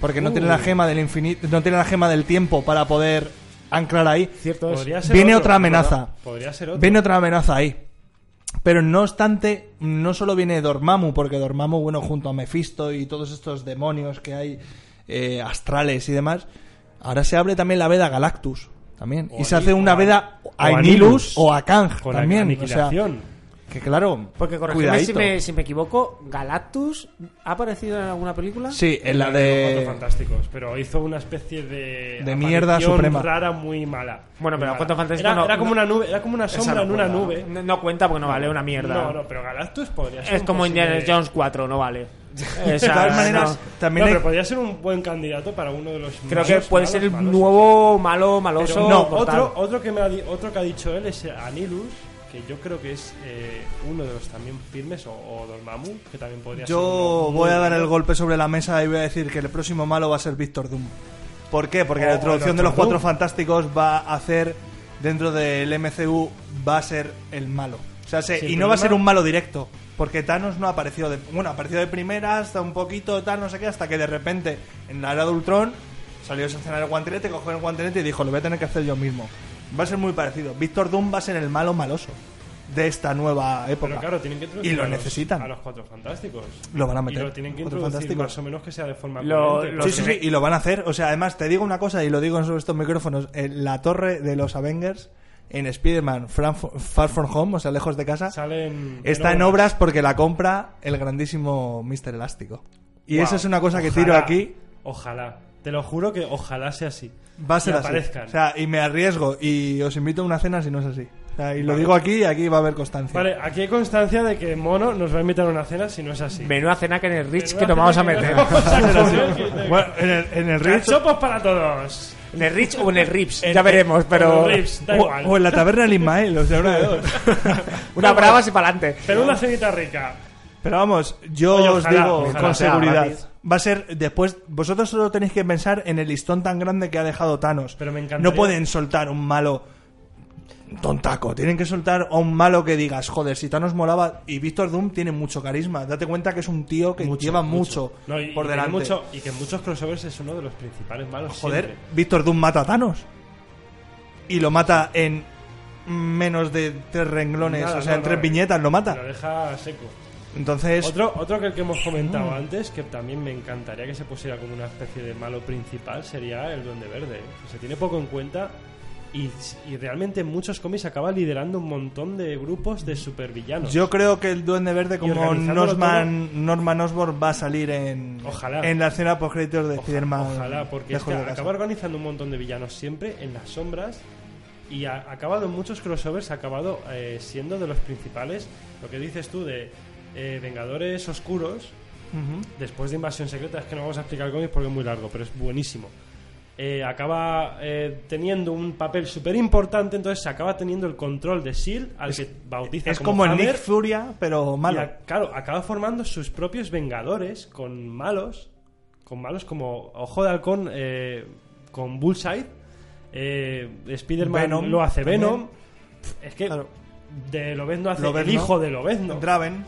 D: Porque no tiene la gema del infinito, no tiene la gema del tiempo para poder anclar ahí.
A: Cierto es.
B: Podría ser
D: Viene
B: otro,
D: otra amenaza.
B: ¿verdad? Podría ser otro.
D: Viene otra amenaza ahí. Pero no obstante, no solo viene Dormammu, porque Dormammu, bueno, junto a Mephisto y todos estos demonios que hay, eh, astrales y demás, ahora se abre también la veda Galactus, también.
B: O
D: y se
B: a-
D: hace una
B: o a-
D: veda
B: o
D: a
B: a
D: Nilus
B: Nilus.
D: o a Kang
B: Con
D: también.
B: la
D: o sea,
B: aniquilación.
D: que claro,
A: Porque corregidme si
D: cuidadito.
A: me, si me equivoco, Galactus ha aparecido en alguna película.
D: Sí, en la
B: Los Cuatro
D: de...
B: fantásticos, pero hizo una especie de.
D: De mierda
B: aparición
D: suprema.
B: rara, muy mala.
A: Bueno, pero
B: Muy mala.
A: Cuatro Fantásticos
B: Era,
A: no-
B: era como
A: no-
B: una nube, era como una
A: Esa
B: sombra en
A: no
B: una
A: cuenta.
B: nube.
A: No, no cuenta porque no vale una mierda.
B: No, no, pero Galactus podría ser.
A: es
B: un
A: como
B: posible-
A: Indiana Jones 4, no vale.
D: De todas maneras,
B: No,
D: también hay-
B: pero podría ser un buen candidato para uno de los.
A: Creo que
B: malos,
A: puede
B: malos,
A: ser el
B: malos.
A: nuevo malo, maloso.
B: Pero no,
A: mortal.
B: otro, otro, que me ha di- otro que ha dicho él es eh, Anilus, que yo creo que es eh, uno de los también firmes, o, o Dormammu, que también podría ser.
D: Yo
B: uno muy
D: voy a dar el
B: bueno.
D: golpe sobre la mesa y voy a decir que el próximo malo va a ser Víctor Doom. ¿Por qué? Porque
B: Oh,
D: la introducción de
B: Doctor
D: los Cuatro
B: Doom.
D: Fantásticos va a hacer dentro del MCU va a ser el malo. O sea, se-
B: Sí,
D: y
B: el
D: no va a
B: problema-
D: ser un malo directo, porque Thanos no ha aparecido de bueno, apareció de primera hasta un poquito tal, no sé qué, hasta que de repente en la era de Ultron salió a sancionar el guantelete, cogió el guantelete y dijo, lo voy a tener que hacer yo mismo. Va a ser muy parecido. Víctor Doom va a ser el malo maloso de esta nueva época.
B: Pero claro, tienen que introducir
D: y lo
B: a los-
D: necesitan.
B: a los cuatro fantásticos.
D: Lo van a meter.
B: Y lo tienen que
D: Cuatro
B: introducir
D: Fantásticos.
B: más o menos que sea de forma
A: Lo-
B: coherente,
A: lo-
B: porque
D: Sí, sí, sí, y lo van a hacer. O sea, además, te digo una cosa y lo digo en estos micrófonos. En la torre de los Avengers, en Spider-Man Fran- Far From Home, o sea, lejos de casa,
B: Salen.
D: está en obras porque la compra el grandísimo Mr. Elástico. Y
B: Wow.
D: eso es una cosa que tiro
B: Ojalá,
D: aquí.
B: Ojalá. Te lo juro que ojalá sea así.
D: Va a ser
B: Y
D: así.
B: aparezcan.
D: O sea, y me arriesgo y os invito a una cena si no es así. O sea, y lo digo aquí y aquí va a haber constancia.
B: Vale, aquí hay constancia de que Mono nos va a invitar a una cena si no es así.
A: Menuda cena que en el Rich
B: Menuda
A: que nos vamos a
B: cena que
A: meter.
B: nos vamos a meter.
D: Bueno, en el, en el Ritz-
B: Cachopos para todos.
A: ¿En el Rich o en el Rips?
B: En-
A: Ya veremos,
B: en-
A: pero.
B: en el Rips, da
D: o,
B: igual.
D: o en la taberna del Ismael, o sea, una de dos.
A: Una brava y para adelante.
B: Pero una cenita rica.
D: Pero vamos, yo
B: Oye,
D: os
B: ojalá,
D: digo
B: ojalá
D: con
A: sea
D: seguridad.
A: gratis.
D: Va a ser después. Vosotros solo tenéis que pensar en el listón tan grande que ha dejado Thanos.
B: Pero me encantaría-
D: No pueden soltar un malo tontaco. Tienen que soltar a un malo que digas, joder, si Thanos molaba. Y Víctor Doom tiene mucho carisma. Date cuenta que es un tío que lleva mucho,
B: No, y,
D: por
B: y que
D: delante.
B: mucho- y que en muchos crossovers es uno de los principales malos.
D: Joder,
B: siempre.
D: Víctor Doom mata a Thanos. Y lo mata en menos de tres renglones,
B: Nada,
D: o sea,
B: no,
D: en
B: no,
D: tres
B: eh,
D: viñetas lo mata.
B: Lo deja seco.
D: Entonces.
B: Otro, otro que el que hemos
D: Ah.
B: comentado antes, que también me encantaría que se pusiera como una especie de malo principal, sería el Duende Verde. Que se tiene poco en cuenta y, y realmente en muchos cómics acaba liderando un montón de grupos de supervillanos.
D: Yo creo que el Duende Verde,
B: Y
D: como
B: organizándolo
D: Norman, Norman Osborn, va a salir en,
B: Ojalá.
D: en la escena post créditos de Spider-Man.
B: Ojalá, porque es
D: lejos
B: que
D: de casa.
B: acaba organizando un montón de villanos siempre en las sombras y ha acabado en muchos crossovers, ha acabado eh, siendo de los principales. Lo que dices tú de eh, Vengadores Oscuros,
D: Ujú.
B: después de Invasión Secreta, es que no vamos a explicar el cómic porque es muy largo, pero es buenísimo. Eh, acaba eh, teniendo un papel súper importante, entonces acaba teniendo el control de S.H.I.E.L.D. al que bautiza
D: Es como el
B: Hammer,
D: Nick Furia, pero malo.
B: y a- claro, acaba formando sus propios vengadores con malos, con malos como Ojo de Halcón, eh, con Bullseye, eh, Spider-Man
D: Venom
B: lo hace
D: también.
B: Venom. Pf, Es que de Lobezno hace
D: Lobezno.
B: el hijo de Lobezno.
D: Draven.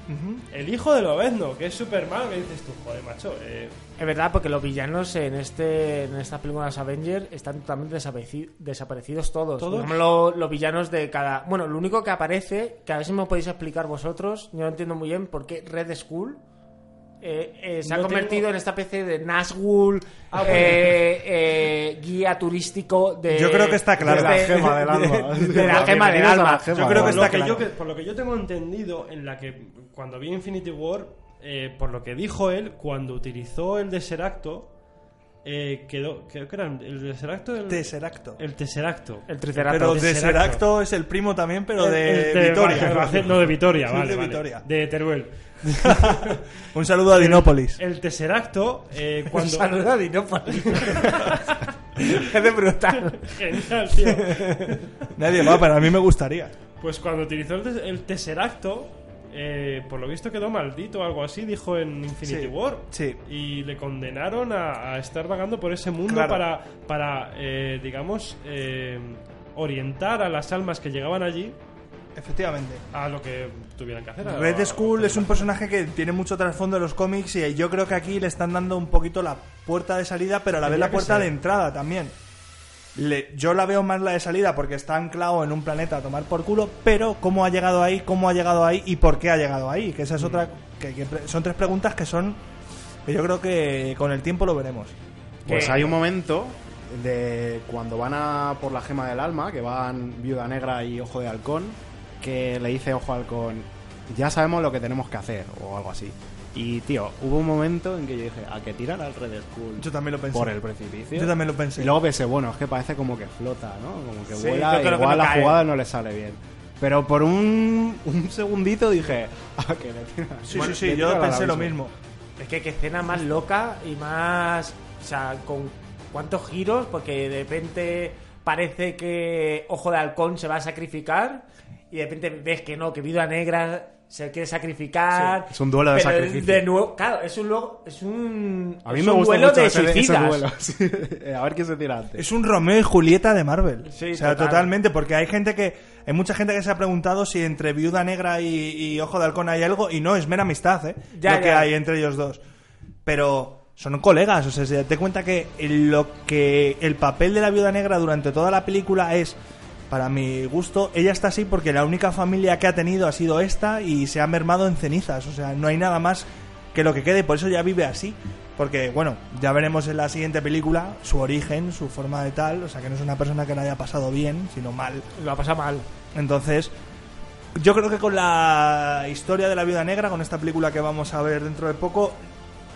B: El hijo de Lobezno, que es Superman, que dices tú, joder, macho. eh,
A: Es verdad, porque los villanos en este en estas películas Avengers están totalmente desapeci- desaparecidos todos.
B: ¿Todos?
A: Por ejemplo, los villanos de cada. Bueno, lo único que aparece, que a ver si me podéis explicar vosotros, yo no entiendo muy bien por qué Red Skull. eh, eh, se ha
B: No
A: convertido
B: tengo-
A: en esta especie de Nazgul,
B: Ah, bueno.
A: eh, eh, guía turístico de.
D: Yo creo que está claro.
A: de-
D: De la
C: Este
D: gema del alma.
A: De, de la gema del
D: Bienvenidos a la
A: alma.
D: gema
B: Yo
D: Vale,
B: creo que
D: vale.
B: está
D: Por lo
B: claro.
D: que yo
B: por lo que yo tengo entendido, en la que cuando vi Infinity War, eh, por lo que dijo él, cuando utilizó el Deseracto, eh, quedó, creo que era el Deseracto. El,
D: Tesseracto.
B: el Tesseracto.
A: El
D: Pero
A: Triceratops.
B: de-
D: Tesseracto es el primo también, pero
B: El-
D: de
B: el de
D: Vitoria.
B: Barce- No, de Vitoria,
D: Sí,
B: vale.
D: de
B: vale.
D: Vitoria.
B: De Teruel.
D: Un saludo a Dinópolis.
B: El Tesseracto, eh, cuando.
A: Saluda a Dinópolis. es brutal.
B: Genial, tío.
D: Nadie va, pero a mí me gustaría.
B: Pues cuando utilizó el, tes- el Tesseracto, eh, por lo visto quedó maldito o algo así, dijo en Infinity
D: Sí,
B: War.
D: sí.
B: Y le condenaron a, a estar vagando por ese mundo
D: Claro.
B: para, para eh, digamos, eh, orientar a las almas que llegaban allí
D: Efectivamente.
B: a lo que tuvieran que hacer. a-
D: Red
B: a-
D: Skull
B: a-
D: es un personaje que tiene mucho trasfondo en los cómics y yo creo que aquí le están dando un poquito la puerta de salida, pero a la vez
B: Tendría
D: la
B: que
D: puerta
B: ser.
D: de entrada también. Le- yo la veo más la de salida porque está anclado en un planeta a tomar por culo, pero cómo ha llegado ahí, cómo ha llegado ahí y por qué ha llegado ahí, que esa es otra,
B: Mm.
D: que, que pre- son tres preguntas que son, que yo creo que con el tiempo lo veremos.
C: Pues
A: Que-
C: hay un momento de cuando van a por la gema del alma, que van Viuda Negra y Ojo de Halcón, que le dice Ojo de Halcón, ya sabemos lo que tenemos que hacer, o algo así. Y tío, hubo un momento en que yo dije, a que tirar al Red Skull
D: Yo también lo pensé.
C: por el precipicio.
D: Yo también lo pensé.
C: Y luego pensé, bueno, es que parece como que flota, ¿no? Como que
A: Sí, yo
C: vuela,
A: creo que
C: igual
A: no
C: la
A: cae.
C: jugada no le sale bien. Pero por un, un segundito dije, a que le tiran.
D: sí,
C: Bueno,
D: sí,
C: le
D: sí, yo
C: tiran al
D: pensé lo
C: abismo.
D: mismo.
A: Es que qué escena más loca y más. O sea, con cuántos giros, porque de repente parece que Ojo de Halcón se va a sacrificar y de repente ves que no, que Viuda Negra se quiere sacrificar.
C: Sí, es un duelo de
A: Pero
C: sacrificio.
A: De nuevo, claro, es un, lo- es un,
C: A mí
A: es
C: me
A: un
C: gusta
A: duelo
C: mucho
A: de
C: ese, ese
A: suicidas.
C: duelo. sí. A ver quién se tira antes.
D: Es un Romeo y Julieta de Marvel.
A: Sí,
D: o sea,
A: total.
D: totalmente, porque hay gente que. Hay mucha gente que se ha preguntado si entre Viuda Negra y, y Ojo de Halcón hay algo, y no, es mera amistad, ¿eh?
A: Ya,
D: lo que
A: ya.
D: hay entre ellos dos. Pero son colegas, o sea, se te cuenta que lo que. El papel de la Viuda Negra durante toda la película es. Para mi gusto, ella está así porque la única familia que ha tenido ha sido esta y se ha mermado en cenizas. O sea, no hay nada más que lo que quede, por eso ya vive así. Porque, bueno, ya veremos en la siguiente película su origen, su forma de tal. O sea, que no es una persona que la haya pasado bien, sino mal.
A: Lo ha pasado mal.
D: Entonces, yo creo que con la historia de la Viuda Negra, con esta película que vamos a ver dentro de poco,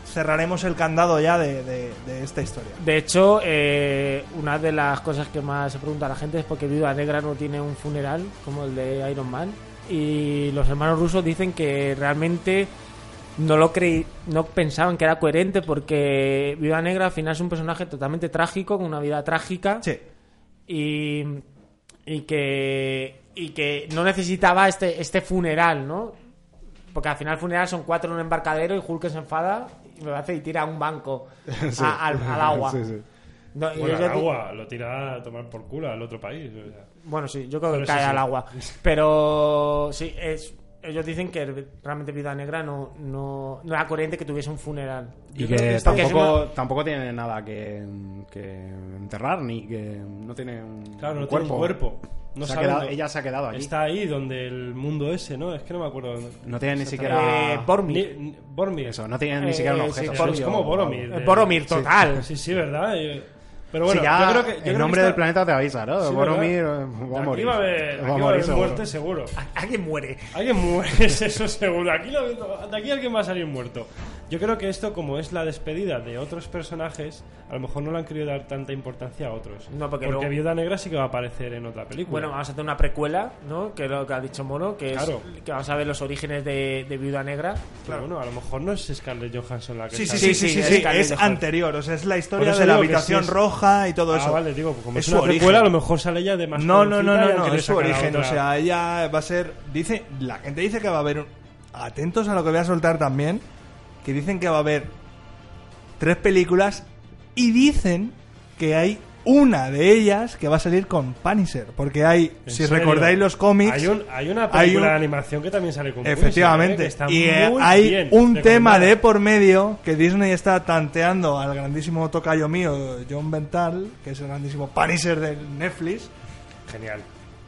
D: cerraremos el candado ya de, de- de esta historia.
A: De hecho, eh, una de las cosas que más se pregunta la gente es por qué Viuda Negra no tiene un funeral como el de Iron Man. Y los hermanos rusos dicen que realmente no lo creí, no pensaban que era coherente porque Viuda Negra al final es un personaje totalmente trágico, con una vida trágica
D: Sí.
A: y, y que y que no necesitaba este este funeral, ¿no? Porque al final el funeral son cuatro en un embarcadero y Hulk se enfada y me hace y tira a un banco a- al, al agua.
C: Sí, sí.
A: No, y
B: Bueno,
A: yo
B: al
A: creo que-
B: agua, lo tira a tomar por culo al otro país. o sea.
A: bueno, sí, yo creo que
B: Pero sí,
A: cae
B: sí.
A: al agua. Pero sí, es, ellos dicen que realmente Viuda Negra no, no, no era coherente que tuviese un funeral.
C: Y que,
A: Porque es
C: tampoco,
A: una-
C: tampoco tiene nada que, que enterrar, ni que no tiene un,
B: Claro,
C: un
B: no
C: cuerpo.
B: tiene un cuerpo. No
C: Se ha
B: saben
C: quedado-
B: dónde-
C: ella se ha quedado allí.
B: Está ahí donde el mundo ese, ¿no? Es que no me acuerdo. dónde.
C: No tiene ni siquiera-
B: Exactamente.
C: Eh,
A: Boromir.
B: Ni- ni- Boromir.
C: Eso, no tiene ni Eh, siquiera un sí, objeto.
B: Es
C: Boromir.
B: como Boromir.
C: Eh,
B: de-
C: Boromir,
B: Sí.
C: total.
B: Sí, sí, verdad. Eh, Pero bueno,
C: Sí, ya
B: yo creo que. yo creo
C: el
B: que
C: nombre
B: esta-
C: del planeta te avisa, ¿no?
B: Sí,
C: Boromir
B: ¿verdad?
C: eh, va a
B: Aquí
C: morir.
B: va a haber,
C: Va
B: aquí va a
C: morir
B: haber
C: seguro.
B: muerte seguro.
A: Alguien muere.
B: Alguien muere, eso seguro. Aquí lo- de aquí alguien va a salir muerto. Yo creo que esto, como es la despedida de otros personajes, a lo mejor no le han querido dar tanta importancia a otros.
A: No, porque no.
B: Viuda Negra sí que va a aparecer en otra película.
A: Bueno, ah, vamos a hacer una precuela, ¿no? Que es lo que ha dicho Mono, que
B: Claro.
A: es que vamos a ver los orígenes de, de Viuda Negra.
B: Claro, bueno, a lo mejor no es Scarlett Johansson la que
D: Sí, sí,
B: sale.
D: sí, sí, sí, sí,
A: Scarlett
D: es
A: Johansson.
D: anterior, o sea, es la
B: Por
D: historia
B: eso
D: de la
B: digo que
D: habitación
B: sí es-
D: roja y todo
B: Ah,
D: eso.
B: vale, digo, como es
D: su
B: una
D: origen.
B: precuela, a lo mejor sale ya de más
D: No, no,
B: jovencita
D: no,
B: y
D: no,
B: han
D: no,
B: querido
D: es su
B: sacar a
D: origen, o
B: otra.
D: sea, ella va a ser dice la gente dice que va a haber un- atentos a lo que voy a soltar también, que dicen que va a haber tres películas y dicen que hay una de ellas que va a salir con Punisher, porque hay,
B: ¿En
D: si
B: serio?
D: recordáis los cómics,
B: Hay, un- hay una película
D: hay un-
B: de animación que también sale con
D: Efectivamente.
B: Punisher, ¿eh?
D: y
B: Que está
D: eh,
B: muy
D: hay
B: bien
D: un
B: recomendada.
D: tema de por medio que Disney está tanteando al grandísimo tocayo mío, John Bental, que es el grandísimo Punisher de Netflix,
B: Genial,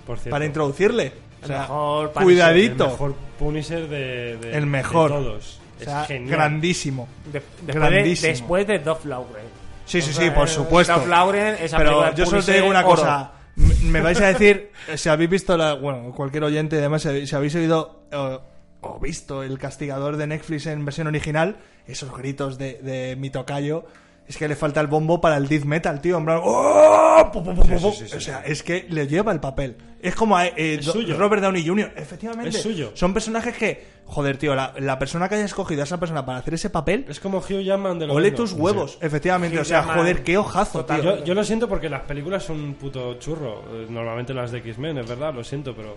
B: por cierto.
D: para introducirle. O
A: El
D: sea,
A: mejor Punisher,
D: cuidadito.
B: El mejor Punisher de, de-
D: El mejor.
B: de todos.
D: O sea,
B: es genial.
D: grandísimo.
A: De- después, de,
D: grandísimo.
A: después de Duff Lauren.
D: Sí, sí,
A: O
D: sí,
A: sea,
D: por supuesto.
A: Duff Lauren, esa película
D: Pero
A: de
D: yo solo te digo
A: Punisher,
D: una
A: oro.
D: cosa. Me me vais a decir, eh, si habéis visto la. Bueno, cualquier oyente, además, si si habéis oído eh, o visto el castigador de Netflix en versión original, esos gritos de, de mi tocayo, es que le falta el bombo para el death metal, tío. En plan, ¡oh! Pu, pu, pu, pu, pu. o sea, es que le lleva el papel. Es como eh, eh,
B: Es
D: Do-
B: suyo.
D: Robert Downey Jr. Efectivamente.
B: Es suyo.
D: Son personajes que, joder, tío, la, la persona que haya escogido a esa persona para hacer ese papel,
B: Es como Hugh Jackman de los
D: ole
B: Vengadores.
D: tus huevos. Efectivamente,
A: Hugh
D: o sea,
A: Jackman.
D: joder, qué ojazo, tío.
B: Yo, yo lo siento porque las películas son un puto churro. Eh, Normalmente las de X-Men, es verdad, lo siento, pero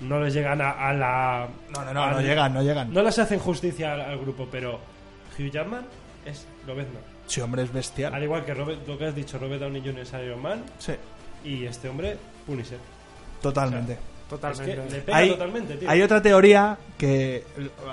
B: no les llegan a, a la.
D: No, no, no,
B: al-
D: no llegan, no llegan.
B: No les hacen justicia al, al grupo, pero Hugh Jackman es Lobezno.
D: Sí, hombre, es
B: Al
D: bestial.
B: igual que Robert, lo que has dicho, Robert Downey Jr. es Iron Man
D: Sí,
B: y este hombre, Punisher.
D: totalmente.
B: Es que
A: Totalmente.
B: le pega
D: Hay-
B: totalmente, tío.
D: Hay otra teoría que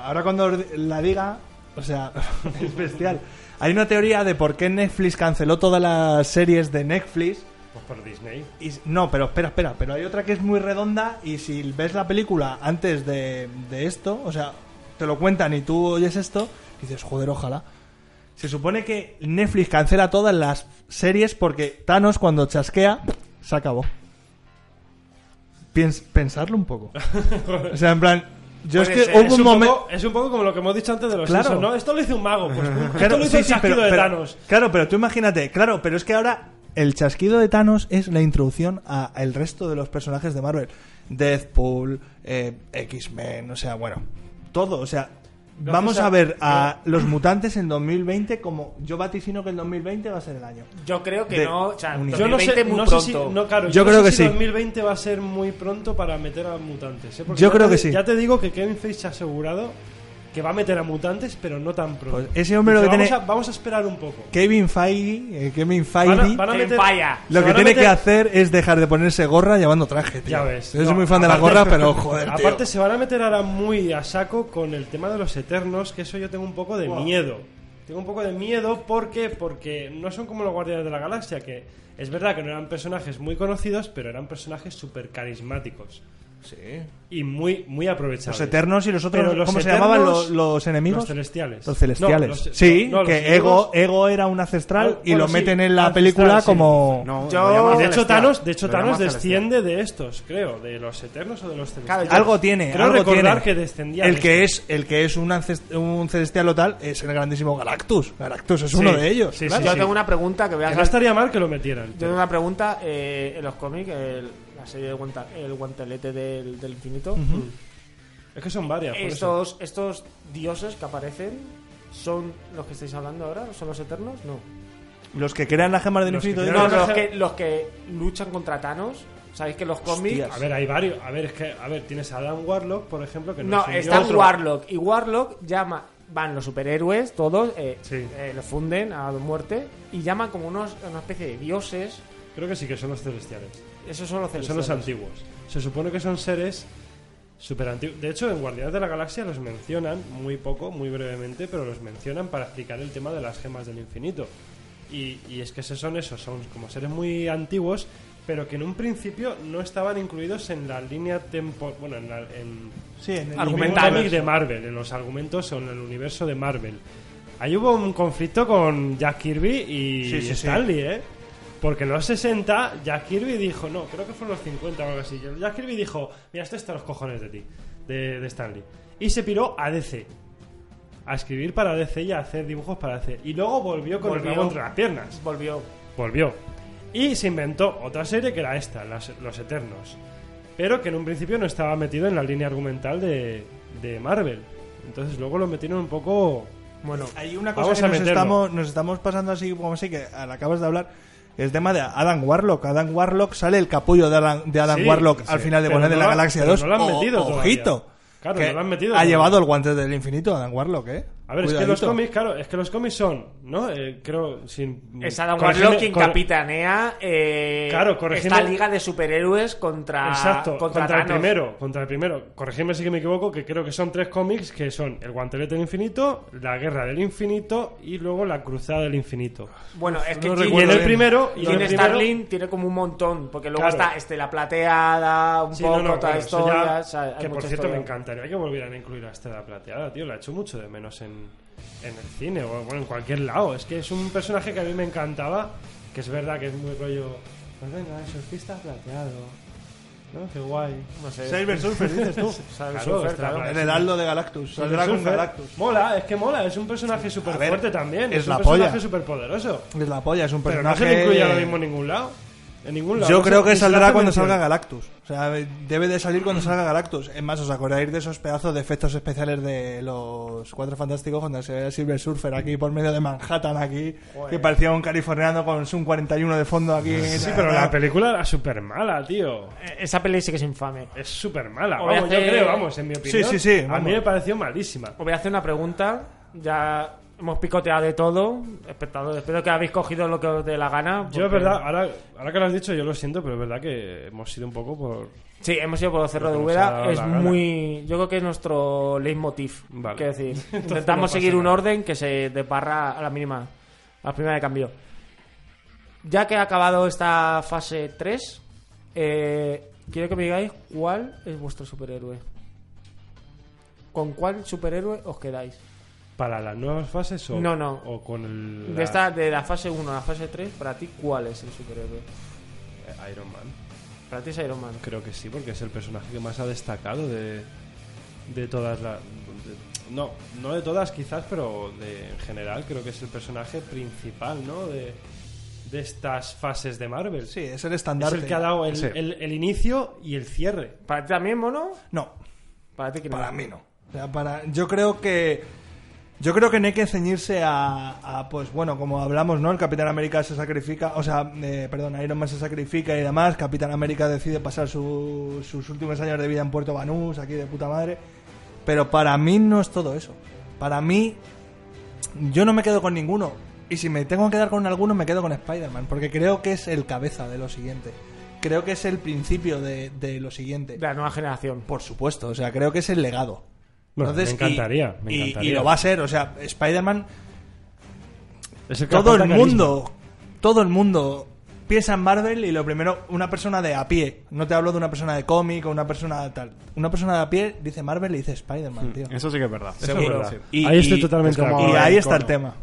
D: ahora cuando os la diga, o sea, es bestial. Hay una teoría de por qué Netflix canceló todas las series de Netflix.
B: Pues por Disney.
D: Y, no, pero espera, espera, pero hay otra que es muy redonda y si ves la película antes de, de esto, o sea, te lo cuentan y tú oyes esto, dices, joder, ojalá. Se supone que Netflix cancela todas las series porque Thanos cuando chasquea, se acabó. Piens, pensarlo un poco. o sea, en plan, yo es
B: Puede
D: que
B: ser.
D: hubo
B: Es
D: un momento...
B: poco- Es un poco como lo que hemos dicho antes de los
D: Claro.
B: Simpsons, ¿no? Esto lo hizo un mago. Pues, esto
D: Claro,
B: lo hizo
D: sí,
B: el
D: sí,
B: chasquido
D: pero,
B: de
D: pero-
B: Thanos.
D: claro, pero tú imagínate, claro, pero es que ahora el chasquido de Thanos es la introducción a- al resto de los personajes de Marvel. Deathpool, eh, X-Men, o sea, bueno, todo, o sea, vamos
B: a-
D: a ver a los mutantes en 2020 como yo vaticino que el 2020 va a ser el año.
A: Yo creo que
D: de
A: no. O sea,
D: unión.
B: Yo no
A: 2020
B: sé,
A: muy
B: no sé
A: pronto.
B: si. No, claro,
D: Yo
B: yo,
D: creo
B: creo
D: que sí.
B: que 2020 va a ser muy pronto para meter a mutantes. ¿eh? Porque
D: Yo
B: ya
D: creo
B: te-
D: que sí.
B: Ya te digo que Kevin Feige se ha asegurado que va a meter a mutantes, pero no tan pronto.
D: Pues ese hombre lo
B: Dice,
D: que
B: vamos,
D: tiene-
B: a, vamos a esperar un poco.
D: Kevin Feige, eh, Kevin Feige,
B: Van a- van a
A: Que
B: meter-
A: vaya.
B: se
D: lo que
B: van a
D: tiene
B: meter-
D: que hacer es dejar de ponerse gorra llevando traje, tío.
B: Ya ves.
D: Yo
B: No,
D: soy muy fan de la
B: aparte-
D: gorra, pero joder, tío.
B: Aparte, se van a meter ahora muy a saco con el tema de los eternos, que eso yo tengo un poco de miedo. Tengo un poco de miedo porque, porque no son como los Guardianes de la Galaxia, que es verdad que no eran personajes muy conocidos, pero eran personajes súper carismáticos. Y muy, muy aprovechados.
D: Los Eternos y los otros,
B: Pero los
D: ¿cómo
B: Eternos-
D: se llamaban los, los enemigos?
B: Los Celestiales.
D: Los Celestiales.
B: No, los-
D: sí,
B: no, los
D: que
B: enemigos-
D: Ego, Ego era un ancestral
B: Ah,
D: y
B: bueno,
D: lo
B: sí,
D: meten en la
B: ancestral,
D: película
B: sí.
D: como...
C: No,
A: Yo-
C: lo llamas
B: De hecho,
C: celestial.
B: Thanos, de hecho,
C: Lo
B: Thanos
C: llamas celestial.
B: desciende de estos, creo, de los Eternos o de los Celestiales.
D: Algo tiene,
B: Creo
D: algo
B: recordar
D: tiene.
B: que descendía.
D: el
B: de este.
D: que
B: estos.
D: es el que es un, ancest- un celestial o tal es el grandísimo Galactus. Galactus es
B: Sí,
D: uno de ellos.
B: sí,
D: claro.
A: Yo
B: sí.
A: tengo una pregunta que voy a
B: Que no
A: hacer.
B: estaría mal que lo metieran.
A: Yo tengo una pregunta. eh, en los cómics, el- la serie del guanta- el guantelete del, del infinito. Mm.
B: Es que son varias. por eso.
A: estos, estos dioses que aparecen son los que estáis hablando ahora, son los eternos, no.
D: Los que crean las gemas del
B: Los que
D: infinito.
B: crean
A: No,
D: dicen-
A: los
B: las
A: que, los que luchan contra Thanos, sabéis que los cómics.
B: A ver, hay varios. A ver, es que, a ver, tienes a Dan Warlock, por ejemplo, que no,
A: No,
B: es un
A: está
B: dios.
A: Warlock. Y Warlock llama. Van los superhéroes, todos, eh,
B: Sí.
A: eh, los funden a muerte y llaman como unos, una especie de dioses.
B: Creo que sí, que son los celestiales.
A: Esos son los
B: Que son los
A: celestiales.
B: antiguos. Se supone que son seres Súper antiguo. De hecho, en Guardianes de la Galaxia los mencionan muy poco, muy brevemente, pero los mencionan para explicar el tema de las gemas del infinito. Y, y es que esos son esos, son como seres muy antiguos, pero que en un principio no estaban incluidos en la línea temporal. Bueno, en, la, en,
D: Sí, en el
B: argumental
D: universo.
B: de Marvel, en los argumentos o en el universo de Marvel. Ahí hubo un conflicto con Jack Kirby y
D: Sí, sí, sí.
B: Stanley, ¿eh? Porque en los 60 Jack Kirby dijo, no, creo que fueron los 50 o algo así. Jack Kirby dijo, mira, esto está a los cojones de ti, de, de Stanley. Y se piró a DC. A escribir para DC y a hacer dibujos para DC. Y luego volvió con
A: Volvió.
B: el rabo entre las piernas.
A: Volvió.
B: Volvió. Y se inventó otra serie que era esta, las- Los Eternos. Pero que en un principio no estaba metido en la línea argumental de, de Marvel. Entonces luego lo metieron un poco... Bueno,
D: Hay una cosa que nos
B: meterlo.
D: estamos, nos estamos pasando así como así que al- acabas de hablar. El tema de Adam Warlock. Adam Warlock sale el capullo de Adam, de Adam
B: Sí,
D: Warlock
B: sí.
D: al final de
B: Pero
D: Guardianes de
B: no
D: la
B: lo-
D: Galaxia
B: pero
D: 2.
B: no lo han
D: O-
B: metido todavía.
D: Ojito.
B: Claro,
D: que
B: no lo han metido
D: Ha
B: todavía.
D: llevado el guante del infinito Adam Warlock, ¿eh?
B: A ver, es que
D: Cuidadito.
B: los cómics, claro, es que los cómics son, ¿no? Eh, creo, sin...
A: Es Adam
B: corregime-
A: Warlock quien
B: cor-
A: capitanea eh,
B: Claro, corregime-
A: esta liga de superhéroes contra,
B: Exacto, contra, el
A: Thanos.
B: primero, contra el primero. Corregidme si que me equivoco, que creo que son tres cómics que son El guantelete del infinito, La guerra del infinito y luego La cruzada del infinito.
A: Bueno, es que
B: no
A: Jim-
B: recuerdo Y en el bien. primero- y en
A: Jim
B: el primero-
A: Starlin tiene como un montón, porque luego
B: Claro.
A: está este, la plateada, un
B: Sí,
A: poco,
B: no, no,
A: otra
B: claro, eso
A: historia.
B: ya-
A: o sea, hay
B: que por
A: mucha
B: cierto
A: historia.
B: me encantaría que volvieran a incluir a Estrella Plateada, tío. La echo mucho de menos en, en el cine o bueno, en cualquier lado. Es que es un personaje que a mí me encantaba, que es verdad que es muy rollo. Pues venga, el surfista plateado. ¿No? Qué guay. No sé.
D: Silver Surfer, dices tú.
B: Silver
D: Claro,
B: Surfer,
D: está
B: claro.
D: claro. El heraldo de Galactus.
B: Silver
D: Saldrá con
B: Surfer.
D: Galactus.
B: Mola, es que mola. Es un personaje súper fuerte también.
D: es
B: Es,
D: la
B: un personaje
D: polla.
B: súper poderoso.
D: Es la polla, es un
B: Pero no
D: personaje.
B: se le incluye ahora mismo en ningún lado. En ningún lado.
D: Yo
B: No se-
D: creo que
B: ni se le
D: saldrá
B: hace
D: cuando
B: mención.
D: salga Galactus. O sea, debe de salir cuando salga Galactus. Es más, ¿os acordáis de esos pedazos de efectos especiales de los Cuatro Fantásticos cuando se ve el Silver Surfer aquí por medio de Manhattan aquí?
B: Joder.
D: Que parecía un californiano con un 41 de fondo aquí.
B: Sí, pero
A: Ah.
B: la película era súper mala, tío.
A: E-, Esa peli sí que es infame.
B: Es súper mala.
A: Voy a
B: Vamos,
A: hacer-
B: Yo creo, vamos, en mi opinión.
D: Sí, sí, sí,
B: A
D: vamos.
B: mí me pareció malísima.
A: Os voy a hacer una pregunta. Ya hemos picoteado de todo, espectadores. Espero que habéis cogido lo que os dé la gana.
B: Yo, es
A: porque-
B: verdad, ahora, ahora que lo has dicho, yo lo siento, pero es verdad que hemos sido un poco por.
A: Sí, hemos ido por los cerros de
B: Lo que nos ha
A: Úbeda.
B: dado
A: Es
B: la gana.
A: muy. Yo creo que es nuestro leitmotiv.
B: Vale.
A: Quiero decir,
B: Entonces no
A: intentamos
B: pasa
A: seguir un
B: nada.
A: orden que se desbarra a la mínima. A la primera de cambio. Ya que ha acabado esta fase 3, eh, quiero que me digáis cuál es vuestro superhéroe. ¿Con cuál superhéroe os quedáis?
B: ¿Para las nuevas fases o.?
A: No, no.
B: O con el.
A: De, esta, de la fase 1 a la fase 3, para ti, ¿cuál es el superhéroe?
B: eh, Iron Man.
A: Para ti es Iron Man.
B: Creo que sí, porque es el personaje que más ha destacado de. De todas las. No, no de todas quizás, pero de, en general creo que es el personaje principal, ¿no? De, de estas fases de Marvel.
D: Sí, es el estandarte.
B: Es el que ha dado el,
D: Sí.
B: el- el inicio y el cierre.
A: ¿Para ti también, mono?
D: No,
A: Para ti,
D: para mí no. O sea, para, yo creo que. Yo creo que no hay que ceñirse a, a, pues bueno, como hablamos, ¿no? El Capitán América se sacrifica, o sea, eh, perdón, Iron Man se sacrifica y demás. Capitán América decide pasar su- sus últimos años de vida en Puerto Banús, aquí de puta madre. Pero para mí no es todo eso. Para mí, yo no me quedo con ninguno. Y si me tengo que quedar con alguno, me quedo con Spider-Man, porque creo que es el cabeza de lo siguiente. Creo que es el principio de, de lo siguiente.
A: De la nueva generación.
D: Por supuesto, o sea, creo que es el legado.
B: Bueno,
D: Entonces,
B: me encantaría, me
D: y- y-
B: encantaría.
D: y lo va a ser, o sea, Spider-Man
B: Es que
D: todo el
B: aporta carisma.
D: mundo, todo el mundo piensa en Marvel y lo primero, una persona de a pie. No te hablo de una persona de cómic o una persona tal. Una persona de a pie dice Marvel y dice Spider-Man, tío.
C: Eso sí que es verdad.
B: Hmm, Eso es verdad.
C: Sí.
B: Ahí estoy totalmente
D: es
B: de
D: como-
B: acuerdo.
D: Y ahí está el
C: Icono.
D: tema.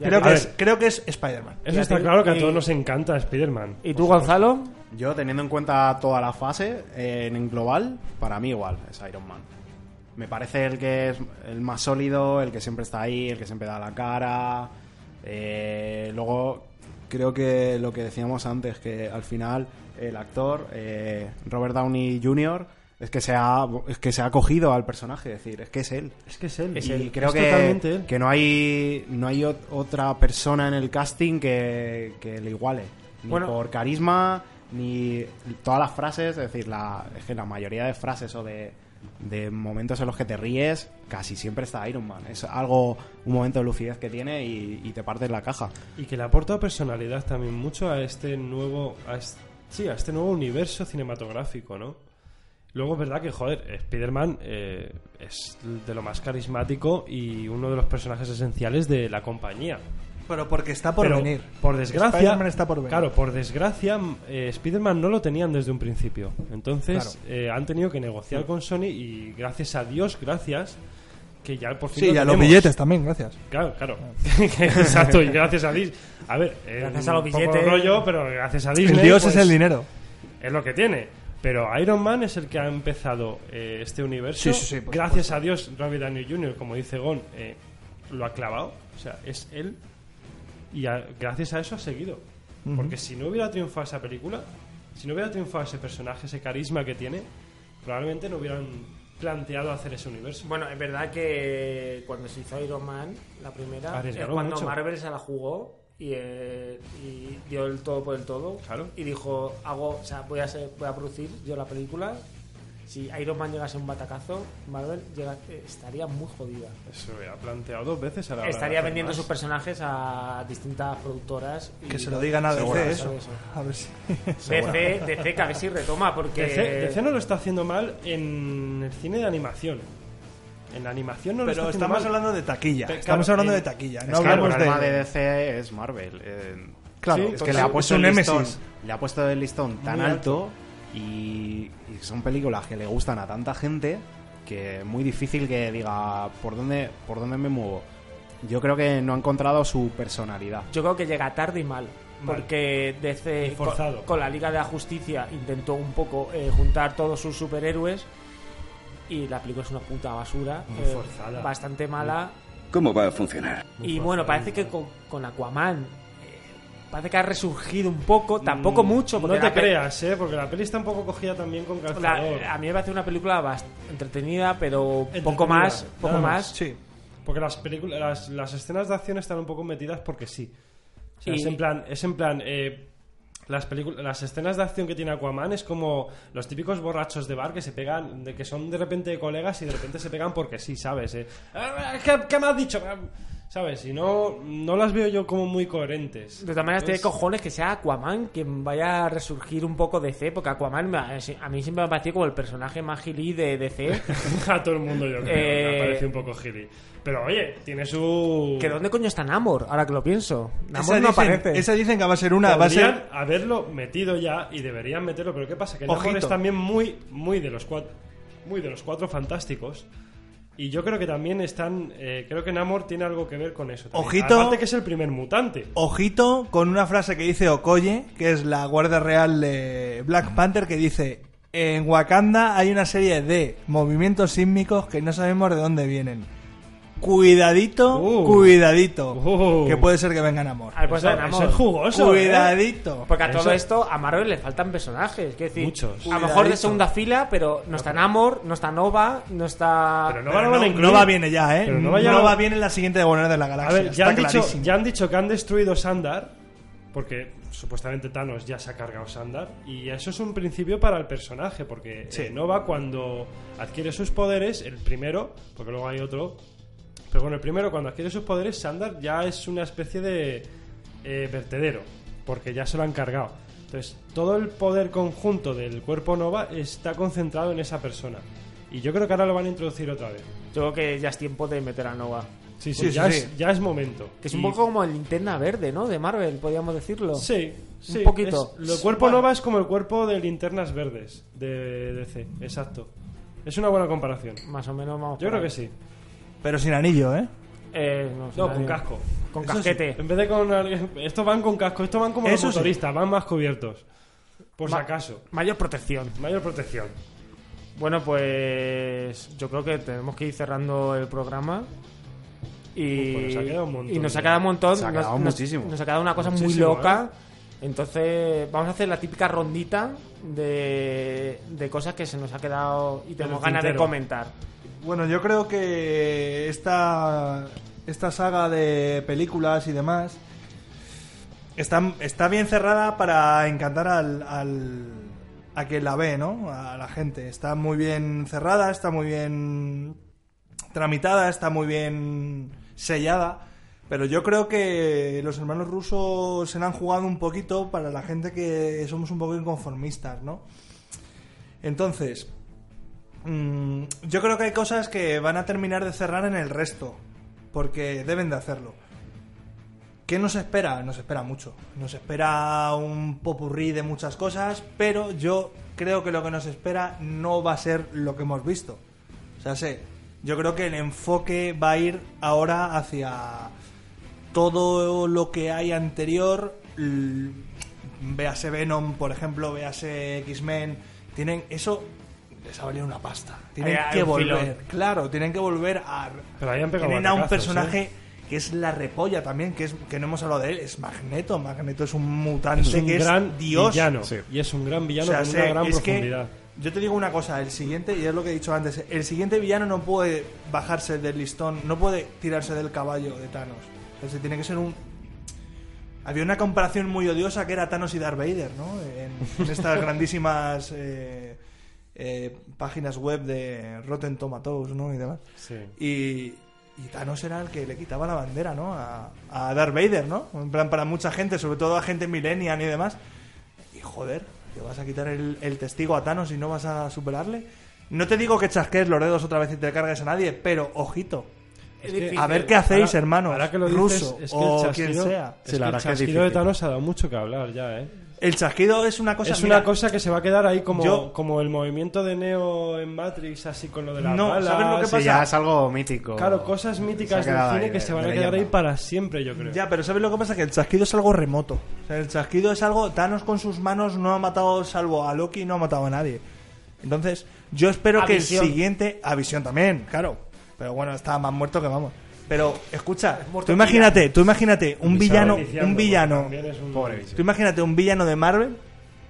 A: Ya,
D: Creo
B: a
D: que,
B: ver.
D: es, creo que es Spider-Man.
B: Eso
A: Ya
B: está
A: te-
B: claro que a
A: y-
B: todos nos encanta Spider-Man.
A: ¿Y tú, Gonzalo?
C: Yo, teniendo en cuenta toda la fase, eh, en global, para mí igual es Iron Man. Me parece el que es el más sólido, el que siempre está ahí, el que siempre da la cara. Eh, luego, creo que lo que decíamos antes, que al final el actor, eh, Robert Downey Jr., es que, se ha, es que se ha acogido al personaje, es decir, es que es él.
B: Es que es él.
C: y creo
B: Es totalmente
C: que,
B: él.
C: que no hay no hay ot- otra persona en el casting que, que le iguale. Ni
A: Bueno.
C: por carisma, ni todas las frases, es decir, la, es que la mayoría de frases o de, de momentos en los que te ríes, casi siempre está Iron Man. Es algo, un momento de lucidez que tiene y, y te partes la caja.
B: Y que le aporta personalidad también mucho a este nuevo. a es- sí, a este nuevo universo cinematográfico, ¿no? Luego es verdad que, joder, Spider-Man eh, es de lo más carismático y uno de los personajes esenciales de la compañía.
D: Pero porque está por
B: Pero,
D: venir.
B: Por desgracia.
D: Spider-Man está por venir.
B: Claro, por desgracia, eh, Spider-Man no lo tenían desde un principio. Entonces eh, han tenido que negociar con Sony y gracias a Dios, gracias, que ya por fin.
D: Sí, y a los
B: tenemos.
D: billetes también, gracias.
B: Claro, claro.
D: Ah.
B: Exacto, y gracias a Disney. A ver, es
A: Gracias
B: un
A: a los
B: poco
A: billetes.
B: rollo, pero gracias a
A: El
B: Disney.
D: dios es
B: pues,
D: el dinero.
B: Es lo que tiene. Pero Iron Man es el que ha empezado eh, este universo.
D: Sí, sí, sí, por
B: gracias a Dios, Robert Downey Jr., como dice Gon, eh, lo ha clavado. O sea, es él. Y a- gracias a eso ha seguido.
D: Ujú.
B: Porque si no hubiera triunfado esa película, si no hubiera triunfado ese personaje, ese carisma que tiene, probablemente no hubieran planteado hacer ese universo.
A: Bueno, es verdad que cuando se hizo Iron Man, la primera,
B: Arriesgaron
A: es cuando
B: mucho.
A: Marvel se la jugó y, eh, y dio el todo por el todo.
B: Claro.
A: Y dijo, hago, o sea, voy a, ser- voy a producir yo la película. Si Iron Man llegase un batacazo, Marvel llega- eh, estaría muy jodida.
B: Se hubiera planteado dos veces a la hora de
A: Estaría
B: hacer
A: vendiendo
B: más.
A: sus personajes a distintas productoras. y-
D: Que se lo digan a
A: Seguro,
B: ¿eh?
D: DC
A: seguro,
D: eso.
A: seguro.
D: A ver si.
A: DC, DC, que a ver si retoma, porque...
B: DC, DC no lo está haciendo mal en el cine de animación. En la animación no
D: Pero
B: lo está haciendo
D: estamos
B: mal.
D: hablando de taquilla.
B: Pe-
D: Estamos
B: claro,
D: hablando
B: en-
D: de taquilla. No
C: es que el
D: hablamos
C: problema de...
D: de.
C: DC es Marvel. eh,
D: Claro,
C: es que
D: total.
C: le ha puesto
D: Es un
C: el listón,
D: némesis.
C: le ha puesto el listón tan
A: Muy
C: alto, y, y son películas que le gustan a tanta gente que es muy difícil que diga por dónde por dónde me muevo. Yo creo que no ha encontrado su personalidad.
A: Yo creo que llega tarde y mal.
B: Mal.
A: Porque DC
B: Y forzado.
A: Con, con la Liga de la Justicia intentó un poco eh, juntar todos sus superhéroes y la película es una puta basura.
B: Muy
A: eh,
B: forzada.
A: Bastante mala.
E: ¿Cómo va a funcionar?
B: Muy
A: y
B: forzada,
A: bueno, parece que con, con Aquaman eh, parece que ha resurgido un poco, tampoco mucho. Porque
B: Mm, No te
A: la pe-
B: creas, ¿eh? Porque la peli está un poco cogida también con calzador.
A: la- a mí me parece una película bast- entretenida, pero
B: Entretenida,
A: poco más.
B: nada
A: Poco
B: más.
A: más.
D: Sí.
B: Porque las películas, las, las escenas de acción están un poco metidas porque sí. O sea,
A: Y-
B: es en plan, es en plan, eh, las películas, las escenas de acción que tiene Aquaman es como los típicos borrachos de bar que se pegan, de que son de repente colegas y de repente se pegan porque sí, sabes. Eh. "Ah, ¿Qué, qué me has dicho? Sabes, y no, no las veo yo como muy coherentes.
A: De todas maneras, tiene
B: Entonces-
A: cojones que sea Aquaman quien vaya a resurgir un poco DC, porque Aquaman me ha- eh, a mí siempre me ha parecido como el personaje más gilí de DC.
B: a todo el mundo yo creo,
A: Eh,
B: me parece un poco gili. Pero oye, tiene su...
A: ¿Que dónde coño está Namor? Ahora que lo pienso. Namor
D: Esa
A: no
D: dicen,
A: aparece.
D: esa dicen que va a ser una. Va a
B: Podrían
D: ser.
B: haberlo metido ya y deberían meterlo, pero ¿qué pasa? Que Namor
D: Ojito.
B: es también muy, muy de los cuatro, muy de los cuatro fantásticos. Y yo creo que también están, eh, creo que Namor tiene algo que ver con eso. también.
D: Ojito.
B: Aparte que es el primer mutante.
D: Ojito con una frase que dice Okoye, que es la guardia real de Black Panther, que dice: En Wakanda hay una serie de movimientos sísmicos que no sabemos de dónde vienen. Cuidadito,
B: Uh.
D: cuidadito.
B: Uh.
D: Que puede ser que vengan amor.
A: Al puesto de
B: Eso-
A: Ah, pues Namor.
B: eso es jugoso. ¿eh?
D: Cuidadito.
A: Porque a
B: Eso-
A: todo esto, a Marvel le faltan personajes. quiero decir,
B: Muchos.
A: a lo mejor
D: Cuidadito.
A: de segunda fila, pero no está Namor, no está Nova, no está.
B: Pero no
D: Pero
B: van a
D: no,
B: incluir.
D: no va bien ya, ¿eh?
B: Pero
D: no,
B: no va ya-
D: va bien en la siguiente de Guardianes de la
B: A
D: Galaxia.
B: ver, ya
D: está
B: han, dicho,
D: clarísimo.
B: ya han dicho que han destruido Sandar, porque supuestamente Thanos ya se ha cargado Sandar, y eso es un principio para el personaje, porque
D: Sí.
B: eh, Nova cuando adquiere sus poderes, el primero, porque luego hay otro, pero bueno, el primero cuando adquiere sus poderes, Sandar ya es una especie de eh, vertedero, porque ya se lo han cargado. Entonces, todo el poder conjunto del cuerpo Nova está concentrado en esa persona. Y yo creo que ahora lo van a introducir otra vez.
A: Yo creo que ya es tiempo de meter a Nova.
B: Sí,
D: sí,
B: ya,
D: sí,
B: es,
D: sí.
B: ya es momento.
A: Que es un
B: Y-
A: poco como el linterna verde, ¿no? De Marvel, podríamos decirlo.
B: Sí, sí.
A: Un poquito.
B: es- el cuerpo Nova es como el cuerpo de linternas verdes de DC, exacto. Es una buena comparación.
A: Más o menos vamos.
B: Yo
A: por
B: creo
A: ahí.
B: que sí.
D: Pero sin anillo, ¿eh?
A: Eh, no,
B: No,
A: nadie.
B: con casco.
A: Con
B: Eso sí.
A: casquete.
B: En vez de con. Estos van con casco, estos van como
D: Eso
B: los
D: sí.
B: motoristas, van más cubiertos. Por si
A: Ma-
B: acaso.
A: Mayor protección.
B: Mayor protección.
A: Bueno, pues yo creo que tenemos que ir cerrando el programa. Y,
B: Pues nos ha quedado un montón
A: y nos
B: ya.
A: ha quedado un montón.
C: Se ha
A: nos-
C: quedado
A: nos,
C: muchísimo.
A: Nos ha quedado una cosa muy
B: Muchísimo, ¿eh?
A: loca. Entonces, vamos a hacer la típica rondita de, de cosas que se nos ha quedado y tenemos
B: el
A: ganas de
B: tintero.
A: comentar.
D: Bueno, yo creo que esta, esta saga de películas y demás está, está bien cerrada para encantar al, al- a quien la ve, ¿no? A la gente. Está muy bien cerrada, está muy bien tramitada, está muy bien sellada. Pero yo creo que los hermanos rusos se la han jugado un poquito para la gente que somos un poco inconformistas, ¿no? Entonces, Mm, yo creo que hay cosas que van a terminar de cerrar en el resto, porque deben de hacerlo. ¿Qué nos espera? Nos espera mucho. Nos espera un popurrí de muchas cosas, pero yo creo que lo que nos espera no va a ser lo que hemos visto. O sea, sé, yo creo que el enfoque va a ir ahora hacia todo lo que hay anterior. l- Véase Venom, por ejemplo, véase X-Men. Tienen eso. Les ha valido una pasta. Tienen
B: Ahí hay
D: que
B: un
D: volver.
B: filón.
D: Claro, tienen que volver a.
B: Pero ahí han pegado
D: Tienen a un
B: batacazos, ¿eh?
D: personaje que es la repolla también, que, es, que no hemos hablado de él. Es Magneto. Magneto es un mutante
B: Es un
D: que
B: gran
D: es Dios.
B: villano. Y es un gran villano
D: O sea,
B: con una
D: sé,
B: gran
D: es que
B: profundidad.
D: yo te digo una cosa, el siguiente, y es lo que he dicho antes, el siguiente villano no puede bajarse del listón, no puede tirarse del caballo de Thanos. O sea, tiene que ser un... Había una comparación muy odiosa que era Thanos y Darth Vader, ¿no? En, en estas grandísimas eh, eh, páginas web de Rotten Tomatoes, ¿no? Y demás.
B: Sí.
D: Y, y Thanos era el que le quitaba la bandera, ¿no? A, a Darth Vader, ¿no? En plan, para mucha gente, sobre todo a gente millennial y demás. Y joder, te vas a quitar el, el testigo a Thanos y no vas a superarle. No te digo que chasques los dedos otra vez y te cargues a nadie, pero ojito.
B: Es que-
D: a ver qué hacéis,
B: Ahora-
D: hermanos.
B: ahora que lo dices,
D: ruso
B: es que el
D: o
B: chasquido-
D: quien sea.
B: es que el chasquido de Thanos ha dado mucho que hablar ya, ¿eh?
D: El chasquido es una cosa.
B: es
D: Pues mira,
B: una cosa que se va a quedar ahí como,
D: Yo-
B: como el movimiento de Neo en Matrix, así con lo de la
D: No,
B: bala.
D: ¿sabes lo que
C: Sí, ya es algo mítico.
B: Claro, cosas míticas
C: Se ha quedado
B: del cine
C: ahí,
B: que
C: de-
B: se van
C: de
B: a quedar ahí
C: leyenda.
B: para siempre, yo creo.
D: Ya, pero ¿sabes lo que pasa? Que el chasquido es algo remoto. O sea, el chasquido es algo. Thanos con sus manos no ha matado, salvo a Loki, no ha matado a nadie. Entonces, yo espero
B: A
D: que
B: Visión.
D: el siguiente. A visión también, claro. Pero bueno, está más muerto que vamos. Pero, escucha, tú imagínate, tú imagínate un villano, un villano.
B: Pobre
D: Tú imagínate un villano de Marvel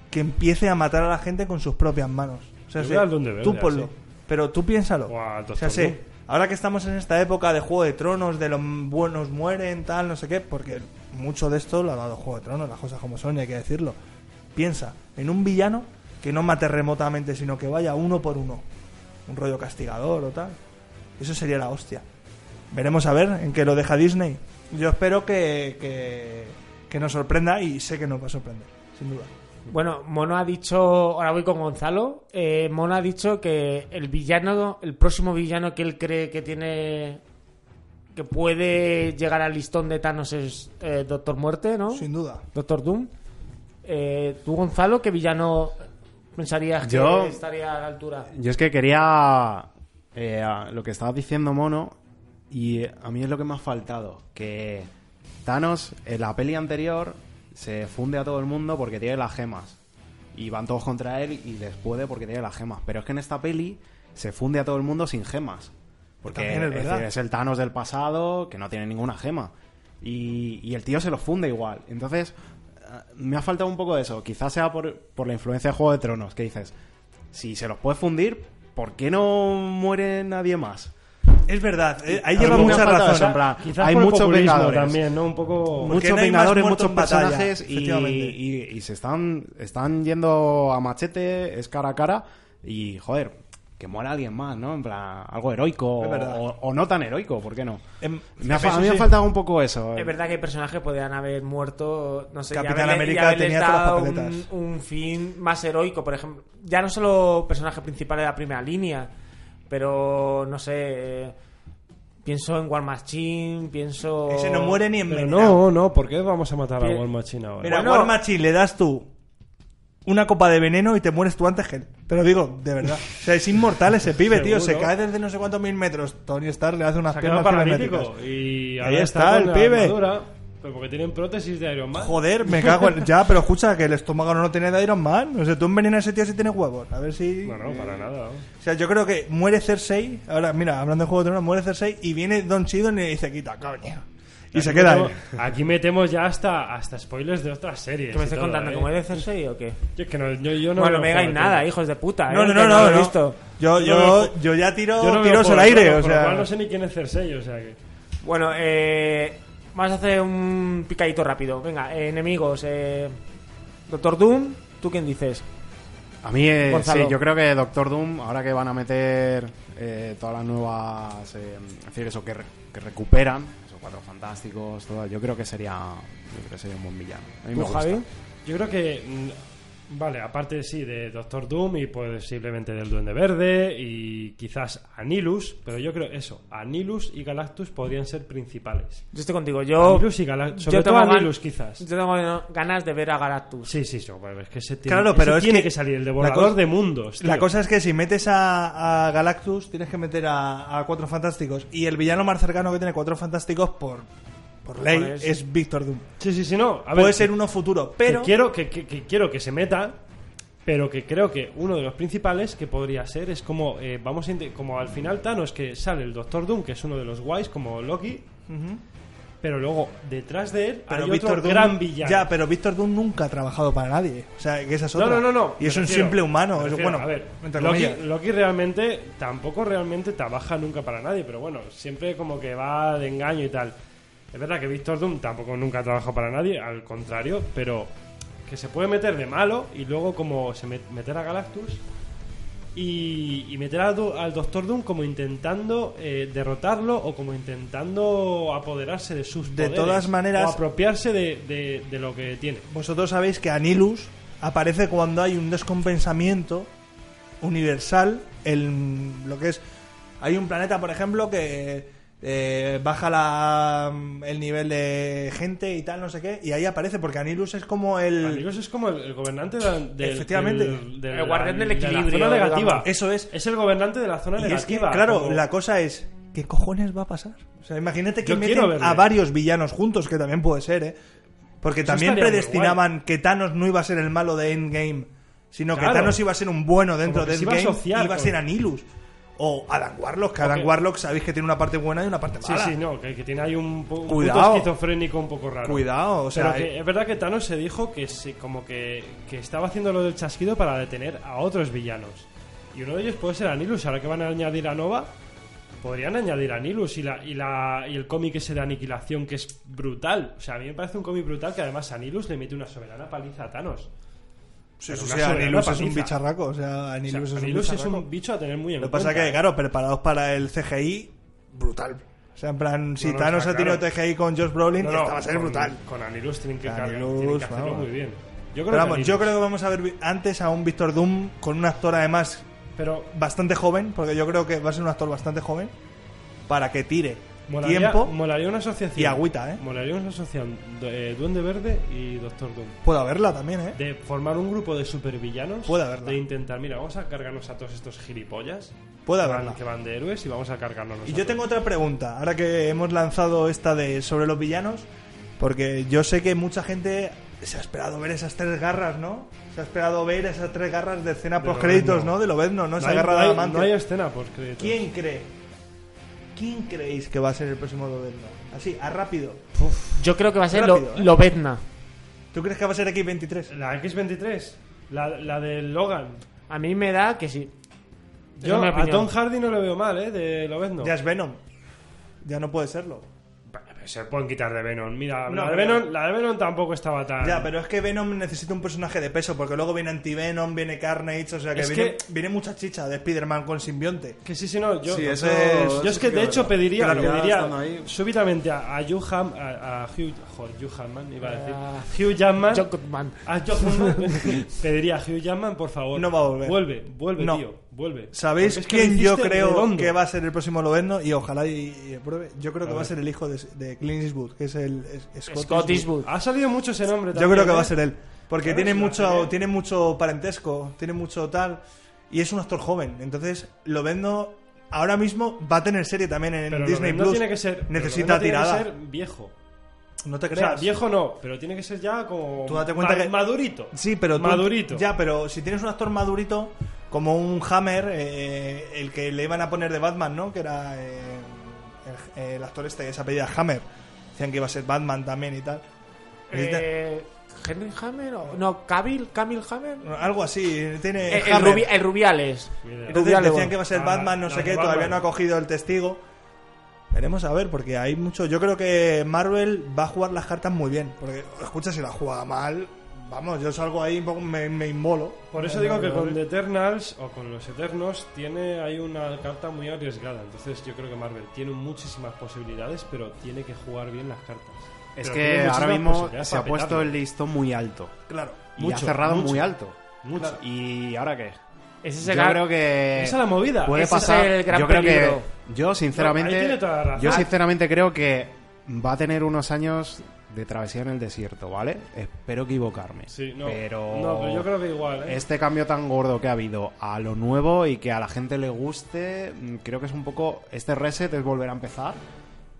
D: que empiece a matar a la gente con sus propias manos. O sea,
B: Yo
D: sé,
B: veo al Duende Verde,
D: tú ponlo.
B: así.
D: Pero tú piénsalo. o sea,
B: Doctor
D: sé, ahora que estamos en esta época de Juego de Tronos, de los buenos mueren, tal, no sé qué, porque mucho de esto lo ha dado Juego de Tronos, las cosas como son, y hay que decirlo. Piensa en un villano que no mate remotamente, sino que vaya uno por uno. Un rollo castigador o tal. Eso sería la hostia. Veremos a ver en qué lo deja Disney. Yo espero que, que, que nos sorprenda y sé que nos va a sorprender, sin duda.
A: Bueno, Mono ha dicho, ahora voy con Gonzalo, eh, Mono ha dicho que el villano, el próximo villano que él cree que tiene, que puede llegar al listón de Thanos es eh, Doctor Muerte, ¿no?
D: Sin duda.
A: Doctor Doom. Eh, ¿Tú, Gonzalo, qué villano pensarías
C: Yo-
A: que estaría a la altura?
C: Yo es que quería eh, a- lo que estabas diciendo, mono, y a mí es lo que me ha faltado. Que Thanos, en la peli anterior, se funde a todo el mundo porque tiene las gemas. Y van todos contra él y les puede porque tiene las gemas. Pero es que en esta peli se funde a todo el mundo sin gemas. Porque
D: También es
C: es,
D: verdad.
C: decir, es el Thanos del pasado que no tiene ninguna gema. Y, y el tío se los funde igual. Entonces, eh, me ha faltado un poco de eso. Quizás sea por, por la influencia de Juego de Tronos, que dices, si se los puede fundir, ¿por qué no muere nadie más?
D: Es verdad, eh, ahí
C: A
D: lleva
C: mí me ha
D: mucha
C: faltado
D: razón. ¿eh?
C: eso, en plan,
B: Quizás
C: hay
B: por el
C: muchos
B: populismo
C: vengadores.
B: también, ¿no? Un poco...
D: Porque
C: muchos
D: no hay más
C: vengadores,
D: muerto
C: muchos
D: en batalla,
C: personajes y,
D: efectivamente.
C: y- y se están, están yendo a machete, es cara a cara y joder, que muera alguien más, ¿no? En plan, algo heroico
D: Es verdad.
C: o, o no tan heroico, ¿por qué no?
D: Em,
C: Me ha,
D: eso
C: fa- a mí me
D: sí.
C: ha faltado un poco eso. eh.
A: Es verdad que personajes podrían haber muerto, no sé, y
D: Capitán
A: haberle- y
D: América
A: haberles
D: tenía todas las
A: dado
D: papeletas.
A: Un, un fin más heroico, por ejemplo. Ya no solo personajes principales de la primera línea, pero no sé. eh, Pienso en War Machine, pienso.
D: Ese no muere ni en
B: Pero no, no, ¿por qué vamos a matar a War Machine ahora?
D: Mira, pues,
A: Bueno.
D: War Machine le das tú una copa de veneno y te mueres tú antes que él. Te lo digo, de verdad. O sea, es inmortal ese pibe, tío. Se
B: Seguro.
D: cae desde no sé cuántos mil metros. Tony Stark le hace unas
B: Se ha
D: piernas
B: quedado
D: cibernéticas.
B: paralítico. Y
D: Ahí
B: ahora
D: está
B: con
D: el
B: la
D: pibe.
B: armadura, pero porque tienen prótesis de Iron Man.
D: Joder, me cago en... Ya, pero escucha, que el estómago no lo tiene de Iron Man. O sea, tú envenenas a ese tío si tiene huevos. A ver si...
B: No, no, para nada.
D: O sea, yo creo que muere Cersei. Ahora, mira, hablando de Juego de Tronos, muere Cersei y viene Don Chidon y le dice, quita, coño. Y se queda
B: metemos-
D: ahí.
B: Aquí metemos ya hasta, hasta spoilers de otras series.
A: ¿Que me
B: y
A: estás
B: todo,
A: contando
B: ¿eh?
A: como es de Cersei o qué?
B: Yo, es que no, yo, yo no
A: bueno,
B: veo
A: me hagáis
B: Juego de
A: nada,
B: Tronos.
A: hijos de puta.
D: No,
A: ¿eh? Que
D: no, no,
A: lo
D: no,
A: he
D: no.
A: visto.
D: Yo,
B: No
D: yo,
B: veo-
D: yo ya tiro
B: Yo no veo
D: tiros
B: Juego
D: al
B: de
D: aire,
B: Tronos,
D: o
B: con lo
D: sea...
B: cual no sé ni quién es Cersei, o sea que...
A: Bueno, eh, vamos a hacer un picadito rápido. Venga, eh, enemigos. Eh, Doctor Doom, ¿tú quién dices?
C: A mí, eh,
A: Gonzalo.
C: sí, yo creo que Doctor Doom, ahora que van a meter eh, todas las nuevas. eh, es decir, eso que, re- que recuperan, esos cuatro fantásticos, todo, yo creo que sería, yo creo que sería un buen villano. A mí me
A: ¿Tú,
C: gusta.
A: Javi?
B: Yo creo que mm, Vale, aparte sí, de Doctor Doom y posiblemente del Duende Verde y quizás Anilus, pero yo creo eso, Anilus y Galactus podrían ser principales.
A: Yo estoy contigo, yo.
B: Anilus y Galactus, sobre todo
A: gan-
B: Anilus quizás.
A: Yo tengo ganas de ver a Galactus.
B: Sí, sí, sí, bueno, es que se tiene,
D: Claro, pero
B: ese
D: es
B: tiene
D: que,
B: que, salir el
D: la
B: devorador
D: cosa-
B: de mundos.
D: La
B: tío.
D: cosa es que si metes a, a Galactus, tienes que meter a, a Cuatro Fantásticos. Y el villano más cercano que tiene Cuatro Fantásticos por, por ley
B: Por eso.
D: es Víctor Doom.
B: Sí, sí, sí, no. a
D: Puede
B: ver,
D: ser
B: que-
D: uno futuro,
B: que
D: pero.
B: quiero que, que- que quiero que se meta, pero que creo que uno de los principales que podría ser es como eh, vamos a inte- como al final Thanos que sale el Doctor Doom, que es uno de los guays como Loki,
D: Ujú.
B: pero luego detrás de él
D: Pero
B: hay
D: Víctor
B: otro
D: Doom-
B: gran villano.
D: Ya, pero Víctor Doom nunca ha trabajado para nadie. O sea, que esa es
B: no,
D: otra.
B: no, no, no.
D: Y
B: me
D: es un
B: refiero-
D: simple humano.
B: me
D: es
B: refiero,
D: bueno,
B: a ver,
D: entre
B: Loki,
D: comillas.
B: Loki realmente tampoco realmente trabaja nunca para nadie, pero bueno, siempre como que va de engaño y tal. Es verdad que Víctor Doom tampoco nunca ha trabajado para nadie, al contrario, pero que se puede meter de malo y luego como se met- meter a Galactus y, y meter a Do- al Doctor Doom como intentando eh, derrotarlo o como intentando apoderarse de sus
D: De
B: poderes,
D: todas maneras-
B: o apropiarse de- de- de lo que tiene.
D: Vosotros sabéis que Anilus aparece cuando hay un descompensamiento universal en lo que es... Hay un planeta, por ejemplo, que eh, baja la, el nivel de gente y tal, no sé qué, y ahí aparece, porque Anilus es como el...
B: Amigos es como el, el gobernante de la- del-
D: Efectivamente.
B: del- del-
A: El guardián del
B: de la
A: equilibrio,
B: zona negativa.
A: digamos.
B: Eso es. Es el gobernante de la zona
D: Y
B: negativa.
D: es que, claro,
B: como-
D: la cosa es, ¿qué cojones va a pasar? O sea, imagínate que
B: Yo quiero
D: meten
B: verlo.
D: a varios villanos juntos, que también puede ser, ¿eh? Porque
B: Eso
D: también
B: estaría muy
D: predestinaban que Thanos no iba a ser el malo de Endgame, sino
B: Claro.
D: que Thanos iba a ser un bueno dentro
B: Como que
D: de
B: se iba a
D: Endgame,
B: asociar
D: iba a
B: con-
D: ser Anilus. O Adam Warlock, que Adam
B: Ok.
D: Warlock sabéis que tiene una parte buena y una parte
B: Sí,
D: mala.
B: sí, no, que, que tiene ahí un, po- un
D: Cuidado.
B: puto esquizofrénico un poco raro.
D: Cuidado, o sea,
B: Pero que
D: eh,
B: es verdad que Thanos se dijo que sí, como que, que estaba haciendo lo del chasquido para detener a otros villanos. Y uno de ellos puede ser Anilus, ahora que van a añadir a Nova. Podrían añadir a Anilus y, la, y, la, y el cómic ese de Aniquilación que es brutal. O sea, a mí me parece un cómic brutal que además Anilus le mete una soberana paliza a Thanos.
D: sí,
B: Pero una
D: sí, sí, Pues Anilus
B: soberana
D: es un
B: paliza.
D: bicharraco, o sea,
B: O
D: Anilus,
B: sea,
D: es, un
B: Anilus es
D: bicharraco.
B: un bicho a tener muy en
D: Lo que pasa
B: cuenta,
D: que,
B: ¿eh?
D: claro, preparados para el CGI, brutal. O sea, en plan, si
B: no,
D: Thanos
B: está
D: ha tenido
B: claro.
D: CGI con Josh Brolin,
B: No, no,
D: esta va a ser
B: con-
D: brutal.
B: Con Anilus tienen que, cargar-
D: Anilus,
B: tienen que hacerlo
D: vamos.
B: muy bien. Yo creo
D: pero
B: que
D: vamos, yo
B: Anilus-
D: creo que vamos a ver vi- antes a un Víctor Doom con un actor además
B: Pero
D: bastante joven, porque yo creo que va a ser un actor bastante joven, para que tire
B: molaría,
D: tiempo.
B: molaría una asociación.
D: y agüita, ¿eh?
B: Molaría una asociación eh, Duende Verde y Doctor Doom.
D: Puede haberla también, ¿eh?
B: De formar un grupo de supervillanos.
D: Puede haberla.
B: De intentar, mira, vamos a cargarnos a todos estos gilipollas.
D: Puede
B: que van-
D: haberla.
B: Que van de héroes y vamos a cargarnos
D: Y
B: nosotros.
D: yo tengo otra pregunta, ahora que hemos lanzado esta de sobre los villanos, porque yo sé que mucha gente se ha esperado ver esas tres garras, ¿no? Se ha esperado ver esas tres garras de escena
B: De
D: post
B: Lobezno.
D: créditos, ¿no? De Lobezno, ¿no?
B: No
D: Esa
B: hay,
D: garra
B: no
D: de
B: hay-
D: adamante.
B: no hay escena por créditos.
D: ¿Quién cree? ¿Quién creéis que va a ser el próximo Lobezno? Así, a rápido.
A: Yo creo que va a ser
D: Rápido,
A: lo,
D: ¿eh?
A: Lobezna.
D: ¿Tú crees que va a ser X23?
B: La X23. La, la de Logan.
A: A mí me da que sí. Esa es
B: Yo
A: mi
B: a
A: opinión.
B: Tom Hardy no lo veo mal, ¿eh? De Lobezno.
D: Ya es Venom. Ya no puede serlo.
B: Se pueden quitar de Venom. Mira,
D: No,
B: la, de
D: pero-
B: Venom, la de Venom tampoco estaba tan.
D: Ya, pero es que Venom necesita un personaje de peso, porque luego viene Anti-Venom, viene Carnage, o sea que,
B: Es que-
D: viene, viene mucha chicha de Spider-Man con simbionte.
B: Que sí, sí, no. Yo,
C: Sí,
B: yo-
C: eso-
B: yo es
C: eso
B: que
C: sí que
B: de
C: es
B: hecho
C: verdad.
B: pediría,
C: Claro, ya
B: pediría
C: estando ahí.
B: súbitamente a, a Hugh Ham- a, a Hugh, joder, Hugh Jackman, iba a decir.
A: Ah,
B: Hugh Jackman.
A: John Goodman.
B: a Hugh Jackman. pediría a Hugh Jackman, por favor.
D: No va a volver.
B: Vuelve, vuelve,
D: No.
B: tío. Vuelve.
D: ¿Sabéis
B: Porque es que
D: quién
B: lo
D: yo
B: hiciste
D: creo
B: redondo.
D: que va a ser el próximo Lobezno? Y ojalá y, y pruebe. Yo creo que va a
B: ver.
D: ser el hijo de, de Clint Eastwood, que es el es- es Scott,
A: Scott Eastwood.
B: Ha salido mucho ese nombre
D: Yo
B: también.
D: creo que
B: ¿eh?
D: va a ser él. Porque
B: Claro,
D: tiene
B: es una
D: mucho,
B: serie.
D: tiene mucho parentesco, tiene mucho tal. Y es un actor joven. Entonces, lo vendo. Ahora mismo va a tener serie también en
B: Pero
D: Disney
B: Lobezno
D: Plus.
B: tiene que ser. pero
D: Necesita
B: Lobezno tiene que
D: tirada.
B: ser viejo.
D: No te
B: O
D: creas.
B: sea, viejo no, pero tiene que ser ya como.
D: Tú date cuenta
B: ma-
D: que-
B: Madurito.
D: Sí, pero tú-
B: Madurito.
D: Ya, pero si tienes un actor madurito, como un Hammer, eh, el que le iban a poner de Batman, ¿no? Que era eh, el, el actor este que se apellida Hammer. Decían que iba a ser Batman también y tal. Necesita-
A: Eh, ¿Henry Hammer? O, no, Cavill, Camil Hammer.
D: Algo así. Tiene
A: Eh, el,
D: Hammer.
A: Rubi- el Rubiales.
B: Mira.
A: El
D: Entonces
A: Rubiales,
D: decían que
A: bueno.
D: va a ser
B: Ah,
D: Batman, no
B: la
D: sé
B: de
D: qué,
B: Batman.
D: todavía no ha cogido el testigo. Veremos a ver, porque hay mucho. Yo creo que Marvel va a jugar las cartas muy bien. Porque, escucha, si la juega mal, vamos, yo salgo ahí un poco, me, me inmolo.
B: Por eso
D: Eh,
B: digo
D: no,
B: que
D: no,
B: con
D: no.
B: The Eternals o con los Eternos tiene hay una carta muy arriesgada. Entonces yo creo que Marvel tiene muchísimas posibilidades, pero tiene que jugar bien las cartas.
C: Es
B: Pero
C: que
B: tiene
C: ahora
B: muchísimas
C: mismo
B: posibilidades
C: se ha
B: para
C: puesto
B: petarlo.
C: el listón muy alto.
D: Claro.
C: Y
B: Mucho,
C: ha cerrado
B: mucho.
C: muy alto.
B: Mucho.
C: ¿Y ahora qué?
A: Ese es
C: yo
A: el gran-
C: creo que.
B: Esa es la movida.
C: Puede
B: Ese es
C: pasar.
B: el gran
C: yo creo
B: peligro.
C: que. Yo,
B: No, ahí
C: sinceramente.
B: tiene toda la razón. Ah.
C: yo, sinceramente, creo que va a tener unos años de travesía en el desierto, ¿vale? Espero equivocarme.
B: Sí, no.
C: Pero.
B: No, pero yo creo que igual, ¿eh?
C: Este cambio tan gordo que ha habido a lo nuevo y que a la gente le guste, mm, creo que es un poco. Este reset es volver a empezar.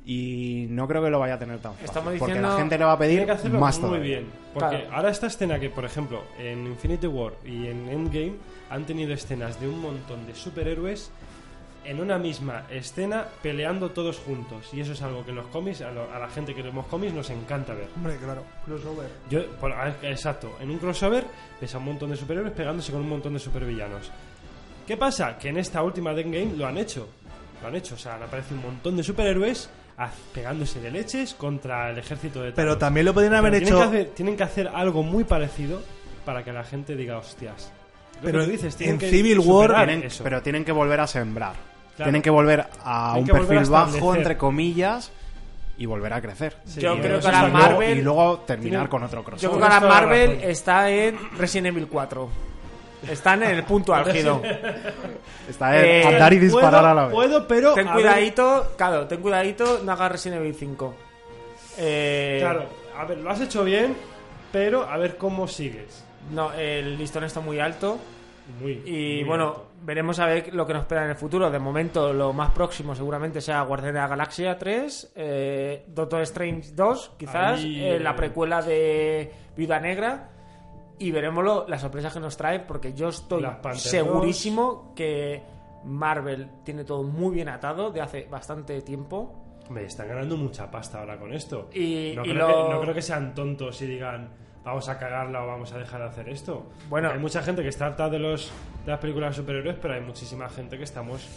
C: Y no creo que lo vaya a tener tan fácil.
B: Estamos
C: porque
B: diciendo-
C: la gente le va a pedir
B: Tiene que hacerlo
C: más
B: muy
C: todavía.
B: bien. Porque
C: Claro.
B: ahora esta escena que, por ejemplo, en Infinity War y en Endgame han tenido escenas de un montón de superhéroes en una misma escena peleando todos juntos. Y eso es algo que en los cómics, a, lo- a la gente que vemos cómics, nos encanta ver.
D: Hombre, claro, crossover.
B: Yo, por- ah, exacto, en un crossover ves a un montón de superhéroes pegándose con un montón de supervillanos. ¿Qué pasa? Que en esta última de Endgame lo han hecho. Lo han hecho, o sea, han aparecido un montón de superhéroes haz- pegándose de leches contra el ejército de Thanos.
D: Pero también lo podrían haber
B: Pero
D: hecho-
B: Tienen que, hacer, tienen que hacer algo muy parecido para que la gente diga, hostias. Lo que
D: Pero
B: tú dices, tienen
C: en
B: que
C: Civil War
B: superar
C: tienen-
B: eso.
C: pero tienen que volver a sembrar.
B: Claro.
C: Tienen que volver a
B: Tienen
C: un
B: que volver a
C: perfil bajo,
B: establecer.
C: entre comillas, y volver a crecer.
A: Sí, Yo
C: Y
A: creo
C: eso
A: que ahora
C: y luego-
A: Marvel-
C: Y luego terminar
A: Tiene-
C: con otro
A: Yo
C: crossover.
A: creo que ahora Marvel está en Resident Evil 4. Están en el punto álgido.
C: Está en andar y disparar a la vez.
A: Puedo, pero. Ten
B: a
A: cuidadito, claro, ten cuidadito, no hagas Resident Evil 5. Eh,
B: Claro, a ver, lo has hecho bien, pero a ver cómo sigues.
A: No, el listón está muy alto.
B: Muy,
A: y
B: muy
A: bueno,
B: alto.
A: veremos a ver lo que nos espera en el futuro. De momento, lo más próximo seguramente sea Guardianes de la Galaxia 3, eh, Doctor Strange 2, quizás,
B: Ahí,
A: eh,
B: eh.
A: la precuela de Viuda Negra. Y veremos lo- las sorpresas que nos trae, porque yo estoy
B: Black Panther
A: segurísimo que Marvel tiene todo muy bien atado de hace bastante tiempo.
B: Me están ganando mucha pasta ahora con esto.
A: Y-
B: no,
A: y lo-
B: creo que, no creo que sean tontos y digan vamos a cagarla o vamos a dejar de hacer esto.
A: Bueno.
B: hay mucha gente que está harta de los de las películas de superhéroes, pero hay muchísima gente que estamos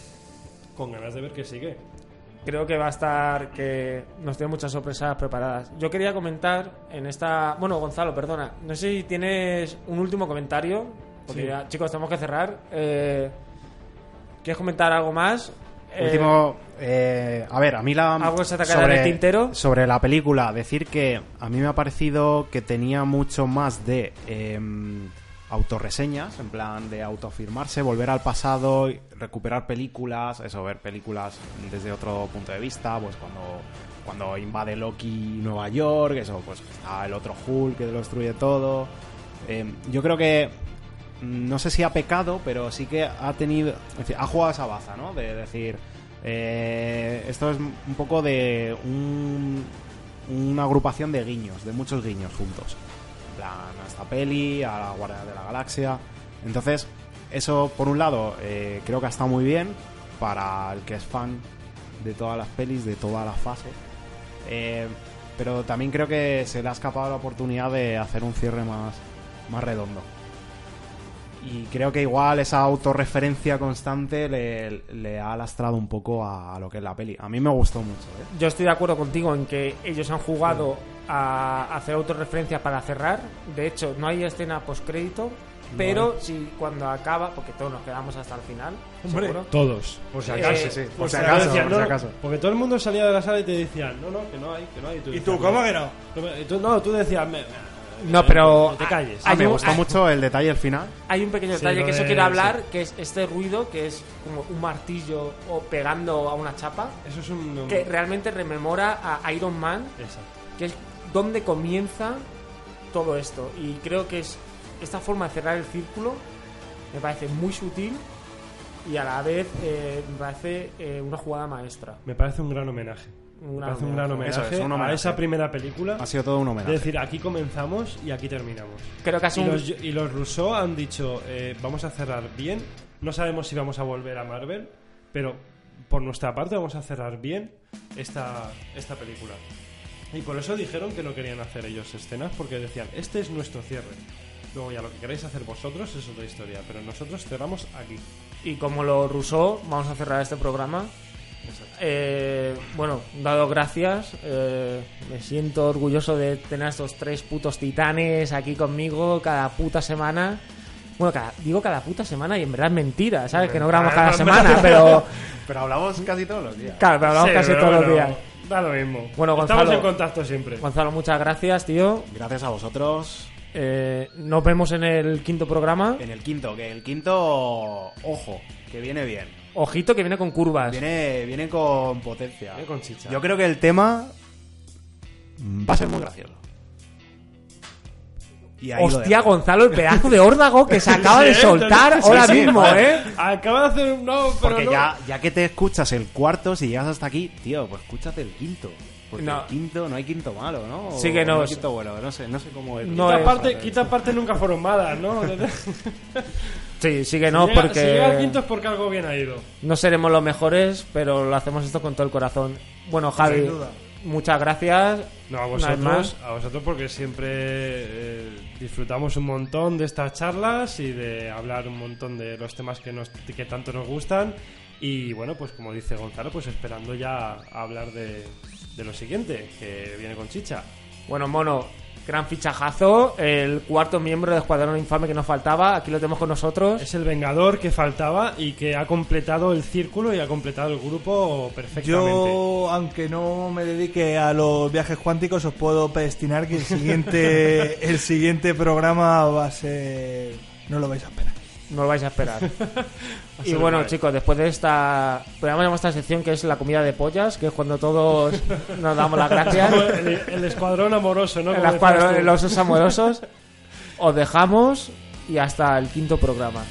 B: con ganas de ver que sigue.
A: creo que va a estar que nos tiene muchas sorpresas preparadas. Yo quería comentar en esta, bueno, Gonzalo, perdona, no sé si tienes un último comentario, porque
B: Sí.
A: ya, chicos, tenemos que cerrar. Eh, ¿Quieres comentar algo más? Eh,
C: Último, eh, a ver, a mí la
A: ¿Algo que se te ha quedado en el tintero?
C: sobre la película decir que a mí me ha parecido que tenía mucho más de eh, autorreseñas, en plan de autoafirmarse, volver al pasado, y recuperar películas, eso ver películas desde otro punto de vista, pues cuando cuando invade Loki Nueva York, eso pues está el otro Hulk que lo destruye todo. Eh, yo creo que mm, no sé si ha pecado, pero sí que ha tenido, en fin, ha jugado esa baza, ¿no? De decir, eh, esto es un poco de un- una agrupación de guiños, de muchos guiños juntos. En plan, a esta peli, a la Guardia de la Galaxia. Entonces, eso por un lado eh, creo que ha estado muy bien para el que es fan de todas las pelis, de todas las fases. Eh, pero también creo que se le ha escapado la oportunidad de hacer un cierre más, más redondo. Y creo que igual esa autorreferencia constante le, le ha lastrado un poco a lo que es la peli. A mí me gustó mucho, ¿eh?
A: Yo estoy de acuerdo contigo en que ellos han jugado a hacer autorreferencias para cerrar. De hecho, no hay escena postcrédito, pero
B: hay.
A: si cuando acaba, porque todos nos quedamos hasta el final,
B: Hombre,
A: seguro.
B: todos. Por si
A: Eh,
B: acaso.
A: sí, sí, por
B: Porque
A: si
B: te
A: acaso,
B: decían,
A: por
B: no,
A: si
B: no,
A: acaso.
B: Porque todo el mundo salía de la sala y te decían, no, no, que no hay, que no hay.
D: ¿Y
B: decías,
D: tú, cómo que no?
B: Tú me- y tú- no, tú decías, me- me-
A: No, pero-
B: no te calles.
A: Ah, Hay
C: me
A: un-
C: gustó
A: hay-
C: mucho el detalle al final.
A: Hay un pequeño
B: Sí,
A: detalle
B: lo
A: que eso
B: de-
A: quiero hablar,
B: sí.
A: que es este ruido que es como un martillo o pegando a una chapa,
B: Eso es un.
A: que realmente rememora a Iron Man,
B: Exacto.
A: que es donde comienza todo esto. Y creo que es esta forma de cerrar el círculo me parece muy sutil y a la vez eh, me parece eh, una jugada maestra.
B: Me parece un gran homenaje.
A: Un
B: me
A: gran
B: parece un
A: homenaje.
B: gran homenaje,
C: Eso es, un homenaje.
B: a esa primera película.
C: Ha sido todo un homenaje.
B: Es decir, aquí comenzamos y aquí terminamos.
A: Creo que ha
B: y,
A: sido un-
B: los, y los Rousseau han dicho, eh, vamos a cerrar bien. No sabemos si vamos a volver a Marvel, pero por nuestra parte vamos a cerrar bien esta, esta película. Y por eso dijeron que no querían hacer ellos escenas, porque decían, este es nuestro cierre. Luego ya lo que queráis hacer vosotros es otra historia, pero nosotros cerramos aquí.
A: Y como lo rusó, vamos a cerrar este programa. Eh, bueno, dado gracias, eh, me siento orgulloso de tener a estos tres putos titanes aquí conmigo cada puta semana. Bueno, cada- digo cada puta semana y en verdad es mentira, ¿sabes? Que no grabamos cada semana, pero
C: Pero hablamos casi todos los días.
A: claro, pero hablamos
B: Sí,
A: casi
B: pero
A: todos los
B: bueno,
A: días.
B: Da lo mismo.
A: Bueno,
B: Estamos
A: Gonzalo-
B: en contacto siempre.
A: Gonzalo, muchas gracias, tío.
C: Gracias a vosotros.
A: Eh, nos vemos en el quinto programa.
C: En el quinto, que el quinto, ojo, que viene bien.
A: Ojito que viene con curvas.
C: Viene, viene con potencia.
B: Viene con chicha.
C: Yo creo que el tema va a ser muy gracioso. Y ahí lo
A: Hostia,
C: dejo.
A: Gonzalo, el pedazo de órdago que se acaba de soltar
C: Sí,
A: ahora
C: sí,
A: mismo,
C: vale.
A: ¿eh?
B: Acaba de hacer un no, pero
C: Porque
B: no.
C: ya, ya que te escuchas el cuarto, si llegas hasta aquí, tío, pues escúchate el quinto. Porque
A: No.
C: el quinto no hay quinto malo, ¿no?
A: Sí que
C: O
A: no,
C: hay
A: sí.
C: quinto bueno, no sé, no sé cómo es.
A: No eh,
B: quita,
A: es-
B: parte, quita parte nunca fueron malas, ¿no?
A: Sí, sí que no,
B: Si llega-
A: porque
B: Si llega al quinto es porque algo bien ha ido.
A: no seremos los mejores, pero lo hacemos esto con todo el corazón. Bueno, Javi,
B: Sin duda.
A: muchas gracias.
B: No, a
A: Una vez
B: vosotros, a vosotros porque siempre eh, disfrutamos un montón de estas charlas y de hablar un montón de los temas que, nos, que tanto nos gustan. Y bueno, pues como dice Gonzalo, pues esperando ya a hablar de, de lo siguiente, que viene con chicha.
A: Bueno, mono, gran fichajazo. El cuarto miembro de Escuadrón Infame que nos faltaba. Aquí lo tenemos con nosotros.
B: Es el Vengador que faltaba y que ha completado el círculo y ha completado el grupo perfectamente.
D: Yo, aunque no me dedique a los viajes cuánticos, os puedo predestinar que el siguiente, el siguiente programa va a ser. No lo vais a esperar.
A: No lo vais a esperar. y
B: ser
A: bueno,
B: guay.
A: chicos, después de esta. Podríamos llamar esta sección que es la comida de pollas, que es cuando todos nos damos las gracias.
B: El, el escuadrón amoroso, ¿no?
A: El
B: Como
A: escuadrón
B: decías
A: de
B: tú.
A: los osos amorosos. Os dejamos y hasta el quinto programa.